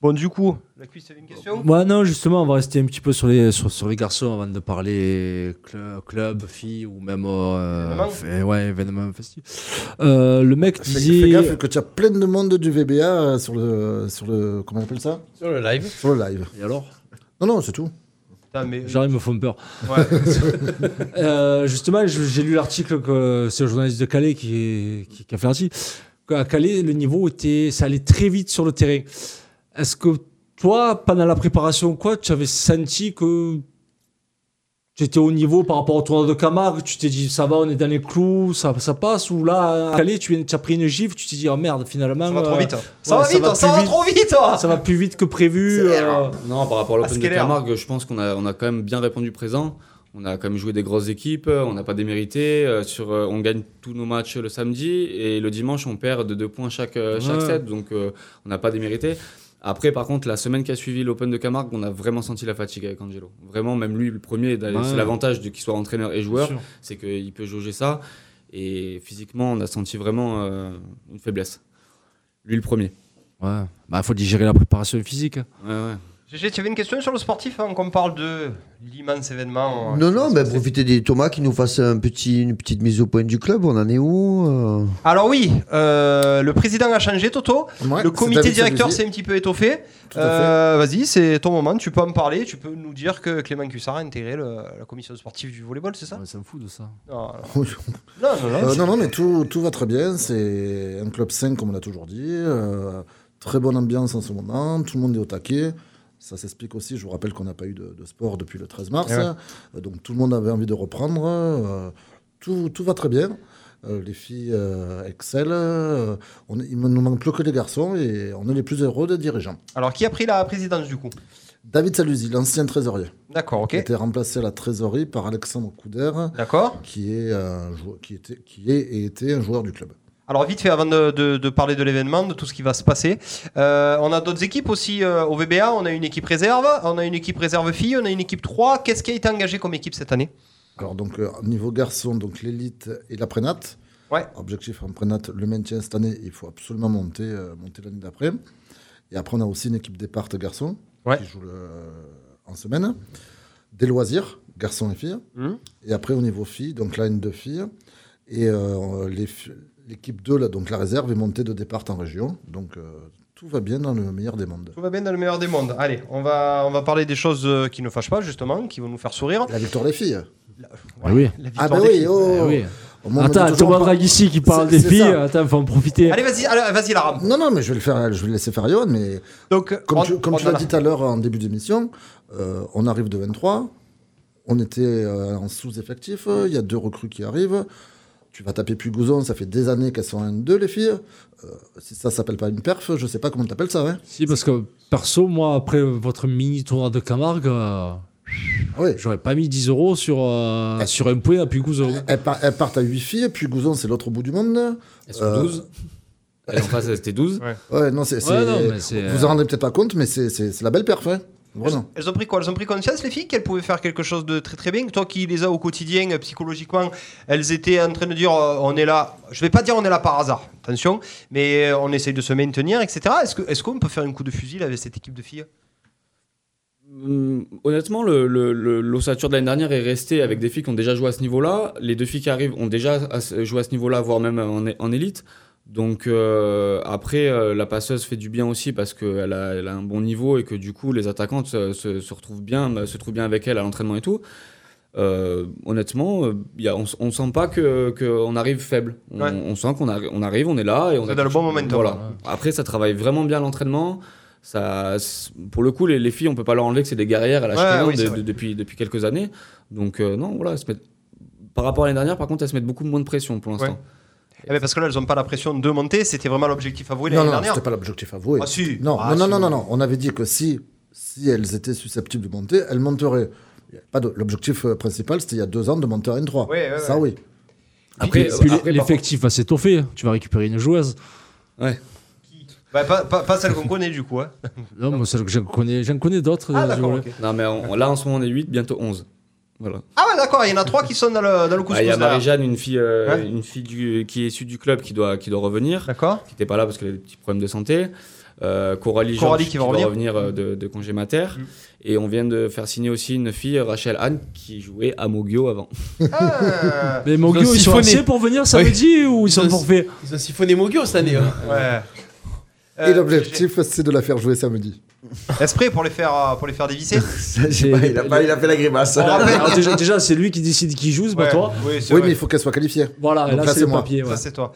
S1: Bon, du coup, la cuisse, avait une question
S23: Ouais, non, justement, on va rester un petit peu sur les, sur, sur les garçons avant de parler cl- club, filles ou même. euh,
S8: Événements
S23: fait- ouais, événements festifs. Euh, le mec
S8: Fais,
S23: disait.
S8: fais gaffe que tu as plein de monde du VBA euh, sur le, sur le. Comment on appelle ça
S6: Sur le live.
S8: Sur le live.
S23: Et alors
S8: Non, non, c'est tout.
S23: Genre, ils me font peur. Euh, justement, je- j'ai lu l'article que c'est le journaliste de Calais qui, qui, qui a fait l'article. À Calais, le niveau était, ça allait très vite sur le terrain. Est-ce que toi, pendant la préparation, ou quoi, tu avais senti que tu étais au niveau par rapport au tournoi de Camargue Tu t'es dit, ça va, on est dans les clous, ça, ça passe Ou là, à Calais, tu, viens- tu as pris une gifle, tu t'es dit, oh merde, finalement.
S1: Ça va trop
S23: euh,
S1: vite. hein.
S23: ouais,
S1: Ça va vite, ça
S23: plus
S1: va trop vite.
S23: Ah, Ça va plus vite que prévu. euh,
S4: Non, par rapport à l'Open de
S23: Askeller.
S4: Camargue, je pense qu'on a, on a quand même bien répondu présent. On a quand même joué des grosses équipes, euh, on n'a pas démérité. euh, sur, euh, on gagne tous nos matchs le samedi et le dimanche, on perd de deux points chaque, euh, chaque
S23: Ouais.
S4: set, donc euh, on n'a pas démérité. Après, par contre, la semaine qui a suivi l'Open de Camargue, on a vraiment senti la fatigue avec Angelo. Vraiment, même lui, le premier, d'aller-
S23: Ouais.
S4: c'est l'avantage de qu'il soit entraîneur et joueur,
S23: Bien sûr.
S4: c'est qu'il peut jauger ça. Et physiquement, on a senti vraiment euh, une faiblesse. Lui, le premier.
S23: Ouais, bah faut digérer la préparation physique. hein.
S4: Ouais, ouais.
S1: GG, tu avais une question sur le sportif, hein, qu'on parle de l'immense événement. euh,
S7: Non, non, mais profitez des Thomas qui nous fasse un petit, une petite mise au point du club. On en est où euh
S1: Alors oui, euh, le président a changé, Toto.
S7: Ouais,
S1: le
S7: c'est
S1: comité
S7: David
S1: directeur
S7: Salusi.
S1: s'est un petit peu étoffé.
S7: à fait.
S1: Euh, Vas-y, c'est ton moment, tu peux en parler, tu peux nous dire que Clément Cussard a intégré le- la commission sportive du volleyball, c'est ça
S23: Ça me fout de ça.
S1: Non,
S8: Oui.
S1: non, non,
S8: Euh, non, non, mais tout, tout va très bien. C'est un club sain, comme on l'a toujours dit. Euh, très bonne ambiance en ce moment. Tout le monde est au taquet. Ça s'explique aussi. Je vous rappelle qu'on n'a pas eu de, de sport depuis le 13 mars.
S1: Et Eh ouais.
S8: Euh, Donc tout le monde avait envie de reprendre. Euh, tout, tout va très bien. Euh, les filles euh, excellent. Euh, on, il ne nous manque plus que les garçons et on est les plus heureux des dirigeants.
S1: Alors, qui a pris la présidence du coup
S8: David Salusi, l'ancien trésorier.
S1: D'accord, ok.
S8: Qui a été remplacé à la trésorerie par Alexandre Couder.
S1: D'accord.
S8: Qui, est un joueur- qui, était, qui est et était un joueur du club.
S1: Alors vite fait, avant de, de- de parler de l'événement, de tout ce qui va se passer, euh, on a d'autres équipes aussi euh, au VBA, on a une équipe réserve, on a une équipe réserve filles, on a une équipe 3. Qu'est-ce qui a été engagé comme équipe cette année
S8: Alors donc euh, niveau garçon, donc l'élite et la prénate.
S1: Ouais.
S8: Objectif en prénate, le maintien cette année, il faut absolument monter, euh, monter l'année d'après. Et après on a aussi une équipe départ de garçons qui joue le- euh, en semaine. Des loisirs, garçons et filles.
S23: Mmh.
S1: Mhm.
S8: Et après au niveau filles, donc la N2 filles. Et euh, les fi- l'équipe 2, là, donc la réserve, est montée de départ en région. Donc euh, tout va bien dans le meilleur des mondes.
S1: Tout va bien dans le meilleur des mondes. Allez, on va, on va parler des choses euh, qui ne fâchent pas justement, qui vont nous faire sourire.
S8: La victoire des filles.
S23: oui.
S1: La victoire
S8: Ah bah
S1: des
S8: oui,
S1: filles.
S8: oh.
S23: Eh oui.
S8: Au moment
S23: Attends,
S8: de toujours
S23: Thomas
S8: pas-
S23: Dragici Ah, qui parle
S8: C'est-
S23: des
S8: c'est
S23: filles. hein.
S8: ça.
S23: Attends, faut en
S8: oh.
S23: profiter.
S1: Allez, vas-y, allez, vas-y, la rame.
S8: Non, non, mais je vais le faire, je vais le laisser faire Johan, mais
S1: Donc,
S8: comme
S1: on-
S8: tu, comme
S1: on
S8: tu
S1: en
S8: l'as
S1: a-
S8: dit tout à l'heure en début d'émission, euh, on arrive de 23, on était euh, en sous-effectif, euh, il y a deux recrues qui arrivent, tu vas taper Pugouzon, ça fait des années qu'elles sont en N2 les filles, Euh, si ça s'appelle pas une perf, je sais pas comment t'appelles ça, hein. ouais.
S23: Si, parce que perso, moi, après votre mini tournoi de Camargue, euh,
S6: Ah
S23: j'aurais pas mis 10 euros sur, euh,
S6: Eh.
S23: sur un point à Pugouzon.
S8: Elles, par- elles partent à 8 filles, Pugouzon c'est l'autre bout du monde.
S4: Elles sont
S8: Euh,
S4: 12. Elles en face, elles étaient 12.
S8: Ouais, non, c'est,
S4: Ouais,
S8: c'est-
S4: non, mais c'est,
S8: vous
S4: euh,
S8: en rendez peut-être pas compte, mais c'est, c'est- c'est la belle perf, ouais.
S1: Elles,
S8: Vraiment.
S1: elles ont pris quoi Elles ont pris conscience, les filles, qu'elles pouvaient faire quelque chose de très très bien. Toi qui les as au quotidien, euh, psychologiquement, elles étaient en train de dire euh, on est là. Je vais pas dire on est là par hasard, attention, mais euh, on essaye de se maintenir, etc. Est-ce que- est-ce qu'on peut faire un coup de fusil là, avec cette équipe de filles
S4: Hum, Honnêtement, le- le- le- l'ossature de l'année dernière est restée avec des filles qui ont déjà joué à ce niveau-là. Les deux filles qui arrivent ont déjà à ce- joué à ce niveau-là, voire même en, é- en élite. Donc euh, après, euh, la passeuse fait du bien aussi parce qu'elle a, elle a un bon niveau et que du coup, les attaquantes se, se- se retrouvent bien, bah, se trouvent bien avec elle à l'entraînement et tout. Euh, honnêtement, euh, y a- on, s- on sent pas que qu'on arrive faible. On,
S1: Ouais.
S4: on sent qu'on arri- on arrive, on est là et on
S1: C'est dans le bon momentum.
S4: Voilà.
S1: Ouais.
S4: Après, ça travaille vraiment bien l'entraînement. Ça, c'est- pour le coup, les, les filles, on peut pas leur enlever que c'est des guerrières à la
S1: Ouais,
S4: cheville
S1: oui,
S4: de-
S1: c'est vrai.
S4: de- depuis depuis quelques années. Donc euh, non, voilà, elles se mettent- par rapport à l'année dernière, par contre, elles se mettent beaucoup moins de pression pour l'instant.
S1: Ouais. Eh ben, parce que là, elles n'ont pas la pression de monter, c'était vraiment l'objectif avoué
S8: Non,
S1: l'année
S8: non,
S1: dernière.
S8: c'était pas l'objectif avoué.
S1: Ah, si.
S8: Non,
S1: Ah,
S8: non,
S1: si.
S8: non, non, non, on avait dit que si, si elles étaient susceptibles de monter, elles monteraient. Il y a Pas de... L'objectif euh, principal, c'était il y a deux ans de monter à N3.
S1: Ouais, ouais,
S8: Ça, oui.
S23: Après,
S8: euh,
S23: puis
S8: après, par
S23: l'effectif va s'étoffer. Tu vas récupérer une joueuse.
S4: Ouais.
S1: Bah, pas, pas- pas celle qu'on connaît du coup. hein.
S23: Non, moi, celle que j'en connais, j'en connais d'autres.
S1: Ah,
S23: euh,
S1: d'accord,
S23: du
S1: ok.
S4: Non, mais on- là, en ce moment, on est 8, bientôt 11. Voilà.
S1: Ah ouais, d'accord, il y en a trois qui sont dans le, dans le couscous.
S4: Bah, Il y a
S1: là.
S4: Marie-Jeanne, une fille, euh,
S1: Ouais.
S4: une fille du- qui est issue du club qui doit, qui doit revenir.
S1: D'accord.
S4: Qui n'était pas là parce qu'elle a des petits problèmes de santé. Euh, Coralie, Coralie George, qui, va, qui revenir. va revenir, euh, de, de congé mater. Mmh. Et on vient de faire signer aussi une fille, Rachel Anne, qui jouait à Mogio avant.
S23: Ah Mais Mogio, ils, ils sont siphonnés pour venir samedi oui. ou ils, ils sont forfaits
S6: Ils ont siphonné Mogio cette année. Hein.
S1: ouais.
S8: Et euh, l'objectif, c'est de la faire jouer samedi.
S1: Esprit pour les faire euh, pour les faire dévisser.
S11: pas, il, a pas, il, a fait la grimace.
S23: Alors, déjà, déjà c'est lui qui décide qui joue, c'est pas
S1: ouais,
S23: toi.
S1: Oui,
S8: oui mais il faut qu'elle soit qualifiée.
S23: Voilà, Donc là, là c'est moi. Ah, Papier, ouais.
S1: Ça c'est toi.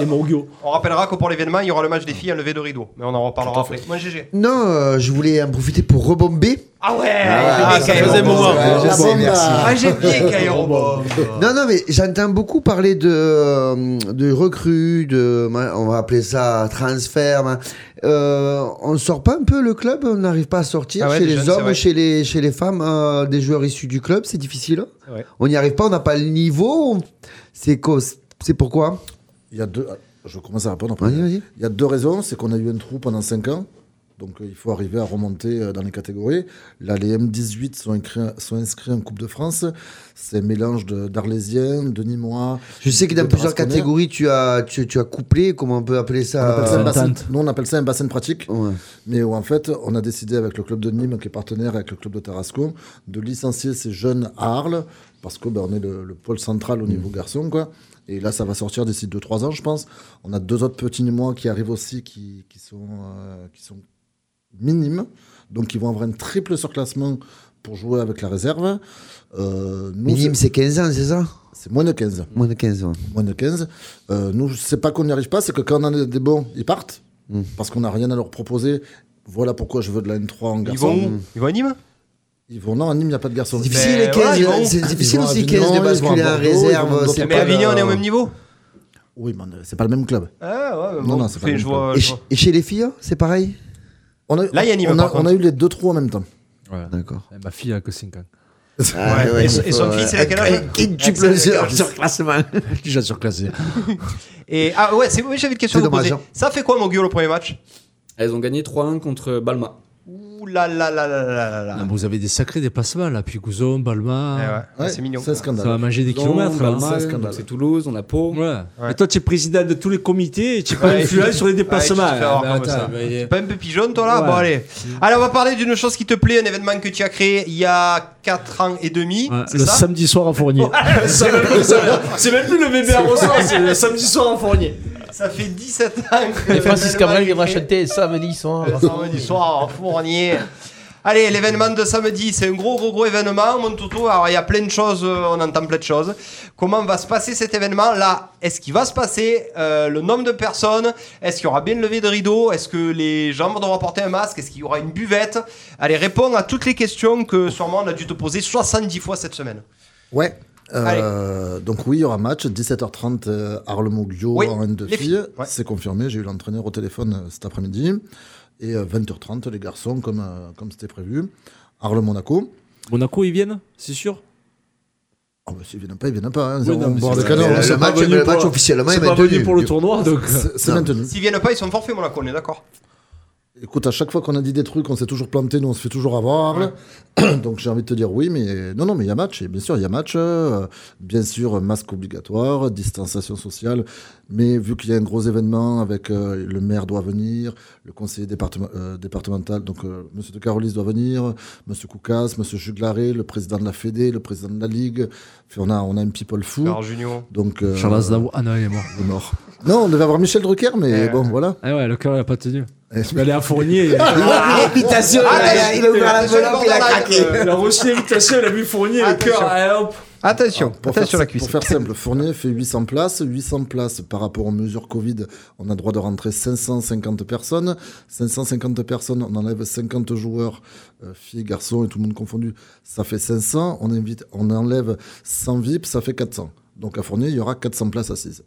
S23: Et Morgio.
S1: On rappellera qu'au pour l'événement, il y aura le match des filles à lever de rideau, mais on en reparlera après. Moi GG.
S11: Non, euh, je voulais en profiter pour rebomber.
S1: Ah ouais, ah,
S6: ah Kairo Bomb.
S11: Je sais, merci.
S1: Ah, j'ai bien Kairo Bomb.
S11: Non, non, mais j'entends beaucoup parler de, de recrues, de, on va appeler ça transfert. hein. Euh, on sort pas un peu le club On n'arrive pas à sortir ah ouais, chez les jeunes, hommes, chez les, chez les femmes, euh, des joueurs issus du club, c'est difficile. Ouais. On n'y arrive pas, on n'a pas le niveau. On... C'est c'est pourquoi
S8: Il y a deux. Je commence à répondre. Après. Il y a deux raisons. C'est qu'on a eu un trou pendant 5 ans. Donc euh, il faut arriver à remonter euh, dans les catégories. Là, les M18 sont, incré... sont inscrits en Coupe de France. C'est un mélange d'Arlésiens, de, de Nîmois.
S11: Je sais que dans plusieurs catégories, tu as, tu, tu, as couplé, comment on peut appeler ça,
S23: Euh,
S8: on appelle ça un bassin... Nous, on appelle ça un bassin de pratique. Ouais. Mais où, en fait, on a décidé avec le club de Nîmes, qui est partenaire avec le club de Tarascon, de licencier ces jeunes à Arles, parce qu'on ben, on est le, le, pôle central au niveau
S7: Mm.
S8: mmh. garçon. quoi. Et là, ça va sortir d'ici 2-3 ans, je pense. On a deux autres petits Nîmois qui arrivent aussi, qui, qui sont, euh, qui sont minime. Donc, ils vont avoir un triple surclassement pour jouer avec la réserve.
S11: Euh, nous, minime, c'est 15 ans, c'est ça
S8: C'est moins de 15.
S11: Moins de 15, ouais.
S8: Moins de 15. Euh, nous, c'est pas qu'on n'y arrive pas, c'est que quand on a des bons, ils partent.
S11: Hmm.
S8: Mmh. Parce qu'on n'a rien à leur proposer. Voilà pourquoi je veux de la N3 en garçon.
S1: Ils vont, mmh. ils vont à Nîmes
S8: ils vont, non, à Nîmes, il n'y a pas de garçon.
S11: C'est difficile, les 15, ouais, c'est difficile aussi 15 de basculer en réserve.
S1: Mais Avignon, on est au même niveau
S8: Oui, mais c'est pas le même club.
S1: Ah ouais, bon, non, non,
S8: pas le même
S1: vois,
S11: club. Et, et chez les filles, hein, c'est pareil
S8: on a, Là, on, a, on a, eu les deux trous en même temps.
S23: Ouais.
S11: D'accord.
S23: Eh, ma fille a que 5 ans.
S1: Ah, ouais, ouais, et, son, et, son fils, c'est à quel âge
S11: Quintuple surclassement.
S23: Déjà surclassé.
S1: et, ah ouais, oui, j'avais une question à vous poser. Ça fait quoi, mon gueule, le premier match
S4: Elles ont gagné 3-1 contre Balma.
S1: Ouh là là là là là là
S23: non, Ah, Vous avez des sacrés déplacements là, Picouzon, Balma.
S1: Eh Ouais, ouais. c'est mignon.
S23: Ça va manger des kilomètres.
S4: C'est Toulouse, on a Pau.
S23: Ouais. ouais. Et toi, tu es président de tous les comités et tu pas influent sur les déplacements.
S1: Ah, bah, T'es pas un peu pigeon toi là Bon, allez. Allez, on va parler d'une chose qui te plaît, un événement que tu as créé il y a 4 ans et demi.
S23: le ça samedi soir à Fournier.
S1: c'est même plus le bébé à ressort, c'est le samedi soir à Fournier. Ça fait 17 ans que.
S6: Et Francis Cabrel viendra chanter samedi soir.
S1: Samedi soir, en fournier. Allez, l'événement de samedi, c'est un gros, gros, gros événement. Mon toutou, alors il y a plein de choses, euh, on entend plein de choses. Comment va se passer cet événement là Est-ce qu'il va se passer euh, Le nombre de personnes Est-ce qu'il y aura bien levé de rideau Est-ce que les gens vont devoir porter un masque Est-ce qu'il y aura une buvette Allez, réponds à toutes les questions que sûrement on a dû te poser 70 fois cette semaine.
S8: Ouais, euh, donc oui, il y aura match 17h30 euh, Arlemont Guillaume oui, en N de filles. filles ouais. C'est confirmé, j'ai eu l'entraîneur au téléphone euh, cet après-midi. Et euh, 20h30 les garçons comme euh, comme c'était prévu. Arles Monaco.
S23: Ah, Monaco ils viennent, c'est sûr
S8: Oh bah, s'ils viennent pas, ils viennent pas. Hein. Oui, non, on le canon. Le,
S11: match, le match pour... officiellement
S23: est, pas venu pour le tournoi donc
S8: c'est maintenu.
S1: S'ils viennent pas, ils sont forfaits Monaco, on est d'accord.
S8: Écoute, à chaque fois qu'on a dit des trucs, on s'est toujours planté, nous on se fait toujours avoir. Ouais. Donc j'ai envie de te dire oui, mais non, non, mais il y a match. Et bien sûr, il y a match. Euh, bien sûr, masque obligatoire, distanciation sociale. Mais vu qu'il y a un gros événement avec euh, le maire doit venir, le conseiller département, euh, départemental, donc euh, monsieur de Carolis doit venir, monsieur Koukas, monsieur Juglaré, le président de la Fédé, le président de la Ligue. Enfin, on, a, on a un people fou.
S1: Alors, Junior.
S8: Donc, euh,
S23: Charles Aznavour, ah non, il est mort.
S8: Il est mort. non, on devait avoir Michel Drucker,
S1: Eh.
S8: mais bon, voilà. Eh,
S23: Ah ouais, le cœur n'a pas tenu. Il allait à Fournier.
S11: L'invitation, ah, il a ouvert l'enveloppe, il a craqué.
S23: Il a reçu l'invitation, il a vu Fournier, le cœur.
S1: Attention,
S8: pour
S1: attention
S8: faire,
S1: la cuisse.
S8: Pour faire simple, Fournier fait 800 places. 800 places par rapport aux mesures Covid, on a droit de rentrer 550 personnes. 550 personnes, on enlève 50 joueurs, euh, filles, garçons et tout le monde confondu. Ça fait 500. On, invite, on enlève 100 VIP, ça fait 400. Donc à Fournier, il y aura 400 places assises.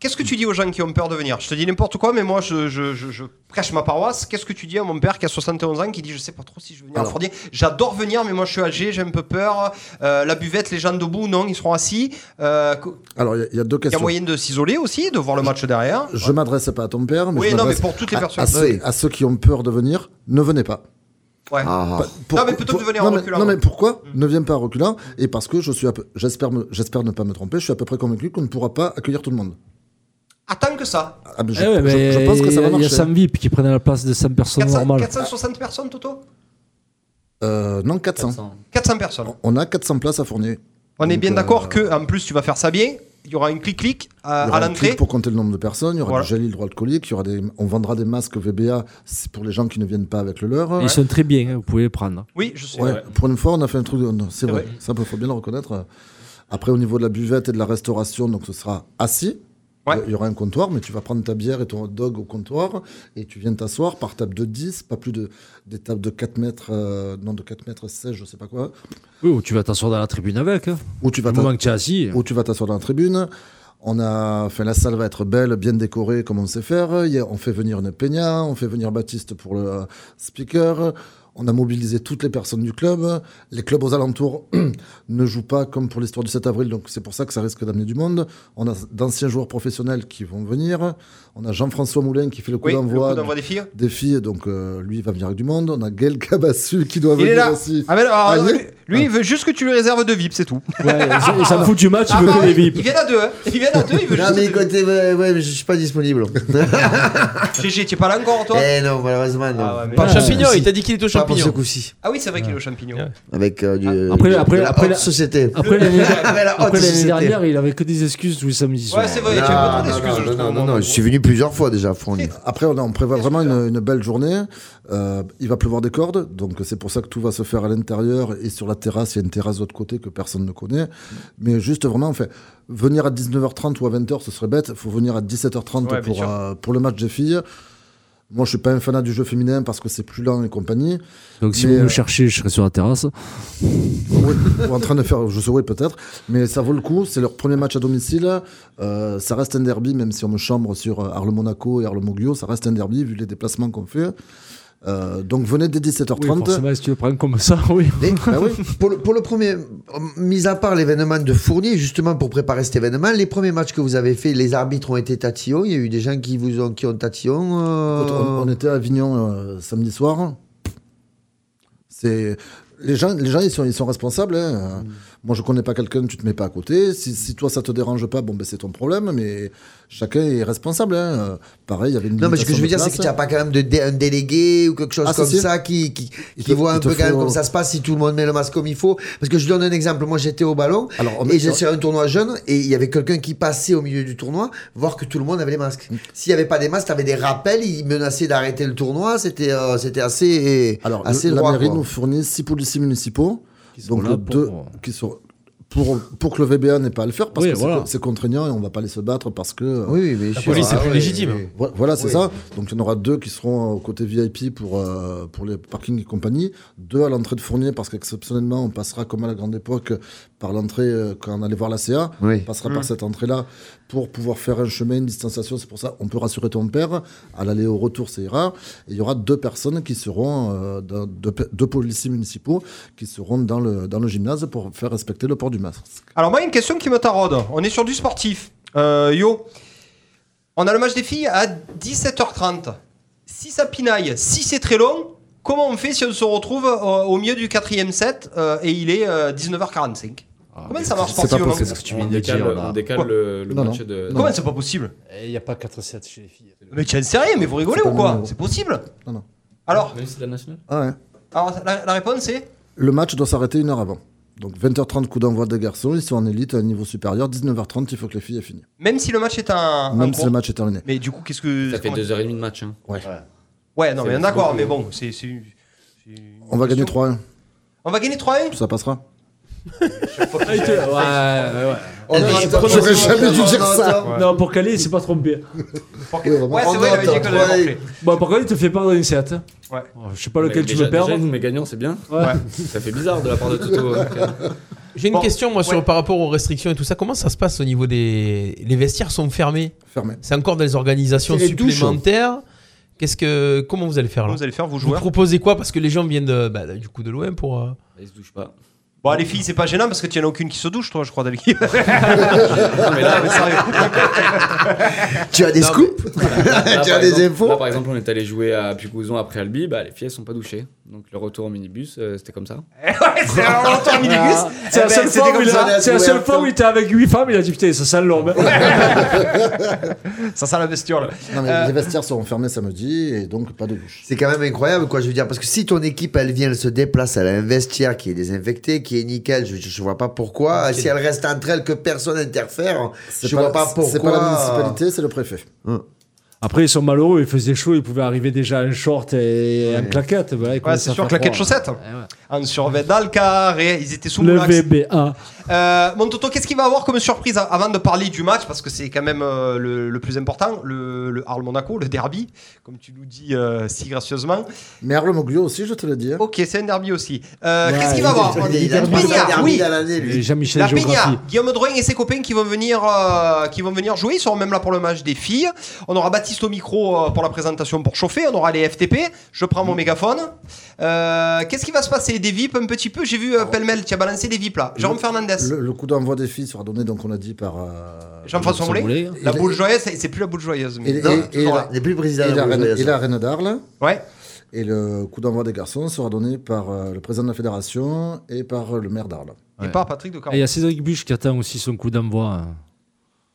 S1: Qu'est-ce que tu dis aux gens qui ont peur de venir Je te dis n'importe quoi, mais moi, je, je, je, je prêche ma paroisse. Qu'est-ce que tu dis à mon père qui a 71 ans, qui dit Je sais pas trop si je vais venir Alors. à Fournier J'adore venir, mais moi, je suis âgé, j'ai un peu peur. Euh, la buvette, les gens debout, non, ils seront assis. Euh,
S8: Alors, il y, y, a deux questions.
S1: Il y a moyen de s'isoler aussi, de voir le match derrière.
S8: Je ouais. m'adresse pas à ton père, mais
S1: oui,
S8: je
S1: non, mais pour toutes les personnes.
S8: À, à, ceux, à ceux qui ont peur de venir, ne venez pas.
S1: Ouais. Ah. Pour, non, mais plutôt
S8: pour,
S1: de venir
S8: non,
S1: en
S8: mais,
S1: reculant. Mm.
S8: Non, mais pourquoi mmh. ne viens pas en reculant Et parce que je suis, j'espère, j'espère ne pas me tromper, je suis à peu près convaincu qu'on ne pourra pas accueillir tout le monde.
S1: Attends que ça.
S8: Ah, mais je, eh ouais, mais je, je, pense que ça va marcher.
S23: Il y a Sam VIP qui prenait la place de 100 personnes
S1: 400,
S23: normales.
S1: 460 personnes, Toto
S8: euh, Non, 400.
S1: 400. 400 personnes.
S8: On a 400 places à fournir.
S1: On Donc est bien euh... d'accord que, en plus, tu vas faire ça bien. Il y aura un clic-clic à,
S8: il y aura
S1: à
S8: un
S1: l'entrée.
S8: clic pour compter le nombre de personnes, il y aura voilà. du gel hydroalcoolique, il y aura des, on vendra des masques VBA pour les gens qui ne viennent pas avec le leur.
S23: Ils ouais. sont très bien, hein, vous pouvez les prendre.
S1: Oui, je sais.
S8: Ouais, ouais. Pour une fois, on a fait un truc. C'est vrai, ça, il faut bien le reconnaître. Après, au niveau de la buvette et de la restauration, donc ce sera assis. Il y aura un comptoir, mais tu vas prendre ta bière et ton hot dog au comptoir et tu viens t'asseoir par table de 10, pas plus de, des tables de 4 mètres, euh, non de 4 mètres 16, je sais pas quoi.
S23: Oui, ou tu vas t'asseoir dans la tribune avec. Hein.
S8: Ou tu vas
S23: moment que es assis.
S8: Ou tu vas t'asseoir dans la tribune. On a, enfin, la salle va être belle, bien décorée comme on sait faire. Il y a, on fait venir une peña, on fait venir Baptiste pour le speaker. On a mobilisé toutes les personnes du club. Les clubs aux alentours ne jouent pas comme pour l'histoire du 7 avril, donc c'est pour ça que ça risque d'amener du monde. On a d'anciens joueurs professionnels qui vont venir. On a Jean-François Moulin qui fait le coup
S1: oui,
S8: d'envoi
S1: de, des filles.
S8: Des filles, donc euh, lui va venir avec du monde. On a Gaël Cabassu qui doit
S1: il
S8: venir
S1: est là.
S8: aussi.
S1: Ah, mais alors, ah, lui, lui ah. il veut juste que tu lui réserves deux VIP, c'est tout.
S23: Ouais, il s'en fout du
S4: Ah,
S23: match, il veut que des VIP.
S1: Il vient à deux, hein. Il vient à deux, il veut
S7: non,
S1: juste.
S7: mais écoutez, ouais, ouais, je suis pas disponible.
S1: GG, tu es pas là encore, toi
S7: Eh non, malheureusement, non.
S6: Ouais, pas champignon, il t'a dit qu'il était au champignon.
S7: Pour ce coup-ci.
S1: Ah oui, c'est vrai qu'il est au champignon.
S7: Avec euh, du,
S23: Ah, après,
S7: du,
S23: après,
S7: de la
S23: après
S7: haute société. Ah,
S23: Après l'année
S4: Ah,
S23: dernière, il avait que des excuses tous les samedis.
S1: Ouais, c'est vrai, il avait des excuses.
S7: Non, non, non, je suis venu plusieurs fois déjà. Fourni.
S8: Après, on, on prévoit vraiment une, une, belle journée. Euh, il va pleuvoir des cordes, donc c'est pour ça que tout va se faire à l'intérieur et sur la terrasse. Il y a une terrasse de l'autre côté que personne ne connaît. Mais juste vraiment, en fait, venir à 19h30 ou à 20h, ce serait bête. Il faut venir à 17h30 ouais, pour, euh, pour le match des filles. Moi, je suis pas un fanat du jeu féminin parce que c'est plus lent et compagnie.
S23: Donc, si vous euh... me cherchez, je serai sur la terrasse.
S8: Oui, ou en train de faire, je saurais peut-être. Mais ça vaut le coup. C'est leur premier match à domicile. Euh, ça reste un derby, même si on me chambre sur euh, Arles-Monaco et Arles-Moglio. Ça reste un derby, vu les déplacements qu'on fait. Euh, donc venez dès 17h30.
S23: Oui, si tu le prends comme ça, oui.
S7: Et,
S8: bah
S7: ben oui. Pour, le, pour, le, premier,
S8: euh,
S7: mis à part l'événement de Fournier, justement pour préparer cet événement, les premiers matchs que vous avez fait, les arbitres ont été tatillons. Il y a eu des gens qui vous ont, qui ont tatillon. Euh...
S8: On, on, était à Avignon euh, samedi soir. C'est les gens, les gens ils sont, ils sont responsables. Hein.
S7: Mm.
S8: Mmh. Moi, je connais pas quelqu'un, tu te mets pas à côté. Si, si, toi, ça te dérange pas, bon, ben, c'est ton problème, mais chacun est responsable. Hein. Pareil, il y avait une.
S7: Non, mais ce que je veux dire, c'est que tu n'as pas quand même de dé un délégué ou quelque chose ah, comme si. ça qui, qui, qui te, voit un peu quand même
S8: euh,
S7: comment ça se passe si tout le monde met le masque comme il faut. Parce que je donne un exemple. Moi, j'étais au ballon Alors, et j'étais sur un tournoi jeune et il y avait quelqu'un qui passait au milieu du tournoi, voir que tout le monde avait les masques. Mmh. S'il n'y avait pas des masques, tu avais des rappels, ils menaçaient d'arrêter le tournoi. C'était euh, c'était assez.
S8: Alors,
S7: assez
S8: le,
S7: droit,
S8: la mairie
S7: quoi.
S8: nous fournit six policiers municipaux qui donc pour... deux
S4: euh,
S8: qui sont pour, pour que le VBA n'ait pas à le faire parce oui, que voilà. c'est contraignant et on va pas les se battre parce que
S7: oui, mais
S6: la police c'est plus légitime
S8: voilà c'est Ah oui. ça donc il y en aura deux qui seront au côté VIP pour euh, pour les parkings et compagnie deux à l'entrée de Fournier parce qu'exceptionnellement on passera comme à la grande époque par l'entrée euh, quand on allait voir la CA oui. on passera mmh. par cette entrée là pour pouvoir faire un chemin une distanciation c'est pour ça on peut rassurer ton père à l'aller au retour c'est ira et il y aura deux personnes qui seront euh, dans, deux, deux, policiers municipaux qui seront dans le dans le gymnase pour faire respecter le port du
S1: alors moi, une question qui me taraude. On est sur du sportif. Euh, yo, on a le match des filles à 17h30. Si ça pinaille, si c'est très long, comment on fait si on se retrouve euh, au milieu du quatrième set euh, et il est 19h45 ah, Comment ça marche
S4: C'est
S1: pas possible
S4: ce que tu viens de dire. On décale le, le non, match non. de.
S1: Comment c'est pas possible
S23: Eh, Il n'y a pas 4-7 chez les filles.
S1: Mais tu es sérieux Mais vous rigolez ou quoi C'est possible
S8: Non, non.
S1: Alors
S4: la nationale
S8: ah ouais.
S1: Alors la, la réponse c'est
S8: Le match doit s'arrêter une heure avant. Donc 20h30 coup d'envoi des garçons, ils sont en élite à un niveau supérieur, 19h30 il faut que les filles aient fini.
S1: Même si le match est un...
S8: Même
S1: un
S8: si le match est terminé.
S1: Mais du coup qu'est-ce que...
S4: Ça fait 2h30 de match. Hein.
S8: Ouais.
S1: ouais. non mais d'accord, mais bon, c'est...
S8: On va gagner 3-1.
S1: On va gagner 3-1
S8: Ça passera.
S23: fois ouais, ouais, ouais.
S8: On n'aurait jamais dû dire ça.
S23: Ouais. Non, pour Calais, il s'est pas trompé.
S1: pour... Ouais, c'est vrai, il avait dit que l'avait
S23: Bon, pour Calais, il te fait perdre une 7.
S1: Ouais.
S23: Oh, je sais pas lequel tu veux perdre.
S4: mais gagnant, c'est bien. Ouais. ça fait bizarre de la part de Toto. hein.
S6: J'ai une bon, question, moi, sur, par rapport aux restrictions et tout ça. Comment ça se passe au niveau des. Les vestiaires sont fermés
S8: Fermés.
S6: C'est encore des organisations supplémentaires. Qu'est-ce que comment vous allez faire là
S1: Vous allez faire vous joueurs.
S6: Vous proposez quoi parce que les gens viennent de, bah, du coup de l'OM pour.
S4: Ils se douchent pas.
S1: Bon, les filles, c'est pas gênant parce que tu en as aucune qui se douche, toi, je crois, dans l'équipe.
S7: tu as des scoops Tu as des infos
S4: Là, par exemple, on est allé jouer à Pucouzon après Albi, bah, les filles, elles sont pas douchées. Donc le retour en minibus, euh, c'était comme ça.
S1: ouais, c'est un retour en minibus.
S23: C'est
S1: Eh
S23: la
S1: ben,
S23: seule
S1: c'était
S23: fois où
S1: comme
S23: il
S1: ça,
S23: a-
S1: la
S23: c'est la
S1: trouver
S23: seule
S1: un
S23: fois où il était avec 8 femmes, il a dit putain, ça sent l'homme.
S1: Ça sent la bestiole.
S8: Non, mais
S1: Euh,
S8: Les vestiaires seront fermés samedi et donc pas de douche.
S11: C'est quand même incroyable, quoi, je veux dire. Parce que si ton équipe, elle vient, elle se déplace, elle a un vestiaire qui est désinfecté, qui est nickel, je, je vois pas
S1: Ah,
S11: pourquoi. Si elle reste entre elles, que personne n'interfère,
S8: C'est
S11: je vois pas pourquoi.
S8: C'est pas la municipalité, c'est le préfet.
S23: Après, ils sont malheureux, il faisait chaud, ils pouvaient arriver déjà en short et en claquette. Voilà, ils
S1: Ouais,
S23: commençaient
S1: c'est
S23: à
S1: sûr,
S23: faire
S1: claquette
S23: froid.
S1: chaussette. En survêt d'Alcar, et ils étaient sous
S23: Le
S1: moulax.
S23: VBA.
S1: Euh, mon Toto, qu'est-ce qu'il va avoir comme surprise a- avant de parler du match Parce que c'est quand même euh, le, le plus important, le, le Arles Monaco, le derby, comme tu nous dis euh, si gracieusement.
S8: Mais Arlo Moglio aussi, je te le dis. hein.
S1: Ok, c'est un derby aussi. Euh,
S8: Ouais,
S1: qu'est-ce qu'il
S8: il
S1: va
S8: est-
S1: avoir
S8: il est- il
S11: a pas de
S1: Peignard,
S11: derby
S1: oui.
S11: dans l'année, lui.
S23: Et euh, Jean-Michel
S1: La
S23: Géographie.
S1: Peña, Guillaume Drouin et ses copains qui vont venir, euh, qui vont venir jouer. Ils seront même là pour le match des filles. On aura Baptiste au micro euh, pour la présentation pour chauffer. On aura les FTP. Je prends
S8: Mm.
S1: mon mégaphone. Euh, Qu'est-ce qui va se passer Des VIP un petit peu. J'ai vu euh, pêle-mêle, tu as balancé des VIP là. Jérôme Fernandez.
S8: Le, le coup d'envoi des filles sera donné, donc on l'a dit, par. euh,
S1: Jean-François Moulet.
S23: hein
S8: Moulet.
S1: La
S8: Et-
S1: boule joyeuse, c'est c'est plus la boule joyeuse. Mais
S8: Et, et-
S1: Non,
S8: et
S1: toujours
S8: la,
S1: là.
S8: et
S11: de la
S8: la reine-
S11: Bourgogne,
S8: et
S11: ça.
S8: la reine d'Arles.
S1: Ouais.
S8: Et le coup d'envoi des garçons sera donné par euh, le président de la fédération et par euh, le maire d'Arles.
S1: Et par Patrick de
S23: Et Ah, il y a Cédric Buche qui attend aussi son coup d'envoi. hein.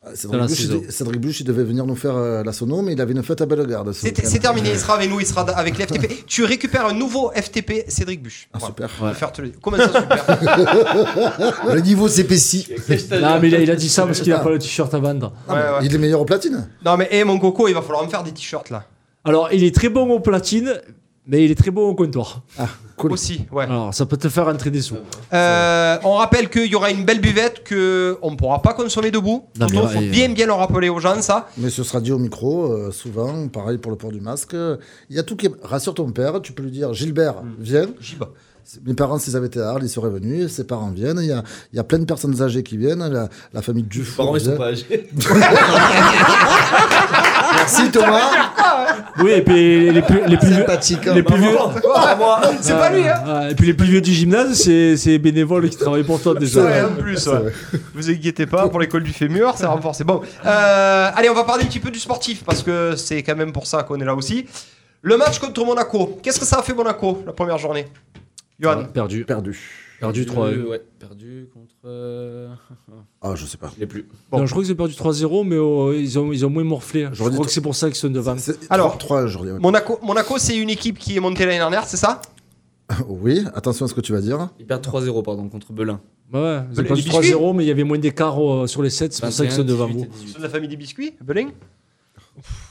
S1: Ah,
S23: Dans la
S8: Cédric Buche,
S23: saison.
S8: il- Cédric Buche, il devait venir nous faire euh, la sono, mais il avait une fête à Bellegarde. ce
S1: C'est
S8: week-end.
S1: c'est terminé, il sera avec nous, il sera avec les FTP. tu récupères un nouveau FTP, Cédric Buche.
S8: Ah, super.
S1: Je vais faire te le dire. Comment ça, super
S11: Le niveau s'épaissit.
S23: Non, mais il a, il a dit ça parce qu'il a
S1: Ah.
S23: pas le t-shirt à vendre.
S1: Ouais, ouais.
S8: Il est meilleur au platine.
S1: Non, mais hé, mon coco, il va falloir me faire des t-shirts là.
S23: Alors, il est très bon au platine, mais il est très bon au comptoir.
S1: Aussi, ouais.
S23: Alors, ça peut te faire entrer des sous.
S1: Euh, on rappelle qu'il y aura une belle buvette que on ne pourra pas consommer debout.
S23: Non, mais
S1: Toto, faut
S23: ouais,
S1: bien bien le rappeler aux gens ça.
S8: Mais ce sera dit au micro, euh, souvent, pareil pour le port du masque. Il y a tout qui est- Rassure ton père, tu peux lui dire Gilbert, viens.
S1: Gib.
S8: C'est- Mes parents, s'ils avaient été à Arles, ils seraient venus, ses parents viennent, il y a, il y a plein de personnes âgées qui viennent, la, la famille Dufour.
S4: parents, ils sont
S8: vient.
S4: pas âgés.
S11: Merci Thomas.
S23: Oui, et puis les plus, les plus vieux.
S11: Sympathique. hein.
S23: Les plus vieux.
S1: C'est pas lui hein.
S23: Ah, et puis les plus vieux du gymnase, c'est c'est les bénévoles qui travaillent pour toi déjà.
S1: Ouais, en plus, ouais. vous inquiétez pas pour l'école du fémur, c'est renforcé. Bon, euh, allez, on va parler un petit peu du sportif parce que c'est quand même pour ça qu'on est là aussi. Le match contre Monaco, qu'est-ce que ça a fait Monaco la première journée Johan,
S23: Ah, Perdu.
S8: Perdu.
S23: Perdu 3
S4: Euh, ouais, perdu contre. euh,
S8: Ah, je sais pas.
S4: Je l'ai plus.
S1: Bon.
S23: Non, je crois qu'ils ont perdu 3-0, mais euh, ils, ont, ils ont moins morflé. hein. Je
S8: J'aurais dit
S23: crois
S8: tro-
S23: que c'est pour ça qu'ils sont devant.
S1: Alors-
S8: Alors, trois aujourd'hui. ouais.
S1: Monaco, Monaco c'est une équipe qui est montée l'année dernière, c'est ça
S8: Oui, attention à ce que tu vas dire.
S4: Ils perdent 3-0, pardon, contre Belin.
S23: Bah ouais, ils ont
S1: Les
S23: perdu
S1: biscuits
S23: 3-0, mais il y avait moins d'écart euh, sur les 7, c'est pour ça qu'ils sont devant vous.
S1: Ceux de la famille des biscuits, Beling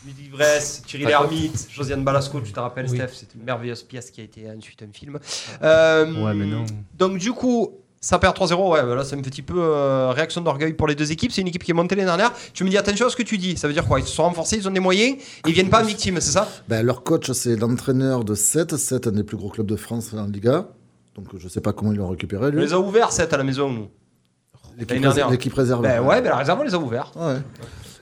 S1: Midi Ivresse, Thierry
S4: D'accord.
S1: Lhermitte, Josiane Balasco, tu te rappelles, Steph, c'est une merveilleuse pièce qui a été ensuite un film. Euh,
S23: Ouais, mais non.
S1: Donc, du coup, ça perd 3-0. Ouais, bah là, ça me fait un petit peu euh, réaction d'orgueil pour les deux équipes. C'est une équipe qui est montée l'année dernière. Tu me dis attention à ce que tu dis. Ça veut dire quoi Ils se sont renforcés, ils ont des moyens, et ils viennent pas en victime, c'est ça
S8: Ben, leur coach, c'est l'entraîneur de 7, 7, un des plus gros clubs de France en Liga. Donc je sais pas comment ils l'ont récupéré,
S1: On
S8: lui.
S1: les a ouverts, 7 à la maison, nous.
S8: L'équipe
S1: l'année dernière.
S8: réserve. L'équipe réserve.
S1: Ben ouais, ben la réserve, on les a ouverts.
S8: Ouais.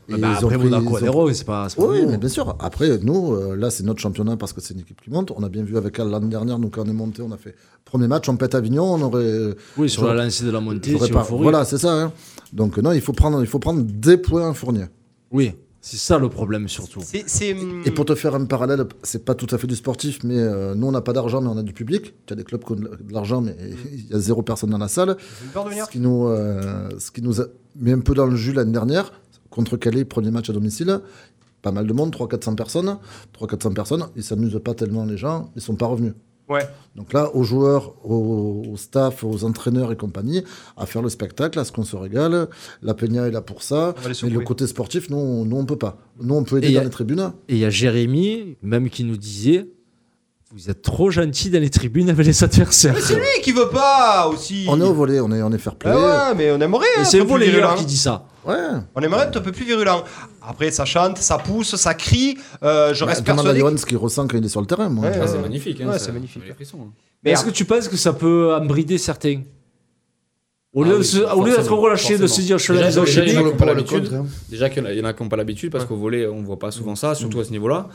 S8: Et
S23: Bah,
S8: ils ont
S23: après,
S8: pris-
S23: Monaco
S8: ils
S23: à
S8: ont-
S23: 0, c'est pas. c'est pas
S8: Oui,
S23: bon.
S8: mais bien sûr. Après, nous, euh, là, c'est notre championnat parce que c'est une équipe qui monte. On a bien vu avec elle l'année dernière, nous, quand on est monté, on a fait premier match, on pète Avignon, on aurait.
S23: Oui, sur
S8: j'aurais-
S23: la lancée de la montée,
S8: j'aurais
S23: c'est
S8: pas-
S23: euphorie.
S8: Voilà, c'est ça. hein. Donc, non, il faut, prendre, il faut prendre des points à Fournier.
S23: Oui, c'est ça le problème surtout.
S1: C'est. c'est, hum,
S8: Et pour te faire un parallèle, c'est pas tout à fait du sportif, mais euh, nous, on n'a pas d'argent, mais on a du public. Tu as des clubs qui ont de l'argent, mais il y a zéro personne dans la salle.
S1: j'ai peur de venir.
S8: Ce qui nous, euh, ce qui nous a mis un peu dans le jus l'année dernière, contre Calais, premier match à domicile, pas mal de monde, 300-400 personnes. 300-400 personnes, ils s'amusent pas tellement les gens, ils sont pas revenus.
S1: Ouais.
S8: Donc là, aux joueurs, aux, aux staffs, aux entraîneurs et compagnie, à faire le spectacle, à ce qu'on se régale. La Peña est là pour ça.
S1: On va les
S8: Mais le
S1: secouer.
S8: côté sportif, nous, on- nous on peut pas. Nous, on peut aider
S23: Et y
S8: dans
S23: a-
S8: les tribunes.
S23: Et il y a Jérémy, même qui nous disait Vous êtes trop gentil dans les tribunes avec les adversaires.
S1: Mais c'est lui qui veut pas aussi.
S8: On est au volet, on est, on est fair play.
S1: Ah ouais, mais on aimerait.
S23: Et
S1: hein,
S23: c'est
S1: un peu
S23: vous
S1: plus
S23: les
S1: virulent.
S23: gars qui dit ça.
S8: Ouais.
S1: On aimerait être un peu plus virulent. Après, ça chante, ça pousse, ça crie. euh, je reste
S8: Thomas
S1: persuadé.
S8: Vallione, ce qu'il ressent quand il est sur le terrain. Moi.
S1: Ouais,
S4: Ah,
S1: ouais.
S4: c'est magnifique. Hein,
S1: Ouais,
S4: ça-
S1: c'est
S4: ça
S1: magnifique.
S4: met les frissons, hein.
S23: Mais
S1: Mais
S23: est-ce que tu penses que ça peut en brider certains au
S4: Ah
S23: lieu, de
S4: oui,
S23: se- au lieu d'être
S4: forcément,
S23: relâché, de se
S4: forcément.
S23: dire je suis à la
S4: Déjà,
S23: maison
S4: déjà,
S23: chez
S4: il y en a
S23: lui.
S4: qui ont pas
S11: pour, le
S4: l'habitude.
S11: contre, hein.
S23: Mm.
S4: Déjà qu'il y en a- il y en a qui n'ont pas l'habitude parce qu'au volet, on voit pas souvent ça, surtout à ce niveau-là.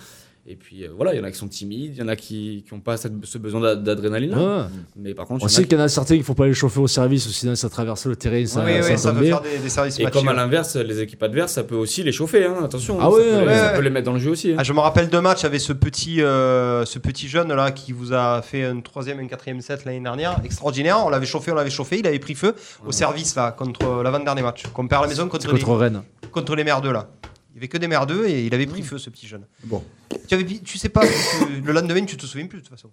S4: Et puis euh, voilà, il y en a qui sont timides, il y en a qui n'ont pas cette- ce besoin d'a- d'adrénaline. là.
S23: Ouais.
S4: Mais par contre,
S23: on
S4: il y en a
S23: sait qu'il y en a certains qu'il ne faut pas les chauffer au service, sinon ça traverse le terrain, ça,
S4: Ouais, ouais,
S23: ça,
S4: ouais, ça
S23: tombe.
S4: peut
S1: faire des, des services
S4: Et
S1: matchés,
S4: comme à
S1: ouais.
S4: l'inverse, les équipes adverses, ça peut aussi les chauffer. hein, Attention,
S23: Ah
S4: ça,
S23: ouais,
S4: peut les,
S1: ouais,
S4: ça peut
S1: ouais.
S4: les mettre dans le jeu aussi. hein.
S1: Ah, je me rappelle deux matchs avec ce petit, euh, ce petit jeune là qui vous a fait un troisième et un quatrième set l'année dernière. Extraordinaire. On l'avait chauffé, on l'avait chauffé. Il avait pris feu au service là contre l'avant-dernier match. Qu'on perd à la maison contre,
S23: contre
S1: les,
S23: Rennes.
S1: Contre les merdeux là. Il y avait que des merdeux et il avait pris feu ce petit jeune.
S8: Bon.
S1: Tu, avais, dit- tu sais pas, tu- le lendemain tu te souviens plus de toute façon.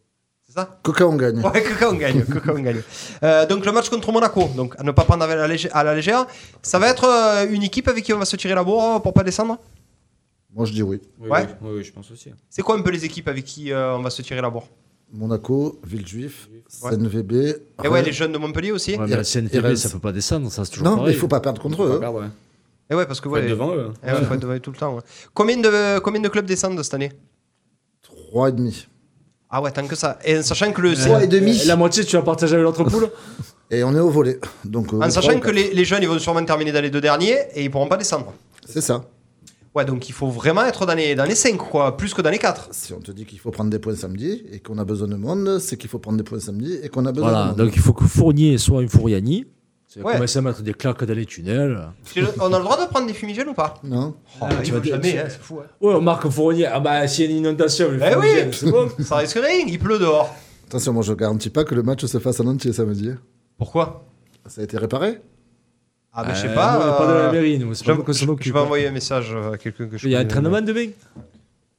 S1: C'est ça
S8: Coca, on gagne.
S1: Ouais, Coca, on gagne. Coca, on gagne. Euh, donc le match contre Monaco, donc à ne pas prendre à la légère, à la légère. ça va être euh, une équipe avec qui on va se tirer la bourre pour pas descendre
S8: Moi, je dis oui.
S4: Oui,
S1: Ouais.
S4: oui, oui, oui, je pense aussi. hein.
S1: C'est quoi un peu les équipes avec qui euh, on va se tirer la bourre
S8: Monaco, Villejuif,
S1: Ouais.
S8: CNVB.
S1: Et ouais, les jeunes de Montpellier aussi
S23: Ouais, mais la CNTB,
S8: Rennes.
S23: ça peut pas descendre, ça c'est toujours
S8: Non, mais
S23: pareil.
S8: il faut pas perdre contre eux.
S1: Et ouais, parce que
S4: Faut être
S1: ouais,
S4: devant eux.
S1: Eh ouais, faut être devant eux tout le temps. ouais. Combien, de, combien de clubs descendent cette année
S8: 3,5.
S1: Ah ouais, tant que ça. Et en sachant que le.
S23: La moitié, tu vas partager avec l'autre poule
S8: Et on est au volet. Donc, euh,
S1: En
S8: au
S1: sachant
S8: trois,
S1: que les, les jeunes, ils vont sûrement terminer dans les deux derniers et ils pourront pas descendre.
S8: C'est ça.
S1: Ouais, donc il faut vraiment être dans les, dans les 5, quoi, plus que dans les 4.
S8: Si on te dit qu'il faut prendre des points samedi et qu'on a besoin de monde, c'est qu'il faut prendre des points samedi et qu'on a besoin
S23: Voilà,
S8: de monde.
S23: donc il faut que Fournier soit une Fouriani. C'est
S1: Ouais.
S23: commencer à mettre des claques dans les tunnels.
S1: On a le droit de prendre des fumigènes ou pas
S8: Non.
S1: Oh,
S23: Ah,
S1: ils
S23: tu vas
S1: veulent
S23: dire-
S1: jamais, hein, c'est fou. hein.
S23: Ouais, on marque Fournier. Ah bah, s'il y a une inondation, le
S1: Eh
S23: fumigène,
S1: oui
S23: c'est bon.
S1: Ça risque rien, il pleut dehors.
S8: Attention, moi je garantis pas que le match se fasse en entier samedi.
S1: Pourquoi
S8: Ça a été réparé
S1: Ah, mais je sais
S23: Euh,
S1: pas.
S23: nous, on est pas
S1: euh,
S23: dans la mairie, nous, c'est pas
S1: je-
S23: nous qu'on s'en
S1: je- Je
S23: occupe.
S1: vais envoyer un message à quelqu'un que je
S23: hein. Il y a un
S1: connais.
S23: entraînement demain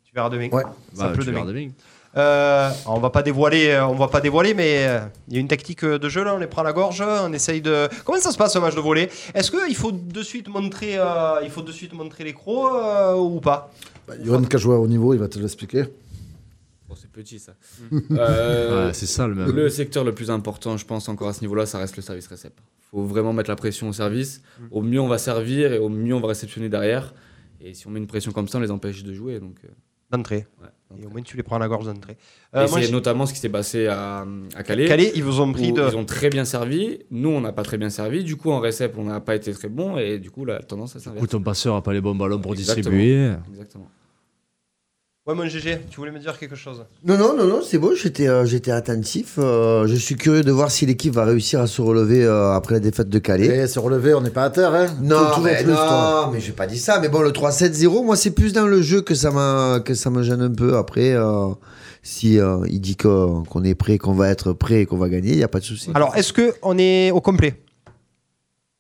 S1: Tu verras demain.
S8: Ouais.
S23: Bah,
S1: Ça pleut
S23: tu
S1: demain.
S23: verras demain.
S1: Euh, on va pas dévoiler, euh, on va pas dévoiler, mais euh, il y a une tactique euh, de jeu là. On les prend à la gorge, on essaye de. Comment ça se passe un match de volet Est-ce qu'il faut de suite montrer, euh, il faut de suite montrer les crocs euh, ou pas
S8: bah, Yoann qui a joué à haut niveau, il va te l'expliquer.
S4: Bon, c'est petit ça. Euh,
S23: Ouais, c'est ça, le même.
S4: Le secteur le plus important, je pense, encore à ce niveau-là, ça reste le service récep. faut vraiment mettre la pression au service. Au mieux, on va servir et au mieux, on va réceptionner derrière. Et si on met une pression comme ça, on les empêche de jouer. Donc, euh,
S1: D'entrée.
S4: ouais.
S1: Et au moins tu les prends à la gorge d'entrée.
S4: Et
S1: Euh, moi,
S4: c'est
S1: j'ai-
S4: notamment ce qui s'est passé à, à Calais.
S1: Calais, ils vous ont pris
S4: où
S1: de-
S4: Ils ont très bien servi. Nous, on n'a pas très bien servi. Du coup, en récep, on n'a pas été très bon. Et du coup, la tendance, à
S23: Du coup,
S4: s'inverse.
S23: ton passeur a pas les bons ballons pour
S4: Exactement.
S23: distribuer.
S4: Exactement.
S1: Ouais, mon GG, tu voulais me dire quelque chose
S7: Non, non, non, non, c'est beau, j'étais euh, j'étais attentif. euh, je suis curieux de voir si l'équipe va réussir à se relever euh, après la défaite de Calais.
S8: Et Eh, se relever, on n'est pas à terre. Hein.
S7: Non,
S8: Tout- tout en
S7: mais
S8: plus,
S7: non,
S8: toi.
S7: mais j'ai pas dit ça. Mais bon, le 3-7-0, moi, c'est plus dans le jeu que ça m'a que ça me gêne un peu. Après, euh, si euh, il dit que- qu'on est prêt, qu'on va être prêt et qu'on va gagner, il y a pas de souci.
S1: Alors, est-ce que on est au complet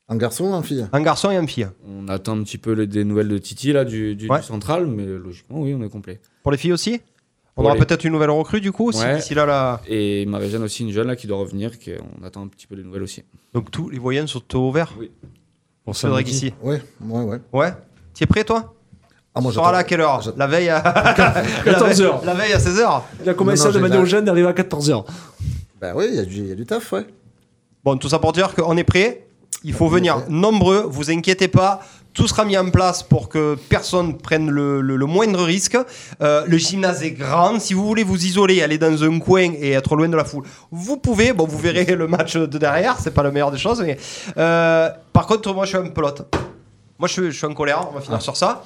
S8: Un garçon, un fille.
S1: Un garçon et une fille.
S4: On attend un petit peu le- des nouvelles de Titi, là, du, du-
S1: Ouais.
S4: du central. Mais logiquement, oui, on est complet.
S1: Pour les filles aussi On
S4: Pour
S1: aura
S4: les-
S1: peut-être une nouvelle recrue du coup. si-
S4: Ouais.
S1: si là, là.
S4: Et Marie-Jeanne aussi, une jeune là qui doit revenir, qui- on attend un petit peu les nouvelles aussi.
S1: Donc tous les voyants sont au vert.
S4: Oui.
S23: Pour
S1: Cédric
S23: samedi.
S1: ici.
S8: Ouais, ouais, ouais.
S1: Ouais. Tu es prêt toi
S8: Ah, moi,
S1: Tu seras
S8: j'attends-
S1: là à quelle heure La veille à
S23: 14
S1: la veille-
S23: heures.
S1: La veille à 16 h
S23: Il a commencé
S8: Non, non,
S23: à demander
S8: j'ai-
S23: aux jeunes d'arriver à 14h.
S8: Bah oui, il y, a du- il y a du taf, ouais.
S1: Bon, tout ça pour dire qu'on est prêt. Il faut venir nombreux. Vous inquiétez pas. Tout sera mis en place pour que personne prenne le, le- le moindre risque. Euh, le gymnase est grand. Si vous voulez vous isoler, aller dans un coin et être loin de la foule, vous pouvez. Bon, vous verrez le match de derrière. C'est pas la meilleure des choses. Mais euh, par contre, moi, je suis un pelote. Moi, je, suis- je suis en colère. On va finir sur ça.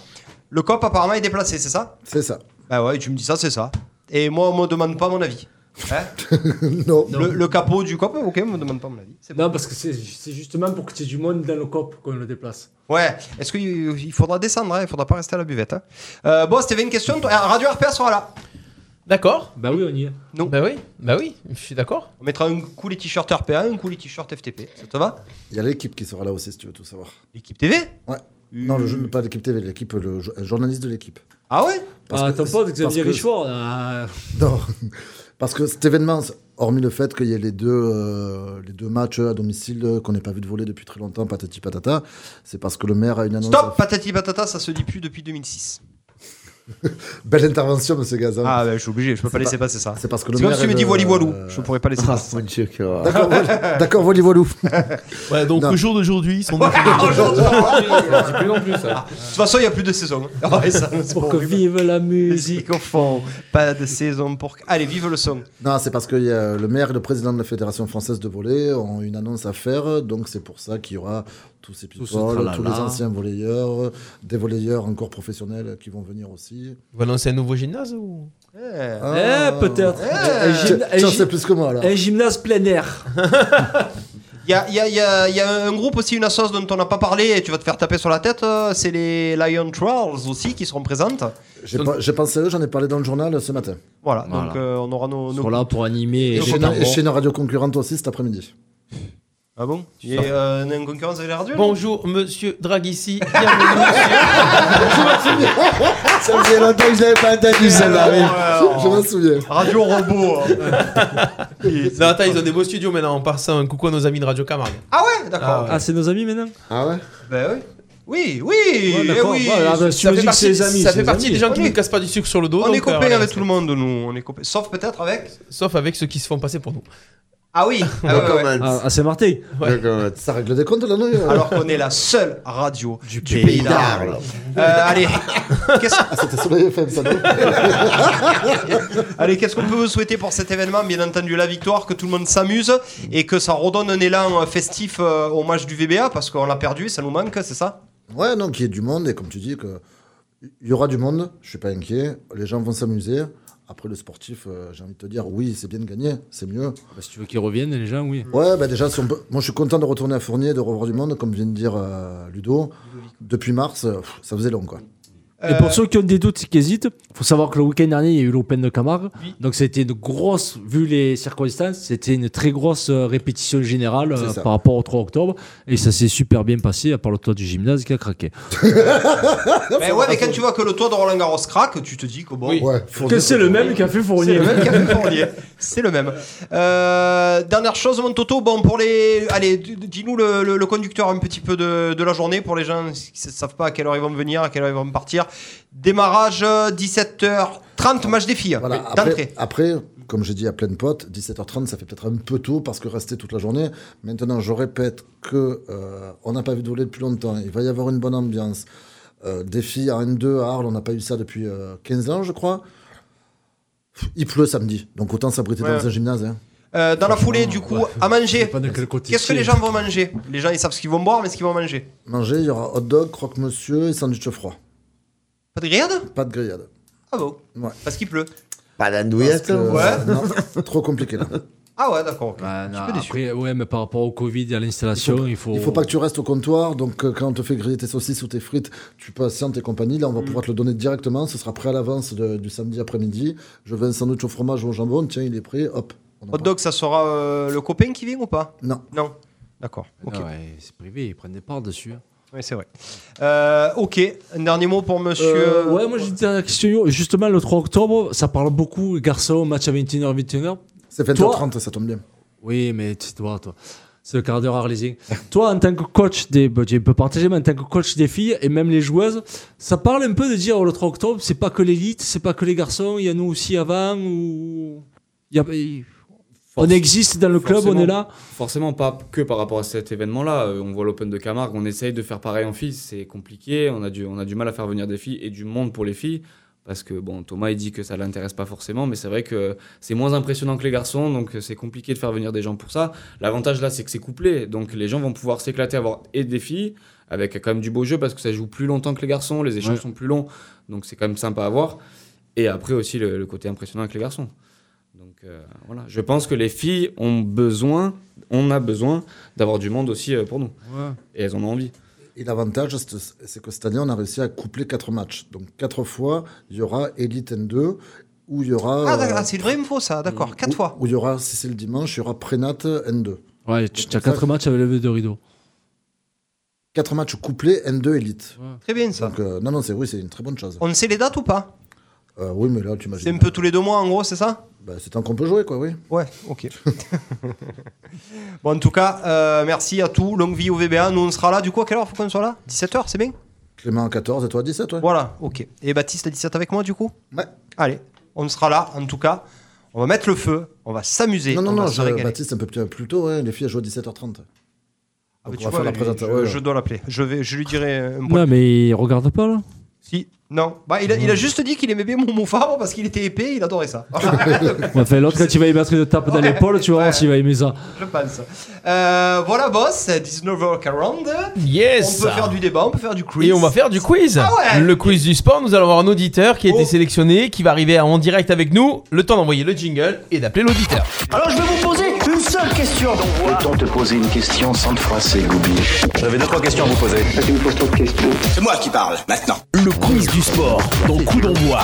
S1: Le cop apparemment est déplacé, c'est ça
S8: C'est ça.
S1: Bah ouais, tu me dis ça, c'est ça. Et moi, on me demande pas mon avis. Hein
S8: non.
S1: le, le capot du cop, ok, on me demande pas mon avis. C'est bon.
S23: Non, parce que c'est c'est justement pour que tu aies du monde dans le cop qu'on le déplace.
S1: Ouais, est-ce qu'il il faudra descendre, hein, il faudra pas rester à la buvette. hein. Euh, bon, c'était une question. toi- ah, Radio RPA sera là.
S6: D'accord
S23: Bah oui, on y est.
S1: Non.
S6: Bah oui, bah oui, je suis d'accord.
S1: On mettra un coup les t-shirts RPA, un coup les t-shirts FTP. Ça te va
S8: Il y a l'équipe qui sera là aussi, si tu veux tout savoir.
S1: L'équipe TV
S8: Ouais. Non, le jeu, pas l'équipe TV, l'équipe, le jo- journaliste de l'équipe.
S1: Ah ouais
S8: Parce
S23: ah,
S8: que-
S23: ton pote,
S8: parce
S23: Xavier
S8: que-
S23: Richefort. euh,
S8: Non, parce que cet événement, hormis le fait qu'il y ait les deux, euh, les deux matchs à domicile euh, qu'on n'ait pas vu de voler depuis très longtemps, patati patata, c'est parce que le maire a une annonce.
S1: Stop, patati patata, ça se dit plus depuis 2006.
S8: Belle intervention, monsieur Gazan.
S1: Ah, bah, je suis obligé, je peux pas
S8: Euh, C'est
S1: laisser
S8: pas-
S1: passer ça.
S8: c'est parce que le
S1: C'est comme
S8: maire.
S1: si
S8: est
S1: tu me
S8: le-
S1: dis voili voilou, je pourrais pas laisser
S7: Ah,
S1: passer.
S7: mon Dieu, que-
S8: D'accord, voili- D'accord, voili voilou.
S6: Ouais, donc
S8: Non.
S6: le jour d'aujourd'hui, ils sont
S1: Aujourd'hui,
S4: Ah, On dit plus non plus ça.
S1: De toute façon, il n'y a plus de saison. Ah ouais, ça, c'est
S23: Pour que
S1: horrible.
S23: vive la musique.
S1: Musique au fond, pas de saison pour. Allez, vive le son.
S8: Non, c'est parce que euh, il y a le maire et le président de la Fédération française de volley ont une annonce à faire, donc c'est pour ça qu'il y aura tous ces people, tous les anciens volleyeurs, des volleyeurs encore professionnels qui vont venir aussi.
S6: On va lancer un nouveau gymnase ou
S9: ah, eh, peut-être. Eh,
S8: eh, gym... plus que moi, là.
S9: Un gymnase plein air.
S1: Il y, y, y, y a, un groupe aussi, une assoce dont on n'a pas parlé et tu vas te faire taper sur la tête, euh, c'est les Lion Trolls aussi qui seront présentes.
S8: J'ai donc... pensé à eux, j'en ai parlé dans le journal ce matin.
S1: Voilà, voilà. donc euh, on aura nos. nos...
S23: là pour animer.
S8: Et, chez, et chez une radio concurrente aussi cet après-midi.
S1: Ah bon Il y a euh, une concurrence avec les
S6: Bonjour monsieur Dragissi, bienvenue
S8: monsieur. je m'en souviens. Ça faisait longtemps que je l'avais pas entendu celle-là, mais je m'en souviens.
S1: Radio robot. hein.
S6: non, attends, ils ont des beaux studios maintenant, on passe un coucou à nos amis de Radio Camargue.
S1: Ah ouais D'accord. Ah,
S9: ouais. ah c'est nos amis maintenant
S8: Ah ouais
S1: Bah oui. Oui, oui, ouais, eh oui.
S9: Voilà, bah,
S6: ça fait partie, amis, ça fait partie amis. des gens qui ne cassent pas du sucre sur le dos. euh,
S1: On est copains avec reste. tout le monde, nous. On est copains. Sauf peut-être avec.
S6: Sauf avec ceux qui se font passer pour nous.
S1: Ah oui,
S8: ah, ouais, ouais.
S9: ah, ah c'est marté.
S8: Ouais. Ça règle des comptes là, non
S1: Alors qu'on est la seule radio du, du pays d'Arles. Euh, allez,
S8: qu'est-ce
S1: allez, qu'est-ce qu'on peut vous souhaiter pour cet événement Bien entendu, la victoire, que tout le monde s'amuse et que ça redonne un élan euh, festif au match du VBA parce qu'on l'a perdu, ça nous manque, c'est ça
S8: Ouais, non, qu'il y ait du monde et comme tu dis que il y aura du monde. Je suis pas inquiet. Les gens vont s'amuser. Après, le sportif, euh, j'ai envie de te dire, oui, c'est bien de gagner, c'est mieux.
S23: Bah, si tu veux qu'ils reviennent, les gens, oui.
S8: Ouais, bah, déjà, si on peut... moi, je suis content de retourner à Fournier, de revoir du monde, comme vient de dire euh, Ludo. Depuis mars, euh, ça faisait long, quoi.
S9: Et pour ceux qui ont des doutes, qui hésitent, faut savoir que le week-end dernier, il y a eu l'Open de Camargue. Oui. Donc, c'était une grosse, vu les circonstances, c'était une très grosse euh, répétition générale euh, par rapport au 3 octobre. Et ça s'est super bien passé, à part le toit du gymnase qui a craqué.
S1: mais ouais, mais quand tu vois que le toit de Roland Garros craque, tu te dis que bon.
S8: Oui. Ouais,
S9: que c'est le même qui a fait
S1: C'est
S9: Fournier.
S1: le même qui a fait Fournier. c'est le même. Euh, dernière chose, mon Toto, bon, pour les. Allez, dis-nous le, le, le, conducteur un petit peu de, de la journée pour les gens qui ne savent pas à quelle heure ils vont venir, à quelle heure ils vont partir. Démarrage euh, 17h30, match des filles.
S8: Voilà, après, après, comme j'ai dit à pleine pote, 17h30, ça fait peut-être un peu tôt parce que rester toute la journée. Maintenant, je répète que euh, on n'a pas vu de voler depuis longtemps. Il va y avoir une bonne ambiance. Euh, des filles à N2 à Arles, on n'a pas eu ça depuis euh, 15 ans, je crois. Il pleut samedi, donc autant s'abriter ouais. dans un gymnase. Hein.
S1: Euh, dans la foulée, du coup, ouais. à manger. Qu'est-ce que les gens vont manger Les gens, ils savent ce qu'ils vont boire, mais ce qu'ils vont manger.
S8: Manger, il y aura hot dog, croque-monsieur et sandwich froid.
S1: Pas de grillade
S8: Pas de grillade.
S1: Ah bon ouais. Parce qu'il pleut.
S11: Pas d'andouillette
S1: Ouais.
S8: euh, Non, trop compliqué là.
S1: Ah ouais, d'accord. Okay.
S23: Bah, non, après, ouais, mais par rapport au Covid et à l'installation,
S8: il faut,
S23: il faut.
S8: Il faut pas que tu restes au comptoir. Donc, euh, quand on te fait griller tes saucisses ou tes frites, tu patientes tes compagnies. Là, on va mm. pouvoir te le donner directement. Ce sera prêt à l'avance du samedi après-midi. Je veux un sandwich au fromage ou au jambon. Tiens, il est prêt. Hop.
S1: Hot prend. dog, ça sera euh, le copain qui vient ou pas
S8: Non.
S1: Non. D'accord. Ok.
S9: Ah
S23: Ouais, c'est privé. Ils prennent des parts dessus. Hein.
S1: Oui, c'est vrai. Euh, ok, un dernier mot pour monsieur.
S9: Euh, ouais, moi j'ai une dernière question. Justement, le 3 octobre, ça parle beaucoup, garçon, match à 21h, 21h.
S8: C'est 20h30, ça tombe bien.
S23: Oui, mais tu toi, toi. C'est le quart d'heure arlésien. toi, en tant que coach des. Bah, j'ai un peu partagé, mais en tant que coach des filles et même les joueuses, ça parle un peu de dire oh, le 3 octobre, c'est pas que l'élite, c'est pas que les garçons, il y a nous aussi avant, ou. Y a... On existe dans le club,
S4: forcément,
S9: on est là.
S4: Forcément, pas que par rapport à cet événement-là. Euh, on voit l'Open de Camargue, on essaye de faire pareil en filles. C'est compliqué, on a, du, on a du mal à faire venir des filles et du monde pour les filles. Parce que, bon, Thomas, il dit que ça l'intéresse pas forcément, mais c'est vrai que c'est moins impressionnant que les garçons, donc c'est compliqué de faire venir des gens pour ça. L'avantage là, c'est que c'est couplé. Donc les gens vont pouvoir s'éclater à avoir et des filles, avec quand même du beau jeu, parce que ça joue plus longtemps que les garçons, les échanges ouais. sont plus longs. Donc c'est quand même sympa à voir. Et après aussi, le, le côté impressionnant avec les garçons. Donc euh, voilà, je pense que les filles ont besoin, on a besoin d'avoir du monde aussi euh, pour nous. Ouais. Et elles en ont envie.
S8: Et l'avantage, c'est que cette année, on a réussi à coupler quatre matchs. Donc quatre fois, il y aura Elite N2, où il y aura.
S1: Ah, euh, c'est une vraie info, ça, d'accord, quatre
S8: où,
S1: fois.
S8: Où il y aura, si c'est le dimanche, il y aura Prénat N2.
S23: Ouais, tu as quatre matchs avec levé de rideau.
S8: Quatre matchs couplés N2 Elite.
S1: Ouais. Bah, Très bien, ça.
S8: Donc, euh, non, non, c'est oui, une très bonne chose.
S1: On sait les dates ou pas
S8: euh, oui, mais là, tu imagines.
S1: C'est un peu tous les deux mois, en gros, c'est ça
S8: bah, C'est tant qu'on peut jouer, quoi, oui.
S1: Ouais, ok. bon, en tout cas, euh, merci à tous. Longue vie au VBA. Nous, on sera là. Du coup, à quelle heure faut qu'on soit là 17h, c'est bien
S8: Clément à 14 et toi à 17, ouais.
S1: Voilà, ok. Et Baptiste à 17 avec moi, du coup
S8: Ouais.
S1: Allez, on sera là, en tout cas. On va mettre le feu, on va s'amuser.
S8: Non, non,
S1: on
S8: non,
S1: va
S8: je, Baptiste, un peu plus tôt, hein. les filles, elles jouent à 17h30.
S1: Ah, mais tu vois, la je, ouais, je, dois l'appeler. Je, vais, je lui dirai un
S9: point. Non, mais il regarde pas, là
S1: Si, Non. Bah, il, a, il a juste dit qu'il aimait bien mon Fabre parce qu'il était épais, il adorait ça.
S23: Ouais, fait, l'autre, quand il va y mettre une tape dans l'épaule, tu vas voir s'il va aimer ça.
S1: Je pense. Euh, voilà, boss, 19h40.
S6: Yes
S1: On peut faire du débat, on peut faire du quiz.
S6: Et on va faire du quiz.
S1: Ah ouais Oh.
S6: Le quiz du sport, nous allons avoir un auditeur qui a été sélectionné, qui va arriver en direct avec nous. Le temps d'envoyer le jingle et d'appeler l'auditeur.
S24: Alors je vais vous poser une seule question.
S25: Le temps de poser une question sans te froisser, Goubi.
S26: J'avais deux, trois questions à vous poser.
S25: Tu me poses trop de questions.
S26: C'est moi qui parle, maintenant.
S5: Le quiz du sport dans Coup d'envoi.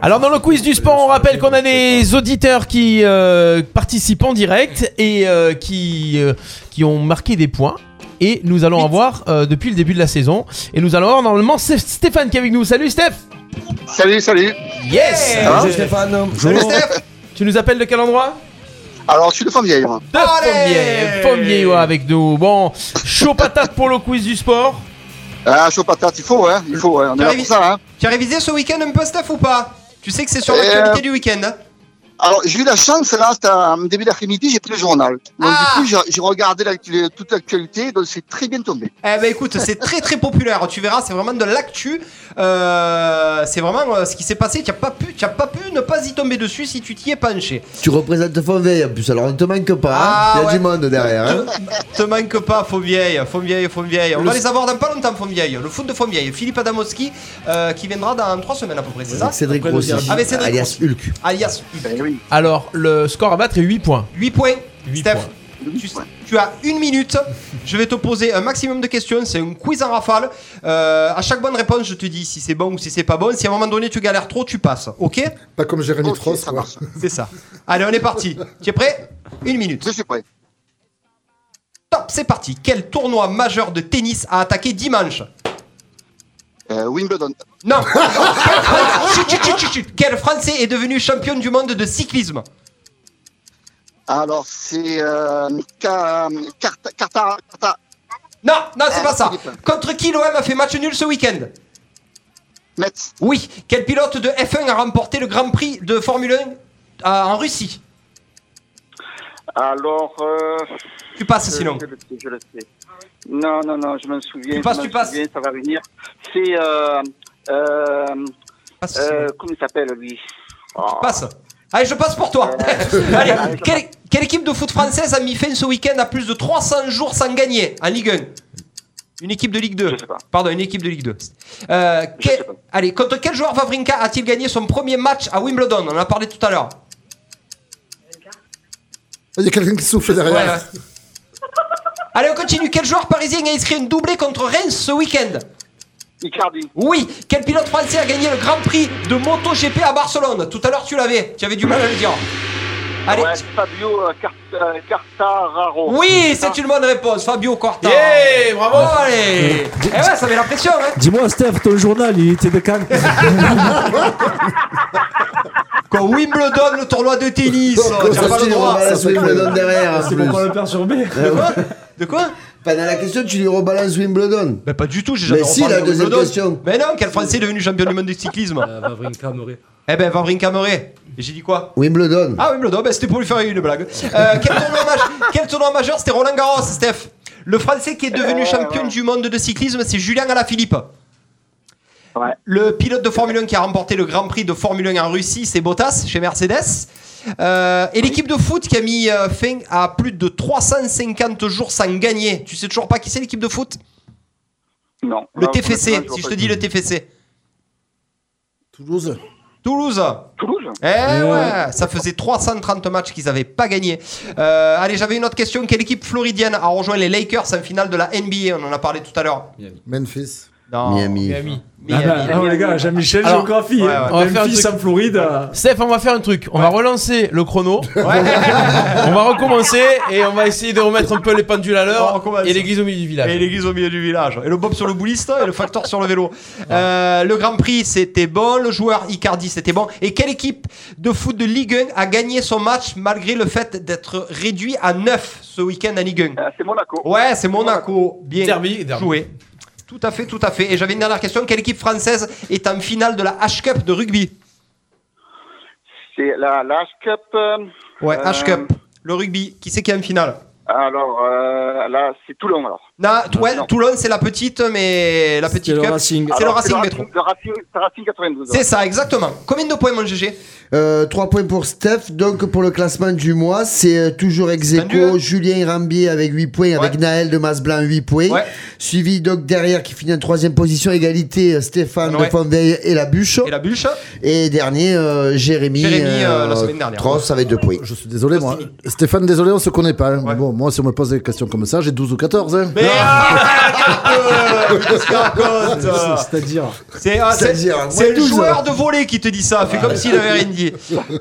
S6: Alors dans le quiz du sport, on rappelle qu'on a des auditeurs qui euh, participent en direct et euh, qui, euh, qui ont marqué des points. Et nous allons avoir euh, depuis le début de la saison. Et nous allons avoir normalement Sté- Stéphane qui est avec nous. Salut Steph
S2: Salut, salut.
S6: Yes
S2: Ça va
S6: Salut
S7: Stéphane.
S2: Salut, Steph.
S6: Tu nous appelles de quel endroit
S2: Alors, Ah, je suis de Fontvieille, moi.
S6: De Pommier, Pommier ouais, avec nous. Bon, chaud patate pour le quiz du sport.
S2: Ah, chaud patate, il faut, hein. Il faut, hein. On est là pour ça, hein.
S1: Tu as révisé ce week-end un peu, Steph, ou pas Tu sais que c'est sur
S2: Euh,
S1: l'actualité du week-end. hein
S2: Alors, j'ai eu la chance, là, c'était en début d'après-midi, j'ai pris le journal. Donc, du coup, j'ai- j'ai regardé l'actu- toute l'actualité, donc c'est très bien tombé.
S1: Eh ben écoute, c'est très très populaire. Tu verras, c'est vraiment de l'actu. Euh, c'est vraiment euh, ce qui s'est passé. Tu n'as pas pu, tu as pas pu ne pas y tomber dessus si tu t'y es penché.
S7: Tu représentes Fontvieille en plus, alors on ne te manque pas. hein.
S1: Ah,
S7: Il y a
S1: ouais.
S7: du monde derrière. hein.
S1: Te manque pas, Fontvieille, Fontvieille, Fontvieille. On
S7: Le-
S1: va les avoir dans pas longtemps, Fontvieille. Le foot de Fontvieille. Philippe Adamowski, euh, qui viendra dans 3 semaines à peu près, c'est ça
S7: Avec Cédric Rossi,
S1: Ah, mais Cédric
S7: alias
S1: Rossi.
S7: Hulk.
S1: Alias
S3: Eh
S1: Hulk.
S6: Alors, le score à battre est 8 points.
S1: 8 points. Steph,
S6: points.
S1: Tu, tu as une minute. Je vais te poser un maximum de questions. C'est un quiz en rafale. Euh, à chaque bonne réponse, je te dis si c'est bon ou si c'est pas bon. Si à un moment donné tu galères trop, tu passes. Ok
S8: Pas comme Jérémy Frost, quoi.
S1: C'est ça. Allez, on est parti. Tu es prêt Une minute. Je
S2: suis prêt.
S1: Top, c'est parti. Quel tournoi majeur de tennis a attaqué dimanche
S2: Euh, Wimbledon.
S1: Non Chut, chut, chut, chut, chut. Quel Français est devenu champion du monde de cyclisme
S2: Alors, c'est, euh, Ca- Carta, Carta, Carta.
S1: Non, non, c'est pas ça. Contre qui l'OM a fait match nul ce week-end
S2: Metz.
S1: Oui. Quel pilote de F1 a remporté le Grand Prix de Formule 1 à- en Russie
S3: Alors. euh,
S1: Tu passes,
S3: je-
S1: sinon.
S3: Je le sais, je le sais. Non, non, non, je m'en souviens.
S1: Tu passes,
S3: je m'en
S1: tu passes.
S3: souviens, ça va venir. C'est. Euh, euh, euh, comment il s'appelle, lui
S1: Passe. Allez, je passe pour toi.
S3: Euh,
S1: Allez, quelle, quelle équipe de foot française a mis fin ce week-end à plus de 300 jours sans gagner en Ligue 1 Une équipe de Ligue 2. Pardon, une équipe de Ligue 2. Euh, quel- Allez, contre quel joueur Vavrinka a-t-il gagné son premier match à Wimbledon On en a parlé tout à l'heure.
S8: Il y a quelqu'un qui souffle
S1: Ouais,
S8: derrière.
S1: ouais. Allez, on continue. Quel joueur parisien a inscrit un doublé contre Reims ce week-end
S3: Icardi.
S1: Oui. Quel pilote français a gagné le Grand Prix de MotoGP à Barcelone Tout à l'heure, tu l'avais. Tu avais du mal à le dire. Allez.
S3: Ouais, Fabio euh, Car- euh, Cartararo.
S1: Oui, c'est une bonne réponse, Fabio Corta.
S6: Yeah, bravo,
S1: allez. Eh ouais, ça met la pression, hein.
S23: Dis-moi, Steph, ton journal, il était de quand
S1: Quand Wimbledon, le tournoi de tennis,
S7: Quand
S1: t'as pas
S7: Constantine
S1: le droit.
S7: rebalance Wimbledon derrière. en
S1: C'est
S7: plus.
S1: pourquoi on le
S23: perturbé.
S7: Euh, ouais.
S1: De quoi
S7: Pas dans la question, tu lui rebalances Wimbledon.
S1: Bah pas du tout, j'ai
S7: Mais
S1: jamais
S7: si,
S1: reparlé
S7: la
S1: de
S7: deuxième
S1: Wimbledon. Euh.
S7: question.
S1: Mais non, quel Français est devenu champion du monde de cyclisme
S23: Ah, Vavrinka Moré.
S1: Eh ben, Vavrinka Moré. Et J'ai dit quoi
S7: Wimbledon.
S1: Ah, Wimbledon, ben, c'était pour lui faire une blague. Euh, quel, tournoi majeur, quel tournoi majeur C'était Roland Garros, Steph. Le Français qui est
S3: Euh,
S1: devenu champion du monde de cyclisme, c'est Julien Alaphilippe. Le pilote de Formule 1 qui a remporté le Grand Prix de Formule 1 en Russie, c'est Bottas chez Mercedes. Euh, et l'équipe de foot qui a mis euh, fin à plus de 350 jours sans gagner. Tu sais toujours pas qui c'est l'équipe de foot
S3: Non.
S1: Le
S3: Là,
S1: TFC,
S3: honnêtement,
S1: si je
S3: vois
S1: te
S3: pas qui.
S1: dis le TFC.
S8: Toulouse.
S1: Toulouse.
S3: Toulouse
S1: Eh ouais, ça faisait 330 matchs qu'ils n'avaient pas gagné. Euh, allez, j'avais une autre question. Quelle équipe floridienne a rejoint les Lakers en finale de la NBA On en a parlé tout à l'heure.
S8: Memphis.
S7: Miami.
S1: Oh,
S6: Miami.
S23: Ah bah,
S1: Miami.
S23: ah ouais, les gars, Jean-Michel
S6: Alors,
S23: Géographie.
S6: ouais, ouais. On va faire un
S23: Memphis
S6: truc.
S23: en Floride. euh,
S6: Steph, on va faire un truc. On va relancer le chrono. on va recommencer et on va essayer de remettre un peu les pendules à l'heure. Et l'église au milieu du village.
S1: Et l'église au milieu du village. Et le bob sur le bouliste et le factor sur le vélo.
S23: Ah.
S1: Euh, le Grand Prix, c'était bon. Le joueur Icardi, c'était bon. Et quelle équipe de foot de Ligue 1 a gagné son match malgré le fait d'être réduit à 9 ce week-end à Ligue 1
S3: Euh, C'est Monaco.
S1: Ouais, c'est Monaco. Bien
S6: Derby, derby.
S1: joué. Tout à fait, tout à fait. Et j'avais une dernière question. Quelle équipe française est en finale de la H-Cup de rugby
S3: C'est la, la H-Cup. euh,
S1: Ouais,
S3: euh,
S1: H-Cup. Le rugby. Qui c'est qui est en finale
S3: Alors, euh, là, c'est Toulon, alors.
S1: Non, Toulon, Toulon, c'est la petite, mais la petite
S23: le
S1: cup.
S23: Racing.
S1: C'est le
S23: Alors,
S1: Racing
S23: c'est le
S1: Métro.
S3: Le Racing, le Racing 92.
S1: C'est ça, exactement. Combien de points, mon GG
S8: 3 Euh, points pour Steph. Donc, pour le classement du mois, c'est euh, toujours ex aequo,
S1: Tendu, hein
S8: Julien Rambier avec 8 points, avec Naël de Masblanc 8 points. Suivi donc derrière qui finit en troisième position, égalité euh, Stéphane
S1: Ouais.
S8: de Fonveille et la bûche. Et
S1: la bûche.
S8: Et dernier, euh, Jérémy,
S1: Jérémy, euh, la semaine dernière.
S8: Tross avec 2 points.
S27: Je suis désolé, moi. Stéphane, désolé, on se connaît pas. hein. Bon, moi, si on me pose des questions comme ça, j'ai 12 ou 14. Hein.
S1: ah, C'est-à-dire C'est ah, c'est-
S27: C'est-à-dire, moins
S1: c'est le
S27: 12.
S1: joueur de volley qui te dit ça. Fais comme s'il avait rien dit.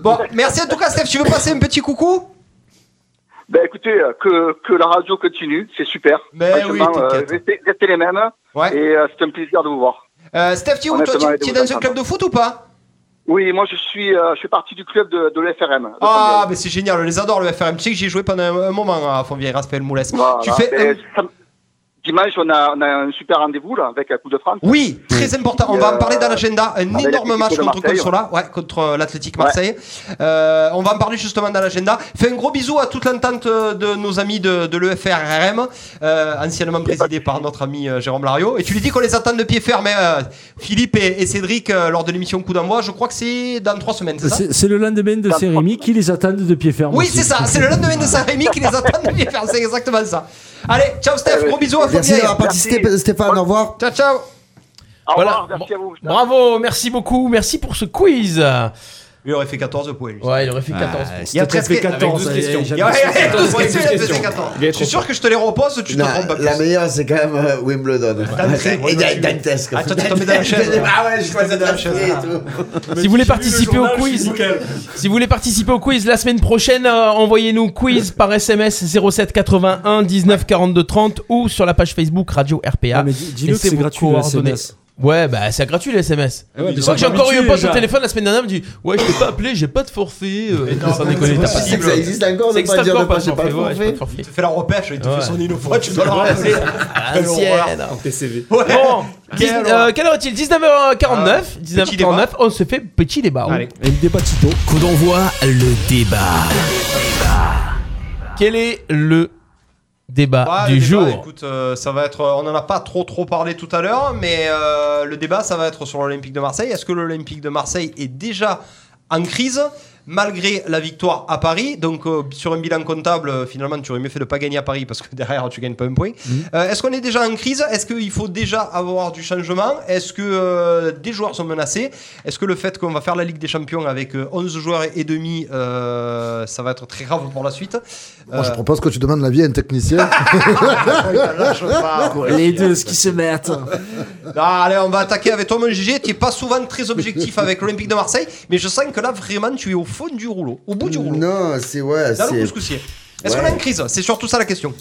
S1: Bon, merci en tout cas, Steph. Tu veux passer un petit coucou
S3: Ben écoutez, euh, que, que la radio continue, c'est super.
S1: Ben
S3: Franchement,
S1: oui,
S3: euh,
S1: t'inquiète.
S3: restez, restez les mêmes. Et euh, c'est un plaisir de vous voir.
S1: Euh, Steph, tu es où, toi,
S3: Honnêtement,
S1: tu-
S3: et de
S1: tu es
S3: vous
S1: dans un
S3: entendre.
S1: club de foot ou pas
S3: Oui, moi je suis, euh, je fais partie du club de, de l'FRM.
S1: Ah, mais c'est génial, on les adore le FRM. Tu sais que j'ai joué pendant un, un moment hein, à Fontvieille, Raspel Moules. Tu fais euh, un-
S3: Dimanche, on a, on a un super rendez-vous là avec la Coupe de France.
S1: Oui, très important. On va en parler dans l'agenda. Un
S3: avec
S1: énorme
S3: l'Atlético
S1: match
S3: de
S1: contre
S3: Marseille,
S1: Consola, ouais, contre euh, l'Atlétique Marseille. Euh, on va en parler justement dans l'agenda. Fais un gros bisou à toute l'entente euh, de nos amis de, de l'EFRRM, euh, anciennement présidé par notre ami euh, Jérôme Lario. Et tu lui dis qu'on les attend de pied ferme, hein, euh, Philippe et, et Cédric, euh, lors de l'émission Coup d'envoi. Je crois que c'est dans trois semaines, c'est ça
S23: Euh, C'est c'est le lendemain de Saint-Rémy qui les attendent de pied ferme.
S1: Oui,
S23: aussi.
S1: c'est ça. C'est le lendemain de Saint-Rémy qui les attend de pied ferme. C'est exactement ça. Allez, ciao Steph, gros bisous à
S8: Ah Merci
S1: Fontenay.
S8: d'avoir participé, Stéphane. Au revoir.
S1: Ciao, ciao.
S6: Voilà. Bon, Bravo, merci beaucoup, merci pour ce quiz.
S1: Il aurait fait 14 points. lui.
S6: Ouais, il aurait fait
S1: Ah,
S6: 14.
S1: Il y a presque euh, 14
S6: eh,
S1: questions. Il y a
S6: Avec
S1: 12
S6: douze
S1: questions, il a
S6: questions.
S1: fait 14. Je suis sûr que je te les repose, tu te
S8: Non,
S1: trompes Ah, pas plus.
S8: la meilleure, c'est quand même euh, Wimbledon. Et Dan- Dantesque.
S1: Ah, toi, t'es tombé dans la chaise.
S8: Ah ouais, je croisais dans la chaise.
S6: Si vous voulez participer au quiz, si vous voulez participer au quiz la semaine prochaine, euh, envoyez-nous quiz par SMS 07 81 19 42 30 ou sur la page Facebook Radio RPA.
S23: Ah, dis-le que
S6: Laissez
S23: c'est
S6: vos
S23: gratuit, le
S6: coordonnées.
S23: SMS.
S6: Ouais, bah c'est gratuit les SMS.
S23: Ah ouais, mais
S6: je
S23: ils
S6: crois
S23: sont
S6: que j'ai encore eu un
S23: habitués,
S6: pote au
S23: déjà.
S6: téléphone la semaine dernière, il me dit Ouais, je t'ai pas appelé, j'ai pas de forfait. euh, sans
S23: mais
S6: déconner,
S23: c'est
S6: t'as pas de
S23: possible,
S6: forfait.
S23: ça existe encore, de
S6: Ça existe
S23: pas dire
S6: encore
S23: de pas-
S6: pas,
S23: j'ai pas de
S6: forfait, ouais,
S23: forfait.
S6: j'ai pas de forfait.
S1: Tu fais la repêche, il te
S6: Ouais.
S1: fait sonner une fois, tu dois le rappeler.
S6: À l'ancienne.
S1: TCV.
S6: Bon, dix-
S1: Quelle
S6: euh, quelle heure est-il 19h49.
S1: Ah,
S6: 19h49, on se fait petit débat. hein.
S1: Allez.
S6: Et le débat Tito.
S28: Coup d'envoi, le débat.
S6: Quel est le débat
S1: Ah,
S6: du
S1: le débat,
S6: jour
S1: Écoute, euh, ça va être, on en a pas trop trop parlé tout à l'heure, mais euh, le débat, ça va être sur l'Olympique de Marseille. Est-ce que l'Olympique de Marseille est déjà en crise malgré la victoire à Paris Donc euh, sur un bilan comptable, euh, finalement, tu aurais mieux fait de pas gagner à Paris parce que derrière, tu gagnes pas un point.
S6: Mm-hmm.
S1: Euh, Est-ce qu'on est déjà en crise Est-ce qu'il faut déjà avoir du changement Est-ce que euh, des joueurs sont menacés Est-ce que le fait qu'on va faire la Ligue des Champions avec euh, 11 joueurs et demi, euh, ça va être très grave pour la suite
S27: Moi, je
S1: Euh,
S27: propose que tu demandes l'avis à un technicien.
S23: Les deux, ce qui se mettent.
S1: Ah, allez, on va attaquer avec toi, mon GG. Tu n'es pas souvent très objectif avec l'Olympique de Marseille, mais je sens que là, vraiment, tu es au fond du rouleau, au bout du rouleau.
S8: Non, c'est ouais,
S1: Dans le
S8: c'est.
S1: couscoussier. Est-ce
S8: Ouais.
S1: qu'on a une crise C'est surtout ça la question.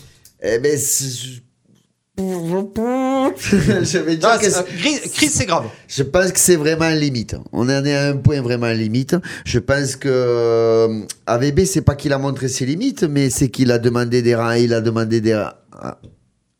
S8: Eh ben, c'est- je vais dire
S1: Non,
S8: que
S1: c'est- euh,
S8: c'est-
S1: crise, crise, c'est grave.
S8: Je pense que c'est vraiment limite. On en est à un point vraiment limite. Je pense que euh, AVB, c'est pas qu'il a montré ses limites, mais c'est qu'il a demandé des rangs, il a demandé des rangs. Ah,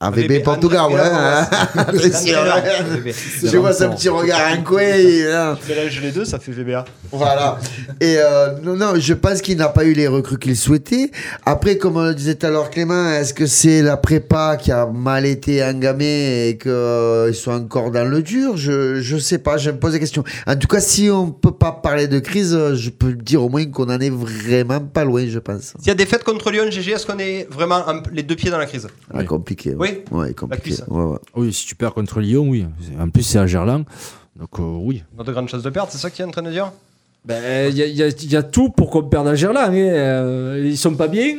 S8: AVB
S1: AVB,
S8: Portugal,
S1: André
S8: ouais.
S1: Villas,
S8: hein.
S1: ouais.
S8: C'est vrai.
S1: AVB.
S8: Je vois son petit regard en coin. et, euh,
S1: Mélange les deux, ça fait VBA.
S8: voilà. Et euh, non, non, je pense qu'il n'a pas eu les recrues qu'il souhaitait. Après, comme on le disait tout à l'heure, Clément, est-ce que c'est la prépa qui a mal été engamée et qu'ils sont encore dans le dur Je je sais pas, je me pose des questions. En tout cas, si on peut pas parler de crise, euh, je peux dire au moins qu'on en est vraiment pas loin, je pense.
S1: S'il y a des fêtes contre Lyon, GG, est-ce qu'on est vraiment en- les deux pieds dans la crise
S8: Ah, compliqué.
S1: Oui.
S8: ouais. Ouais, compliqué.
S1: cuisse.
S8: Ouais, ouais.
S23: Oui, si tu perds contre Lyon, oui. En plus, c'est à Gerland. Donc, euh, oui.
S1: On a de grandes chances de perdre, c'est ça que tu es en train de dire
S23: Ben, il y, a- il y a- il y a tout pour qu'on perde à Gerland. hein. Euh, Ils sont pas bien.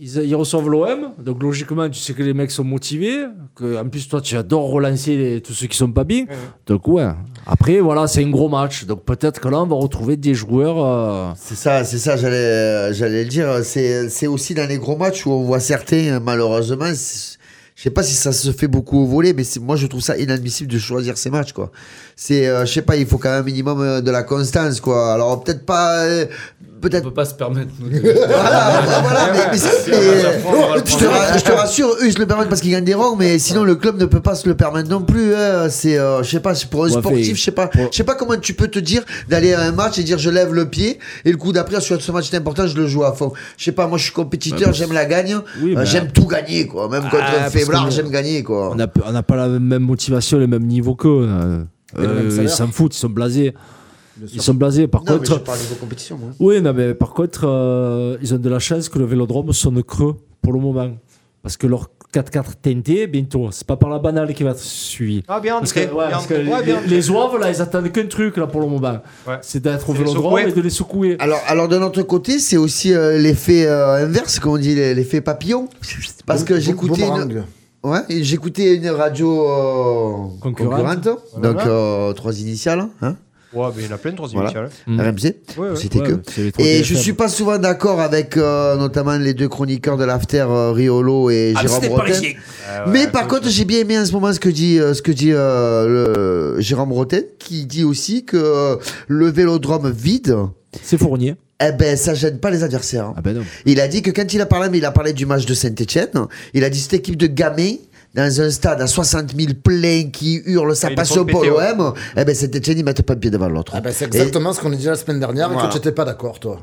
S23: Ils, ils reçoivent l'OM. Donc, logiquement, tu sais que les mecs sont motivés. Que, en plus, toi, tu adores relancer les- tous ceux qui sont pas bien. Donc, ouais. Après, voilà, c'est un gros match. Donc, peut-être que là, on va retrouver des joueurs. euh,
S8: C'est ça, c'est ça, j'allais, euh, j'allais le dire. C'est, c'est aussi dans les gros matchs où on voit certains, euh, malheureusement, c'est- je sais pas si ça se fait beaucoup au volet, mais c'est, moi je trouve ça inadmissible de choisir ces matchs, quoi. C'est, euh, je sais pas, il faut quand même un minimum euh, de la constance, quoi. Alors peut-être pas euh,
S4: peut-être. On peut pas se permettre.
S7: voilà, voilà, mais, mais ça, c'est- je, te, ra- je te rassure, eux ils se le permettent parce qu'ils gagnent des rangs, mais sinon le club ne peut pas se le permettre non plus. hein. C'est, euh, je sais pas, c'est pour un
S11: Ouais,
S7: sportif,
S11: fait-
S7: je sais pas, je sais pas comment tu peux te dire d'aller à un match et dire je lève le pied et le coup d'après, sur ce match est important, je le joue à fond. Je sais pas, moi je suis
S8: Bah,
S7: compétiteur, j'aime la gagne,
S23: Oui,
S7: euh,
S23: bah-
S7: j'aime tout gagner quoi. Même contre
S23: Ah,
S7: un
S23: parce
S7: faiblard,
S23: qu'on-
S7: j'aime gagner quoi.
S23: On n'a on n'a pas la même motivation, le même niveau qu'eux. euh.
S7: Et le
S23: Euh,
S7: même
S23: ils
S7: salaire.
S23: s'en foutent, ils sont blasés. Ils
S7: sûr.
S23: sont blasés. Par
S7: Non, mais
S23: contre,
S7: je parle niveau compétition, moi.
S23: oui, non, mais par contre, euh, ils ont de la chance que le vélodrome sonne creux pour le moment. Parce que leur 4-4 TNT, bientôt, c'est pas par la banale qui va être suivi.
S1: Ah, bien,
S23: parce que,
S1: bien,
S23: ouais,
S1: bien,
S23: parce que
S1: ouais,
S23: les-
S1: bien.
S23: les oives, là, ils attendent qu'un truc, là, pour le moment. C'est d'être au
S7: C'est les
S23: vélodrome
S7: secouer.
S23: et de les secouer.
S8: Ah.
S7: Alors, alors d'un autre côté, c'est aussi euh, l'effet euh, inverse, comme on dit, l'e- l'effet papillon. Parce que
S8: Boom-
S7: j'écoutais une...
S8: boomerang.
S7: Ouais, et j'écoutais une radio euh, concurrente,
S1: Concurrente.
S7: donc
S1: Voilà.
S7: euh, trois initiales. Hein
S1: Ouais, mais il y en a plein de hein. trois
S7: voilà.
S1: initiales.
S7: RMC,
S1: Ouais, ouais.
S7: c'était
S1: Ouais,
S7: que.
S1: ouais, c'est les trois
S7: Et
S1: DFM.
S7: je suis pas souvent d'accord avec euh, notamment les deux chroniqueurs de l'after euh, Riolo et
S1: Ah,
S7: Jérôme
S1: c'était
S7: Rotten.
S1: parisien. Ah ouais,
S7: Mais par contre, j'ai bien aimé à ce moment ce que dit euh, ce que dit euh, le Jérôme Rotten qui dit aussi que le vélodrome vide
S23: c'est fournier.
S7: Eh ben, ça gêne pas les adversaires.
S23: Ah ben non.
S7: Il a dit que quand il a parlé, mais il a parlé du match de Saint-Etienne, il a dit cette équipe de gamins dans un stade à 60 000 pleins qui hurlent, ça
S8: Ah, ils
S7: passe
S8: font
S7: au pôle
S8: péter, ouais.
S7: OM, eh ben Saint-Etienne, ils mettent pas de pied devant l'autre.
S8: Ah bah, c'est exactement ce qu'on a dit la semaine dernière et
S7: Voilà.
S8: que tu n'étais pas d'accord, toi.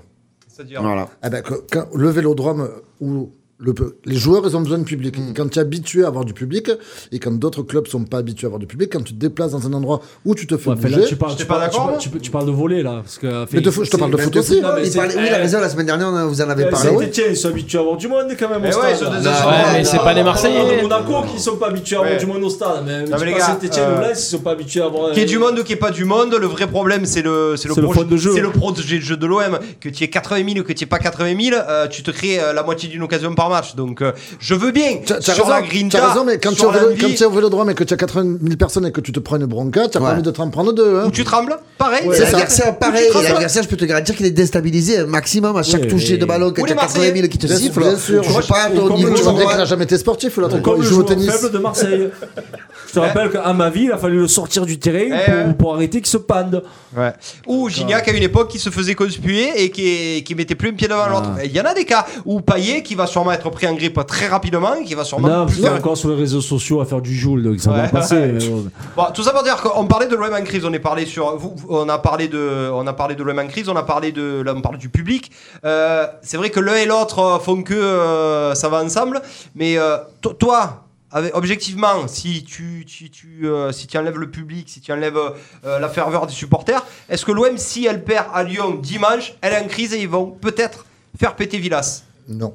S1: C'est-à-dire
S7: Voilà.
S8: Ah bah, que- quand le vélodrome où le, peu- les joueurs ils ont besoin de public. Et Quand tu es habitué à avoir du public et quand d'autres clubs sont pas habitués à avoir du public, quand tu te déplaces dans un endroit où tu te fais
S23: Ouais, fait,
S8: bouger.
S23: là, tu parles, tu, parles, tu, parles, tu, tu parles de voler, là. Parce que, fait,
S8: Mais de foot, je te
S23: c'est-
S8: parle de
S23: mais
S8: foot aussi.
S23: non, mais
S7: Il
S23: c'est-
S7: parlait- oui, il a raison, la semaine dernière, on vous en avez
S23: Eh,
S7: parlé.
S23: Saint-Etienne, ils sont habitués à avoir du monde quand même
S1: Mais
S23: au
S1: ouais, ils sont
S23: stade.
S1: des Ah ouais, Espagnols. mais c'est pas les Marseillais.
S23: On a Monaco qui sont pas habitués à avoir
S1: Ouais.
S23: du monde au stade. Mais,
S1: Non, mais les
S23: les
S1: gars,
S23: Saint-Etienne
S1: euh,
S23: ou là, ils sont pas habitués à avoir.
S1: Qui est du monde ou qui est pas du monde, le vrai problème c'est le c'est le,
S23: C'est le
S1: projet-
S23: fond de jeu.
S1: c'est le projet de jeu de l'OM. Que tu aies 80 000 ou que tu aies pas 80 000, euh, tu te crées euh, la moitié d'une occasion par match. Donc euh, je veux bien
S8: T'as t'as
S1: sur la
S8: raison,
S1: grinta,
S8: t'as raison, mais quand tu es
S1: sur
S8: au vélo-
S1: l'envie,
S8: quand tu es au vélodrome et que tu as 80 000 personnes et que tu te prends une bronca, tu as
S7: Ouais.
S8: pas envie de t'en prendre deux. Hein.
S1: tu trembles, pareil.
S7: Ouais,
S8: c'est ça.
S7: L'adversaire, pareil,
S8: Ou tu te
S7: l'adversaire, je peux te garantir qu'il est déstabilisé un maximum à chaque
S8: Oui,
S7: toucher
S8: oui.
S7: de ballon, quand
S8: Ou
S7: tu as
S8: les
S7: 80 000 qui te
S8: Bien sûr,
S7: sifflent.
S8: bien sûr.
S7: Tu joues pas à
S8: Ou
S7: ton
S8: comme le
S7: niveau.
S8: joueur
S7: tu vois.
S8: qu'il a jamais été sportif, l'autre.
S23: euh, Comme
S8: Il
S23: le
S8: joue au
S23: joueur
S8: tennis.
S23: faible de Marseille. Je te rappelle qu'à ma vie, il a fallu le sortir du terrain
S1: Eh, euh,
S23: pour, pour arrêter qu'il se pande.
S1: Ouais. Ou Gignac à une époque qui se faisait conspuer et qui, qui mettait plus un pied devant
S23: Ah.
S1: l'autre. Il y en a des cas où Payet qui va sûrement être pris en grippe très rapidement, qui va sûrement
S23: Non,
S1: plus
S23: j'étais
S1: faire-
S23: encore sur les réseaux sociaux à faire du joule, donc ça va
S1: Ouais.
S23: passer. euh, mais bon.
S1: Bon, tout ça pour dire qu'on parlait de l'OM en crise, on est parlé sur, vous- vous- on a parlé de, on a parlé de l'OM en crise, on a parlé de, là on parle du public. Euh, c'est vrai que l'un et l'autre euh, font que euh, ça va ensemble, mais euh, to- toi, avec- objectivement, si tu, tu, tu, euh, si tu enlèves le public, si tu enlèves euh, la ferveur des supporters, est-ce que l'OM, si elle perd à Lyon dimanche, elle est en crise et ils vont peut-être faire péter Villas
S8: Non.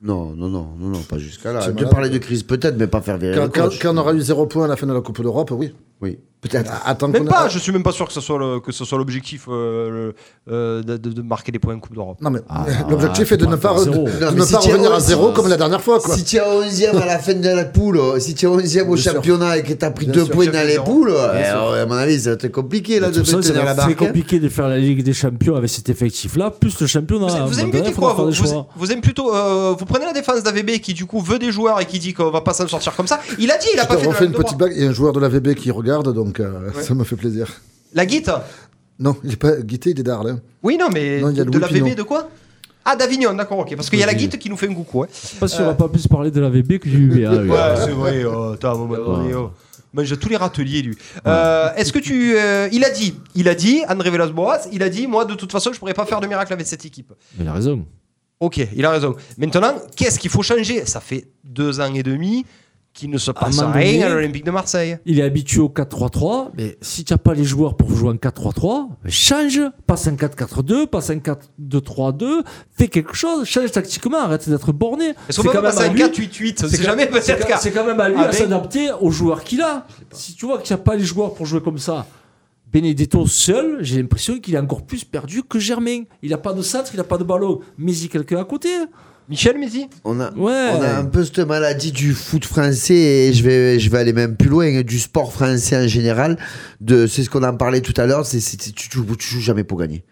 S7: Non, non, non, Oh, non, non, pas jusqu'à là.
S8: C'est
S7: Tu
S8: malade.
S7: parler de crise peut-être, mais pas faire virer
S8: Quand,
S7: le
S8: quand-
S7: coach.
S8: quand on aura eu 0 points à la fin de la Coupe d'Europe, oui.
S7: Oui, peut-être.
S8: Attends
S1: Même
S8: qu'on-
S1: pas, je suis même pas sûr que ce soit le- que ce soit l'objectif euh, le- euh, de, de- de marquer des points en Coupe d'Europe.
S8: Non mais l'objectif est de ne pas, re- de,
S1: zéro.
S8: de
S1: Non,
S8: ne
S1: mais
S8: pas
S1: si t'es
S8: revenir à
S1: onze-
S8: zéro comme la dernière fois. Quoi.
S7: Si tu es 11e à la fin de la poule, euh, si tu es 11e au
S8: Bien sûr.
S7: championnat et que tu as pris
S8: Bien
S7: deux
S8: sûr,
S7: points
S8: chef
S7: dans
S8: de
S7: les
S8: zéro.
S7: poules,
S8: Bien
S7: eh,
S8: sûr.
S7: ouais, à mon avis, ça va être compliqué là,
S23: Bah, De
S7: de
S23: toute façon,
S7: maintenir la
S23: c'est
S7: barre.
S23: très compliqué de faire la Ligue des Champions avec cet effectif-là, plus le championnat. À un
S1: Vous
S23: moment
S1: aimez
S23: donné,
S1: plutôt quoi
S23: faudra
S1: vous,
S23: faire des
S1: vous,
S23: choix.
S1: vous aimez plutôt euh, vous prenez la défense d'AVB qui du coup veut des joueurs et qui dit qu'on va pas s'en sortir comme ça. Il a dit, il a
S8: Je
S1: pas
S8: te
S1: fait de
S8: refais
S1: la,
S8: une petite blague. Il y a un joueur de la VB qui regarde, donc euh, ça me fait plaisir.
S1: la guite.
S8: Non, il est pas guité, il est d'Arles.
S1: Oui non mais
S8: Non, il y a
S1: de
S8: Louis
S1: la
S8: Pinon.
S1: VB de quoi Ah d'Avignon d'accord ok parce qu'il y a la guite qui nous fait un coucou. Hein.
S23: Je sais pas si on va pas plus parler de la VB que du UBA.
S1: Ouais, c'est vrai, oh, attends, à un moment donné, oh. Mange tous les râteliers, lui. Euh, Est-ce que tu. euh, il a dit, il a dit, André Velas-Boas, il a dit, moi, de toute façon, je pourrais pas faire de miracle avec cette équipe.
S23: Il a raison.
S1: Ok, il a raison. Maintenant, qu'est-ce qu'il faut changer Ça fait deux ans et demi qu'il ne se passe
S23: moment
S1: rien
S23: donné-
S1: à l'Olympique de Marseille.
S23: Il est habitué au 4-3-3, mais si tu n'as pas les joueurs pour jouer en 4-3-3, mais change, passe en 4-4-2, passe en 4-2-3-2, fais quelque chose, change tactiquement, arrête d'être borné.
S1: Est-ce
S23: C'est
S1: qu'on peut
S23: quand
S1: pas
S23: même
S1: passer
S23: à
S1: un
S23: lui-
S1: 4-8-8? On sait
S23: quand-
S1: jamais, peut-être
S23: c'est quand-
S1: qu'à-
S23: C'est quand même à lui à
S1: avec-
S23: s'adapter aux joueurs qu'il a. Si tu vois qu'il n'y a pas les joueurs pour jouer comme ça, Benedetto seul, j'ai l'impression qu'il est encore plus perdu que Germain. Il n'a pas de centre, il n'a pas de ballon. Mézi quelqu'un à côté.
S1: Michel Mézi
S7: On a,
S23: Ouais.
S7: on a un peu cette maladie du foot français et je vais, je vais aller même plus loin, hein, du sport français en général. de- C'est ce qu'on en parlait tout à l'heure, c'est c'est- tu, tu, tu joues jamais pour gagner. Tu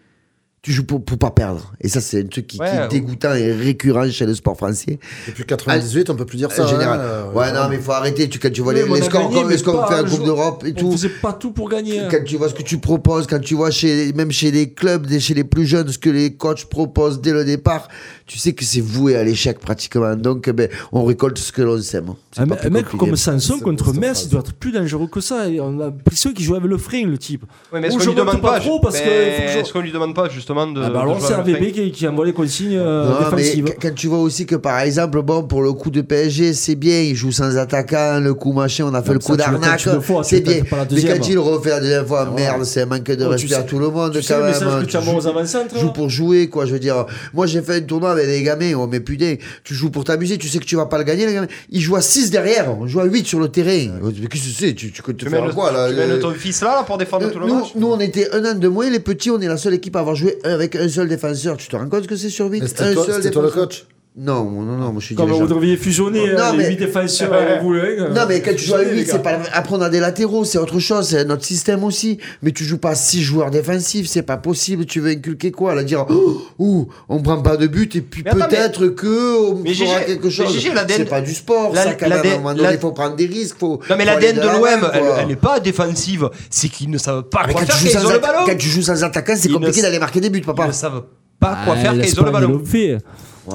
S8: tu joues pour, pour pas perdre. Et ça, c'est un truc qui, qui
S29: Ouais,
S8: est
S29: ouais.
S8: dégoûtant et récurrent chez le sport français.
S29: Depuis 98, on peut plus dire ça.
S8: En général.
S29: hein, euh,
S8: ouais, non, mais il faut arrêter. Tu, quand tu vois les,
S29: Oui, mais
S8: les
S29: on a
S8: scores,
S29: gagné,
S8: quand, les
S29: mais
S8: scores qu'on
S29: pas
S8: fait en
S29: un
S8: Coupe
S29: jour.
S8: d'Europe et tout.
S23: faisait pas tout pour gagner. hein.
S8: Quand tu vois ce que tu proposes, quand tu vois chez, même chez les clubs, des- chez les plus jeunes, ce que les coachs proposent dès le départ, tu sais que c'est voué à l'échec pratiquement. Donc, ben, on récolte ce que l'on sème. C'est
S23: Un,
S8: pas
S23: me-
S8: plus
S23: un mec
S8: compliqué.
S23: comme Sanson contre Metz, il doit être plus dangereux que ça. Et on a l'impression qu'il joue avec le frein, le type.
S1: Ouais, mais est-ce
S23: Ou
S1: qu'on
S23: je
S1: lui demande
S23: monte
S1: pas,
S23: trop parce que.
S1: mais
S23: faut que je-
S1: Est-ce qu'on lui demande pas justement de.
S23: Ah bah
S1: de
S23: alors
S1: jouer
S23: c'est
S1: à l'Olympique
S23: AVB qui, qui envoie les consignes euh,
S8: Non, mais
S23: défensives.
S8: quand tu vois aussi que par exemple, bon, pour le coup de PSG, c'est bien, il joue sans attaquant, le coup machin, on a fait
S23: Non,
S8: le
S23: mais
S8: coup
S23: ça, tu le
S8: d'arnaque,
S23: tentes une fois, tu
S8: c'est
S23: le tentes
S8: bien.
S23: pas la
S8: Mais
S23: deuxième. Ah
S8: quand il le refait la deuxième fois, merde, c'est un manque de
S23: Oh, tu
S8: respect à
S23: sais-
S8: tout le monde
S23: tu sais
S8: quand
S23: le
S8: même.
S23: message que tu envoies aux
S8: joues-
S23: avant-centres,
S8: hein,
S23: hein.
S8: tu joues pour jouer, quoi, je veux dire. Moi, j'ai fait un tournoi avec des gamins, on mais putain, tu joues pour t'amuser, tu sais que tu vas pas le gagner, les gamins. Ils jouent à 6 derrière, on joue à 8 sur le terrain. Oh, Mais qu'est-ce que c'est Tu, tu, tu
S1: Tu
S8: fais
S1: mets le-
S8: quoi, là
S1: tu mets le
S8: les-
S1: ton fils là, là, pour défendre tout le
S8: nous,
S1: match
S8: nous, on était un an de moins, les petits, on est la seule équipe à avoir joué avec un seul défenseur. Tu te rends compte que c'est sur 8
S29: Et c'était toi- c'était toi le coach
S8: Non, non, non, moi je suis
S23: Comme
S8: dirigeant.
S23: vous devriez fusionner
S8: Non,
S23: hein, les
S8: mais-
S23: 8 défenseurs
S8: Ouais.
S23: et vous le un,
S8: Non, mais
S23: euh,
S8: quand tu joues à
S23: fusionner, les
S8: 8,
S23: gars.
S8: c'est pas la même- Après, on a des latéraux, c'est autre chose, c'est notre système aussi. Mais tu joues pas à 6 joueurs défensifs, c'est pas possible. Tu veux inculquer quoi Là, dire, oh, ouh, on prend pas de but, et puis
S1: Mais attends,
S8: peut-être que on
S1: mais
S8: fera
S1: Gégé,
S8: quelque chose.
S1: mais Gégé, l'ADN
S8: C'est pas du sport,
S1: la-
S8: ça, quand même.
S1: l'ADN
S8: À un moment donné,
S1: la-
S8: faut prendre des risques. Faut,
S1: Non mais
S8: faut
S1: l'ADN
S8: aller
S1: de
S8: la main,
S1: l'OM, elle,
S8: quoi.
S1: elle est pas défensive, c'est qu'ils ne savent pas
S8: Ah, Mais
S1: quoi
S8: quand,
S1: faire
S8: tu
S1: quand
S8: joues
S1: ils
S8: sans
S1: ont le
S8: atta-
S1: ballon.
S8: quand tu joues sans attaquant, c'est
S1: Ils
S8: compliqué
S1: ne-
S8: d'aller marquer des buts, papa.
S1: Ils ne savent pas quoi
S23: Ah,
S1: faire quand ils ont le
S23: l'Espagne,
S1: ballon.
S23: l'ont fait.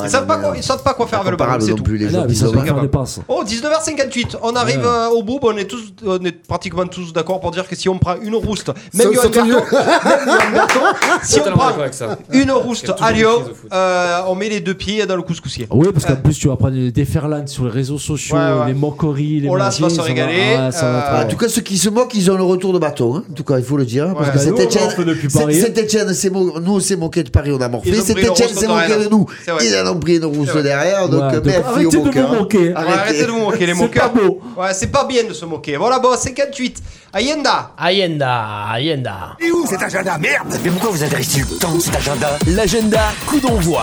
S1: Ils savent pas quoi- ils savent pas quoi faire avec le ballon, c'est tout.
S8: plus les
S23: Ah,
S8: joueurs
S23: mais
S8: qu'ils
S23: ça
S8: ont.
S23: va faire des passes.
S1: Oh, 19h58, on arrive
S23: Ouais.
S1: euh, au bout, bah, on est tous, on est pratiquement tous d'accord pour dire que si on prend une rouste, même
S29: Ça-
S1: Johan
S29: ça tombe
S1: Carton,
S29: mieux.
S1: même Johan Carton, si on
S4: Totalement
S1: prend
S4: d'accord avec ça.
S1: une rouste
S4: Il y a toujours
S1: à
S4: une
S1: Lyon,
S4: crise de foot.
S1: euh, on met les deux pieds dans le couscoussier.
S23: Oui, parce qu'en plus, tu vas prendre des déferlantes sur les réseaux sociaux,
S1: Ouais, ouais.
S23: les moqueries, les
S1: Oh là, ça va
S23: machins,
S1: se régaler, Euh,
S23: ah, ça va être-
S8: En tout cas, ceux qui se moquent, ils ont le retour de bateau. hein. En tout cas, il faut le dire. Parce
S23: Ouais,
S8: que
S23: bah,
S8: cet
S23: nous, on
S8: Étienne,
S23: en fait depuis
S8: c'est-
S23: Paris.
S8: cet Étienne s'est mo- nous, on s'est moqué de Paris, on a morflé.
S1: Ils ont
S8: Cet
S1: pris le
S8: Étienne
S1: rose
S8: s'est
S1: contre
S8: moqué
S1: Rennes.
S8: de nous.
S1: C'est vrai.
S8: Ils en ont pris une rousse
S1: C'est vrai.
S8: derrière.
S23: Ouais,
S8: Donc, euh,
S23: donc
S8: merci
S23: arrêtez
S8: aux
S23: de vous
S8: moqueurs.
S23: moquer.
S1: Arrêtez, de vous moquer, les
S23: C'est
S1: moqueurs.
S23: pas beau.
S1: Ouais, c'est pas bien de se moquer. Voilà, bon, 58. Allenda.
S6: Allenda, Allenda.
S2: Et où cet agenda Merde Mais pourquoi vous intéressez le temps, cet agenda
S6: L'agenda, coup d'envoi.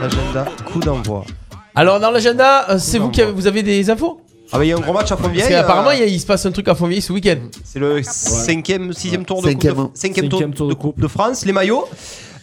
S1: L'agenda, coup d'envoi.
S6: Alors dans l'agenda, euh, c'est vous qui avez, vous avez des infos
S1: Ah, bah, il y a un gros match à
S6: Parce
S1: Fontvieille.
S6: qu'apparemment
S1: euh,
S6: il y a- il se passe un truc à Fontvieille ce week-end.
S1: C'est le cinquième, sixième tour de
S8: Cinquième.
S1: Coupe de, cinquième tour,
S23: Cinquième tour de
S1: de, Coupe de France. Les maillots.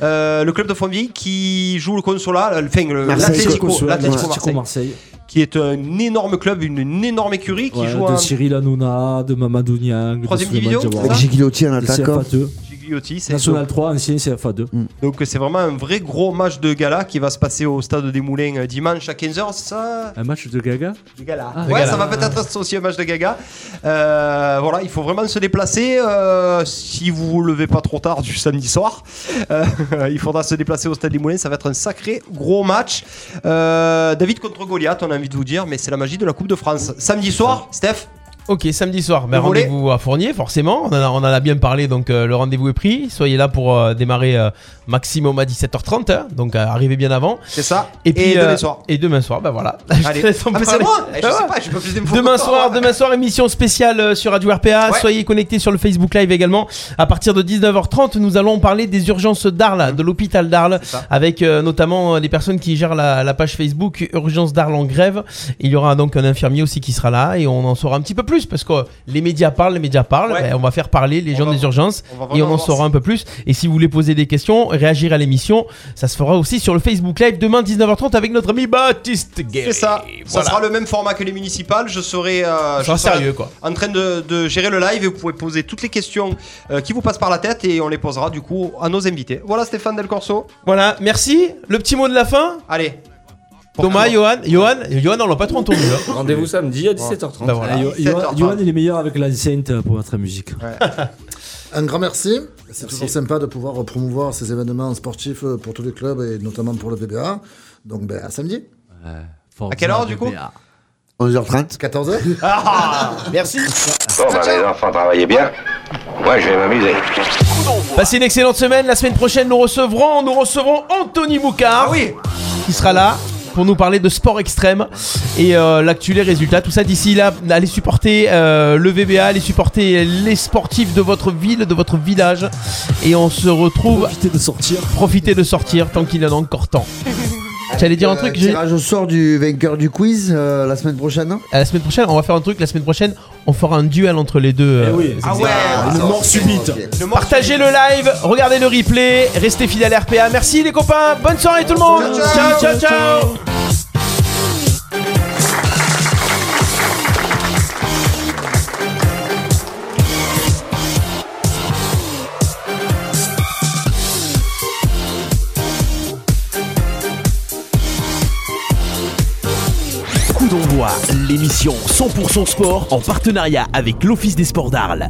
S1: Euh, le club de Fontvieille qui joue le Consola, le- enfin le-
S23: Marseille,
S1: l'Atlético
S23: Consola,
S1: l'Atlético
S23: l'Atlético
S1: Marseille,
S23: Marseille.
S1: qui est un énorme club, une, une énorme écurie qui
S23: Ouais,
S1: joue
S23: de
S1: en
S23: Cyril Hanouna, de Mamadou Niang, de
S1: Troisième
S23: Souleymane Diawara.
S1: division, c'est
S8: Avec hein,
S1: ça
S8: Gigliotti en
S23: Le
S8: attaquant.
S23: CFA2,
S1: Gigliotti. c'est-
S23: National 3, ancien CFA2.
S1: Donc c'est vraiment un vrai gros match de gala qui va se passer au stade des Moulins euh, dimanche à 15h. Ça...
S6: Ah.
S23: Un match de gaga
S1: De gala.
S23: Ah, de
S1: ouais,
S23: gala.
S1: ça va peut-être être aussi un match de gaga. Euh, voilà, il faut vraiment se déplacer. euh, si vous vous levez pas trop tard du samedi soir, euh, il faudra se déplacer au stade des Moulins. Ça va être un sacré gros match. Euh, David contre Goliath, on a envie de vous dire, mais c'est la magie de la Coupe de France. Samedi soir, Steph,
S6: Ok, samedi soir, ben,
S1: Le volet.
S6: rendez-vous à Fournier, forcément. On en a, on en a bien parlé, donc euh, le rendez-vous est pris. Soyez là pour euh, démarrer euh, maximum à 17h30, hein, donc euh, arrivez bien avant.
S1: c'est ça.
S6: Et puis
S1: demain
S6: euh,
S1: soir.
S6: Et demain soir, ben voilà. Je te
S1: Allez.
S6: laisse en
S1: Ah, mais c'est
S6: parler.
S1: moi Eh, Je
S6: Ah
S1: sais
S6: ouais.
S1: pas, j'ai pas plus d'infos.
S6: Demain soir, demain soir, émission spéciale euh, sur Radio RPA.
S1: Ouais.
S6: Soyez connectés sur le Facebook Live également. À partir de 19h30, nous allons parler des urgences d'Arles, de l'hôpital d'Arles,
S1: C'est ça.
S6: avec euh, notamment euh, les personnes qui gèrent la, la page Facebook Urgence d'Arles en grève. Il y aura donc un infirmier aussi qui sera là et on en saura un petit peu plus parce que euh, les médias parlent, les médias parlent.
S1: Ouais.
S6: Ben, on va faire parler les gens
S1: va-
S6: des urgences
S1: on va
S6: et
S1: vraiment
S6: on en
S1: voir
S6: saura un peu plus. Et si vous voulez poser des questions, réagir à l'émission, ça se fera aussi sur le Facebook Live demain 19h30 avec notre ami Baptiste Guéry.
S1: C'est ça. Ça
S6: Voilà.
S1: sera le même format que les municipales. Je serai, euh,
S6: Ça
S1: je
S6: sera
S1: serai
S6: sérieux, quoi.
S1: en train de, de gérer le live et vous pouvez poser toutes les questions euh, qui vous passent par la tête et on les posera du coup à nos invités. Voilà Stéphane Del Corso.
S6: Voilà, merci. Le petit mot de la fin.
S1: Allez.
S6: Thomas, Johan, Johan, Johan, on l'a pas trop entendu. hein.
S4: Rendez-vous samedi à 17h30.
S6: Bah voilà.
S23: Ah, Yo-
S1: 17h30.
S23: Yo- Johan, il est meilleur avec l'enceinte euh, pour votre musique.
S29: Un grand merci. C'est toujours sympa de pouvoir promouvoir ces événements sportifs euh, pour tous les clubs et notamment pour le VBA. Donc, ben, à samedi,
S1: À quelle heure, du coup
S8: 11h30.
S29: 14h.
S1: Ah
S6: Merci.
S2: Bon, bah, les enfants, travaillez bien. Moi, je vais m'amuser.
S6: Passez une excellente semaine. La semaine prochaine, nous recevrons, nous recevrons Anthony Moukar.
S1: oui.
S6: Qui sera là pour nous parler de sport extrême et euh, l'actu, les résultats, tout ça. D'ici là, allez supporter euh, le VBA, allez supporter les sportifs de votre ville, de votre village. Et on se retrouve.
S23: Profitez de sortir.
S6: Profitez de sortir tant qu'il en a encore temps. J'allais dire un truc. j'ai-
S8: Tirage au sort du vainqueur du quiz euh, la semaine prochaine. non
S6: À la semaine prochaine, on va faire un truc. La semaine prochaine, on fera un duel entre les deux. euh,
S23: Ah ouais,
S8: le mort subite.
S6: Partagez le live, regardez le replay, restez fidèles à RPA. Merci les copains, bonne soirée tout le monde. ciao, ciao. ciao.
S30: Coup d'envoi, l'émission 100% sport en partenariat avec l'Office des sports d'Arles.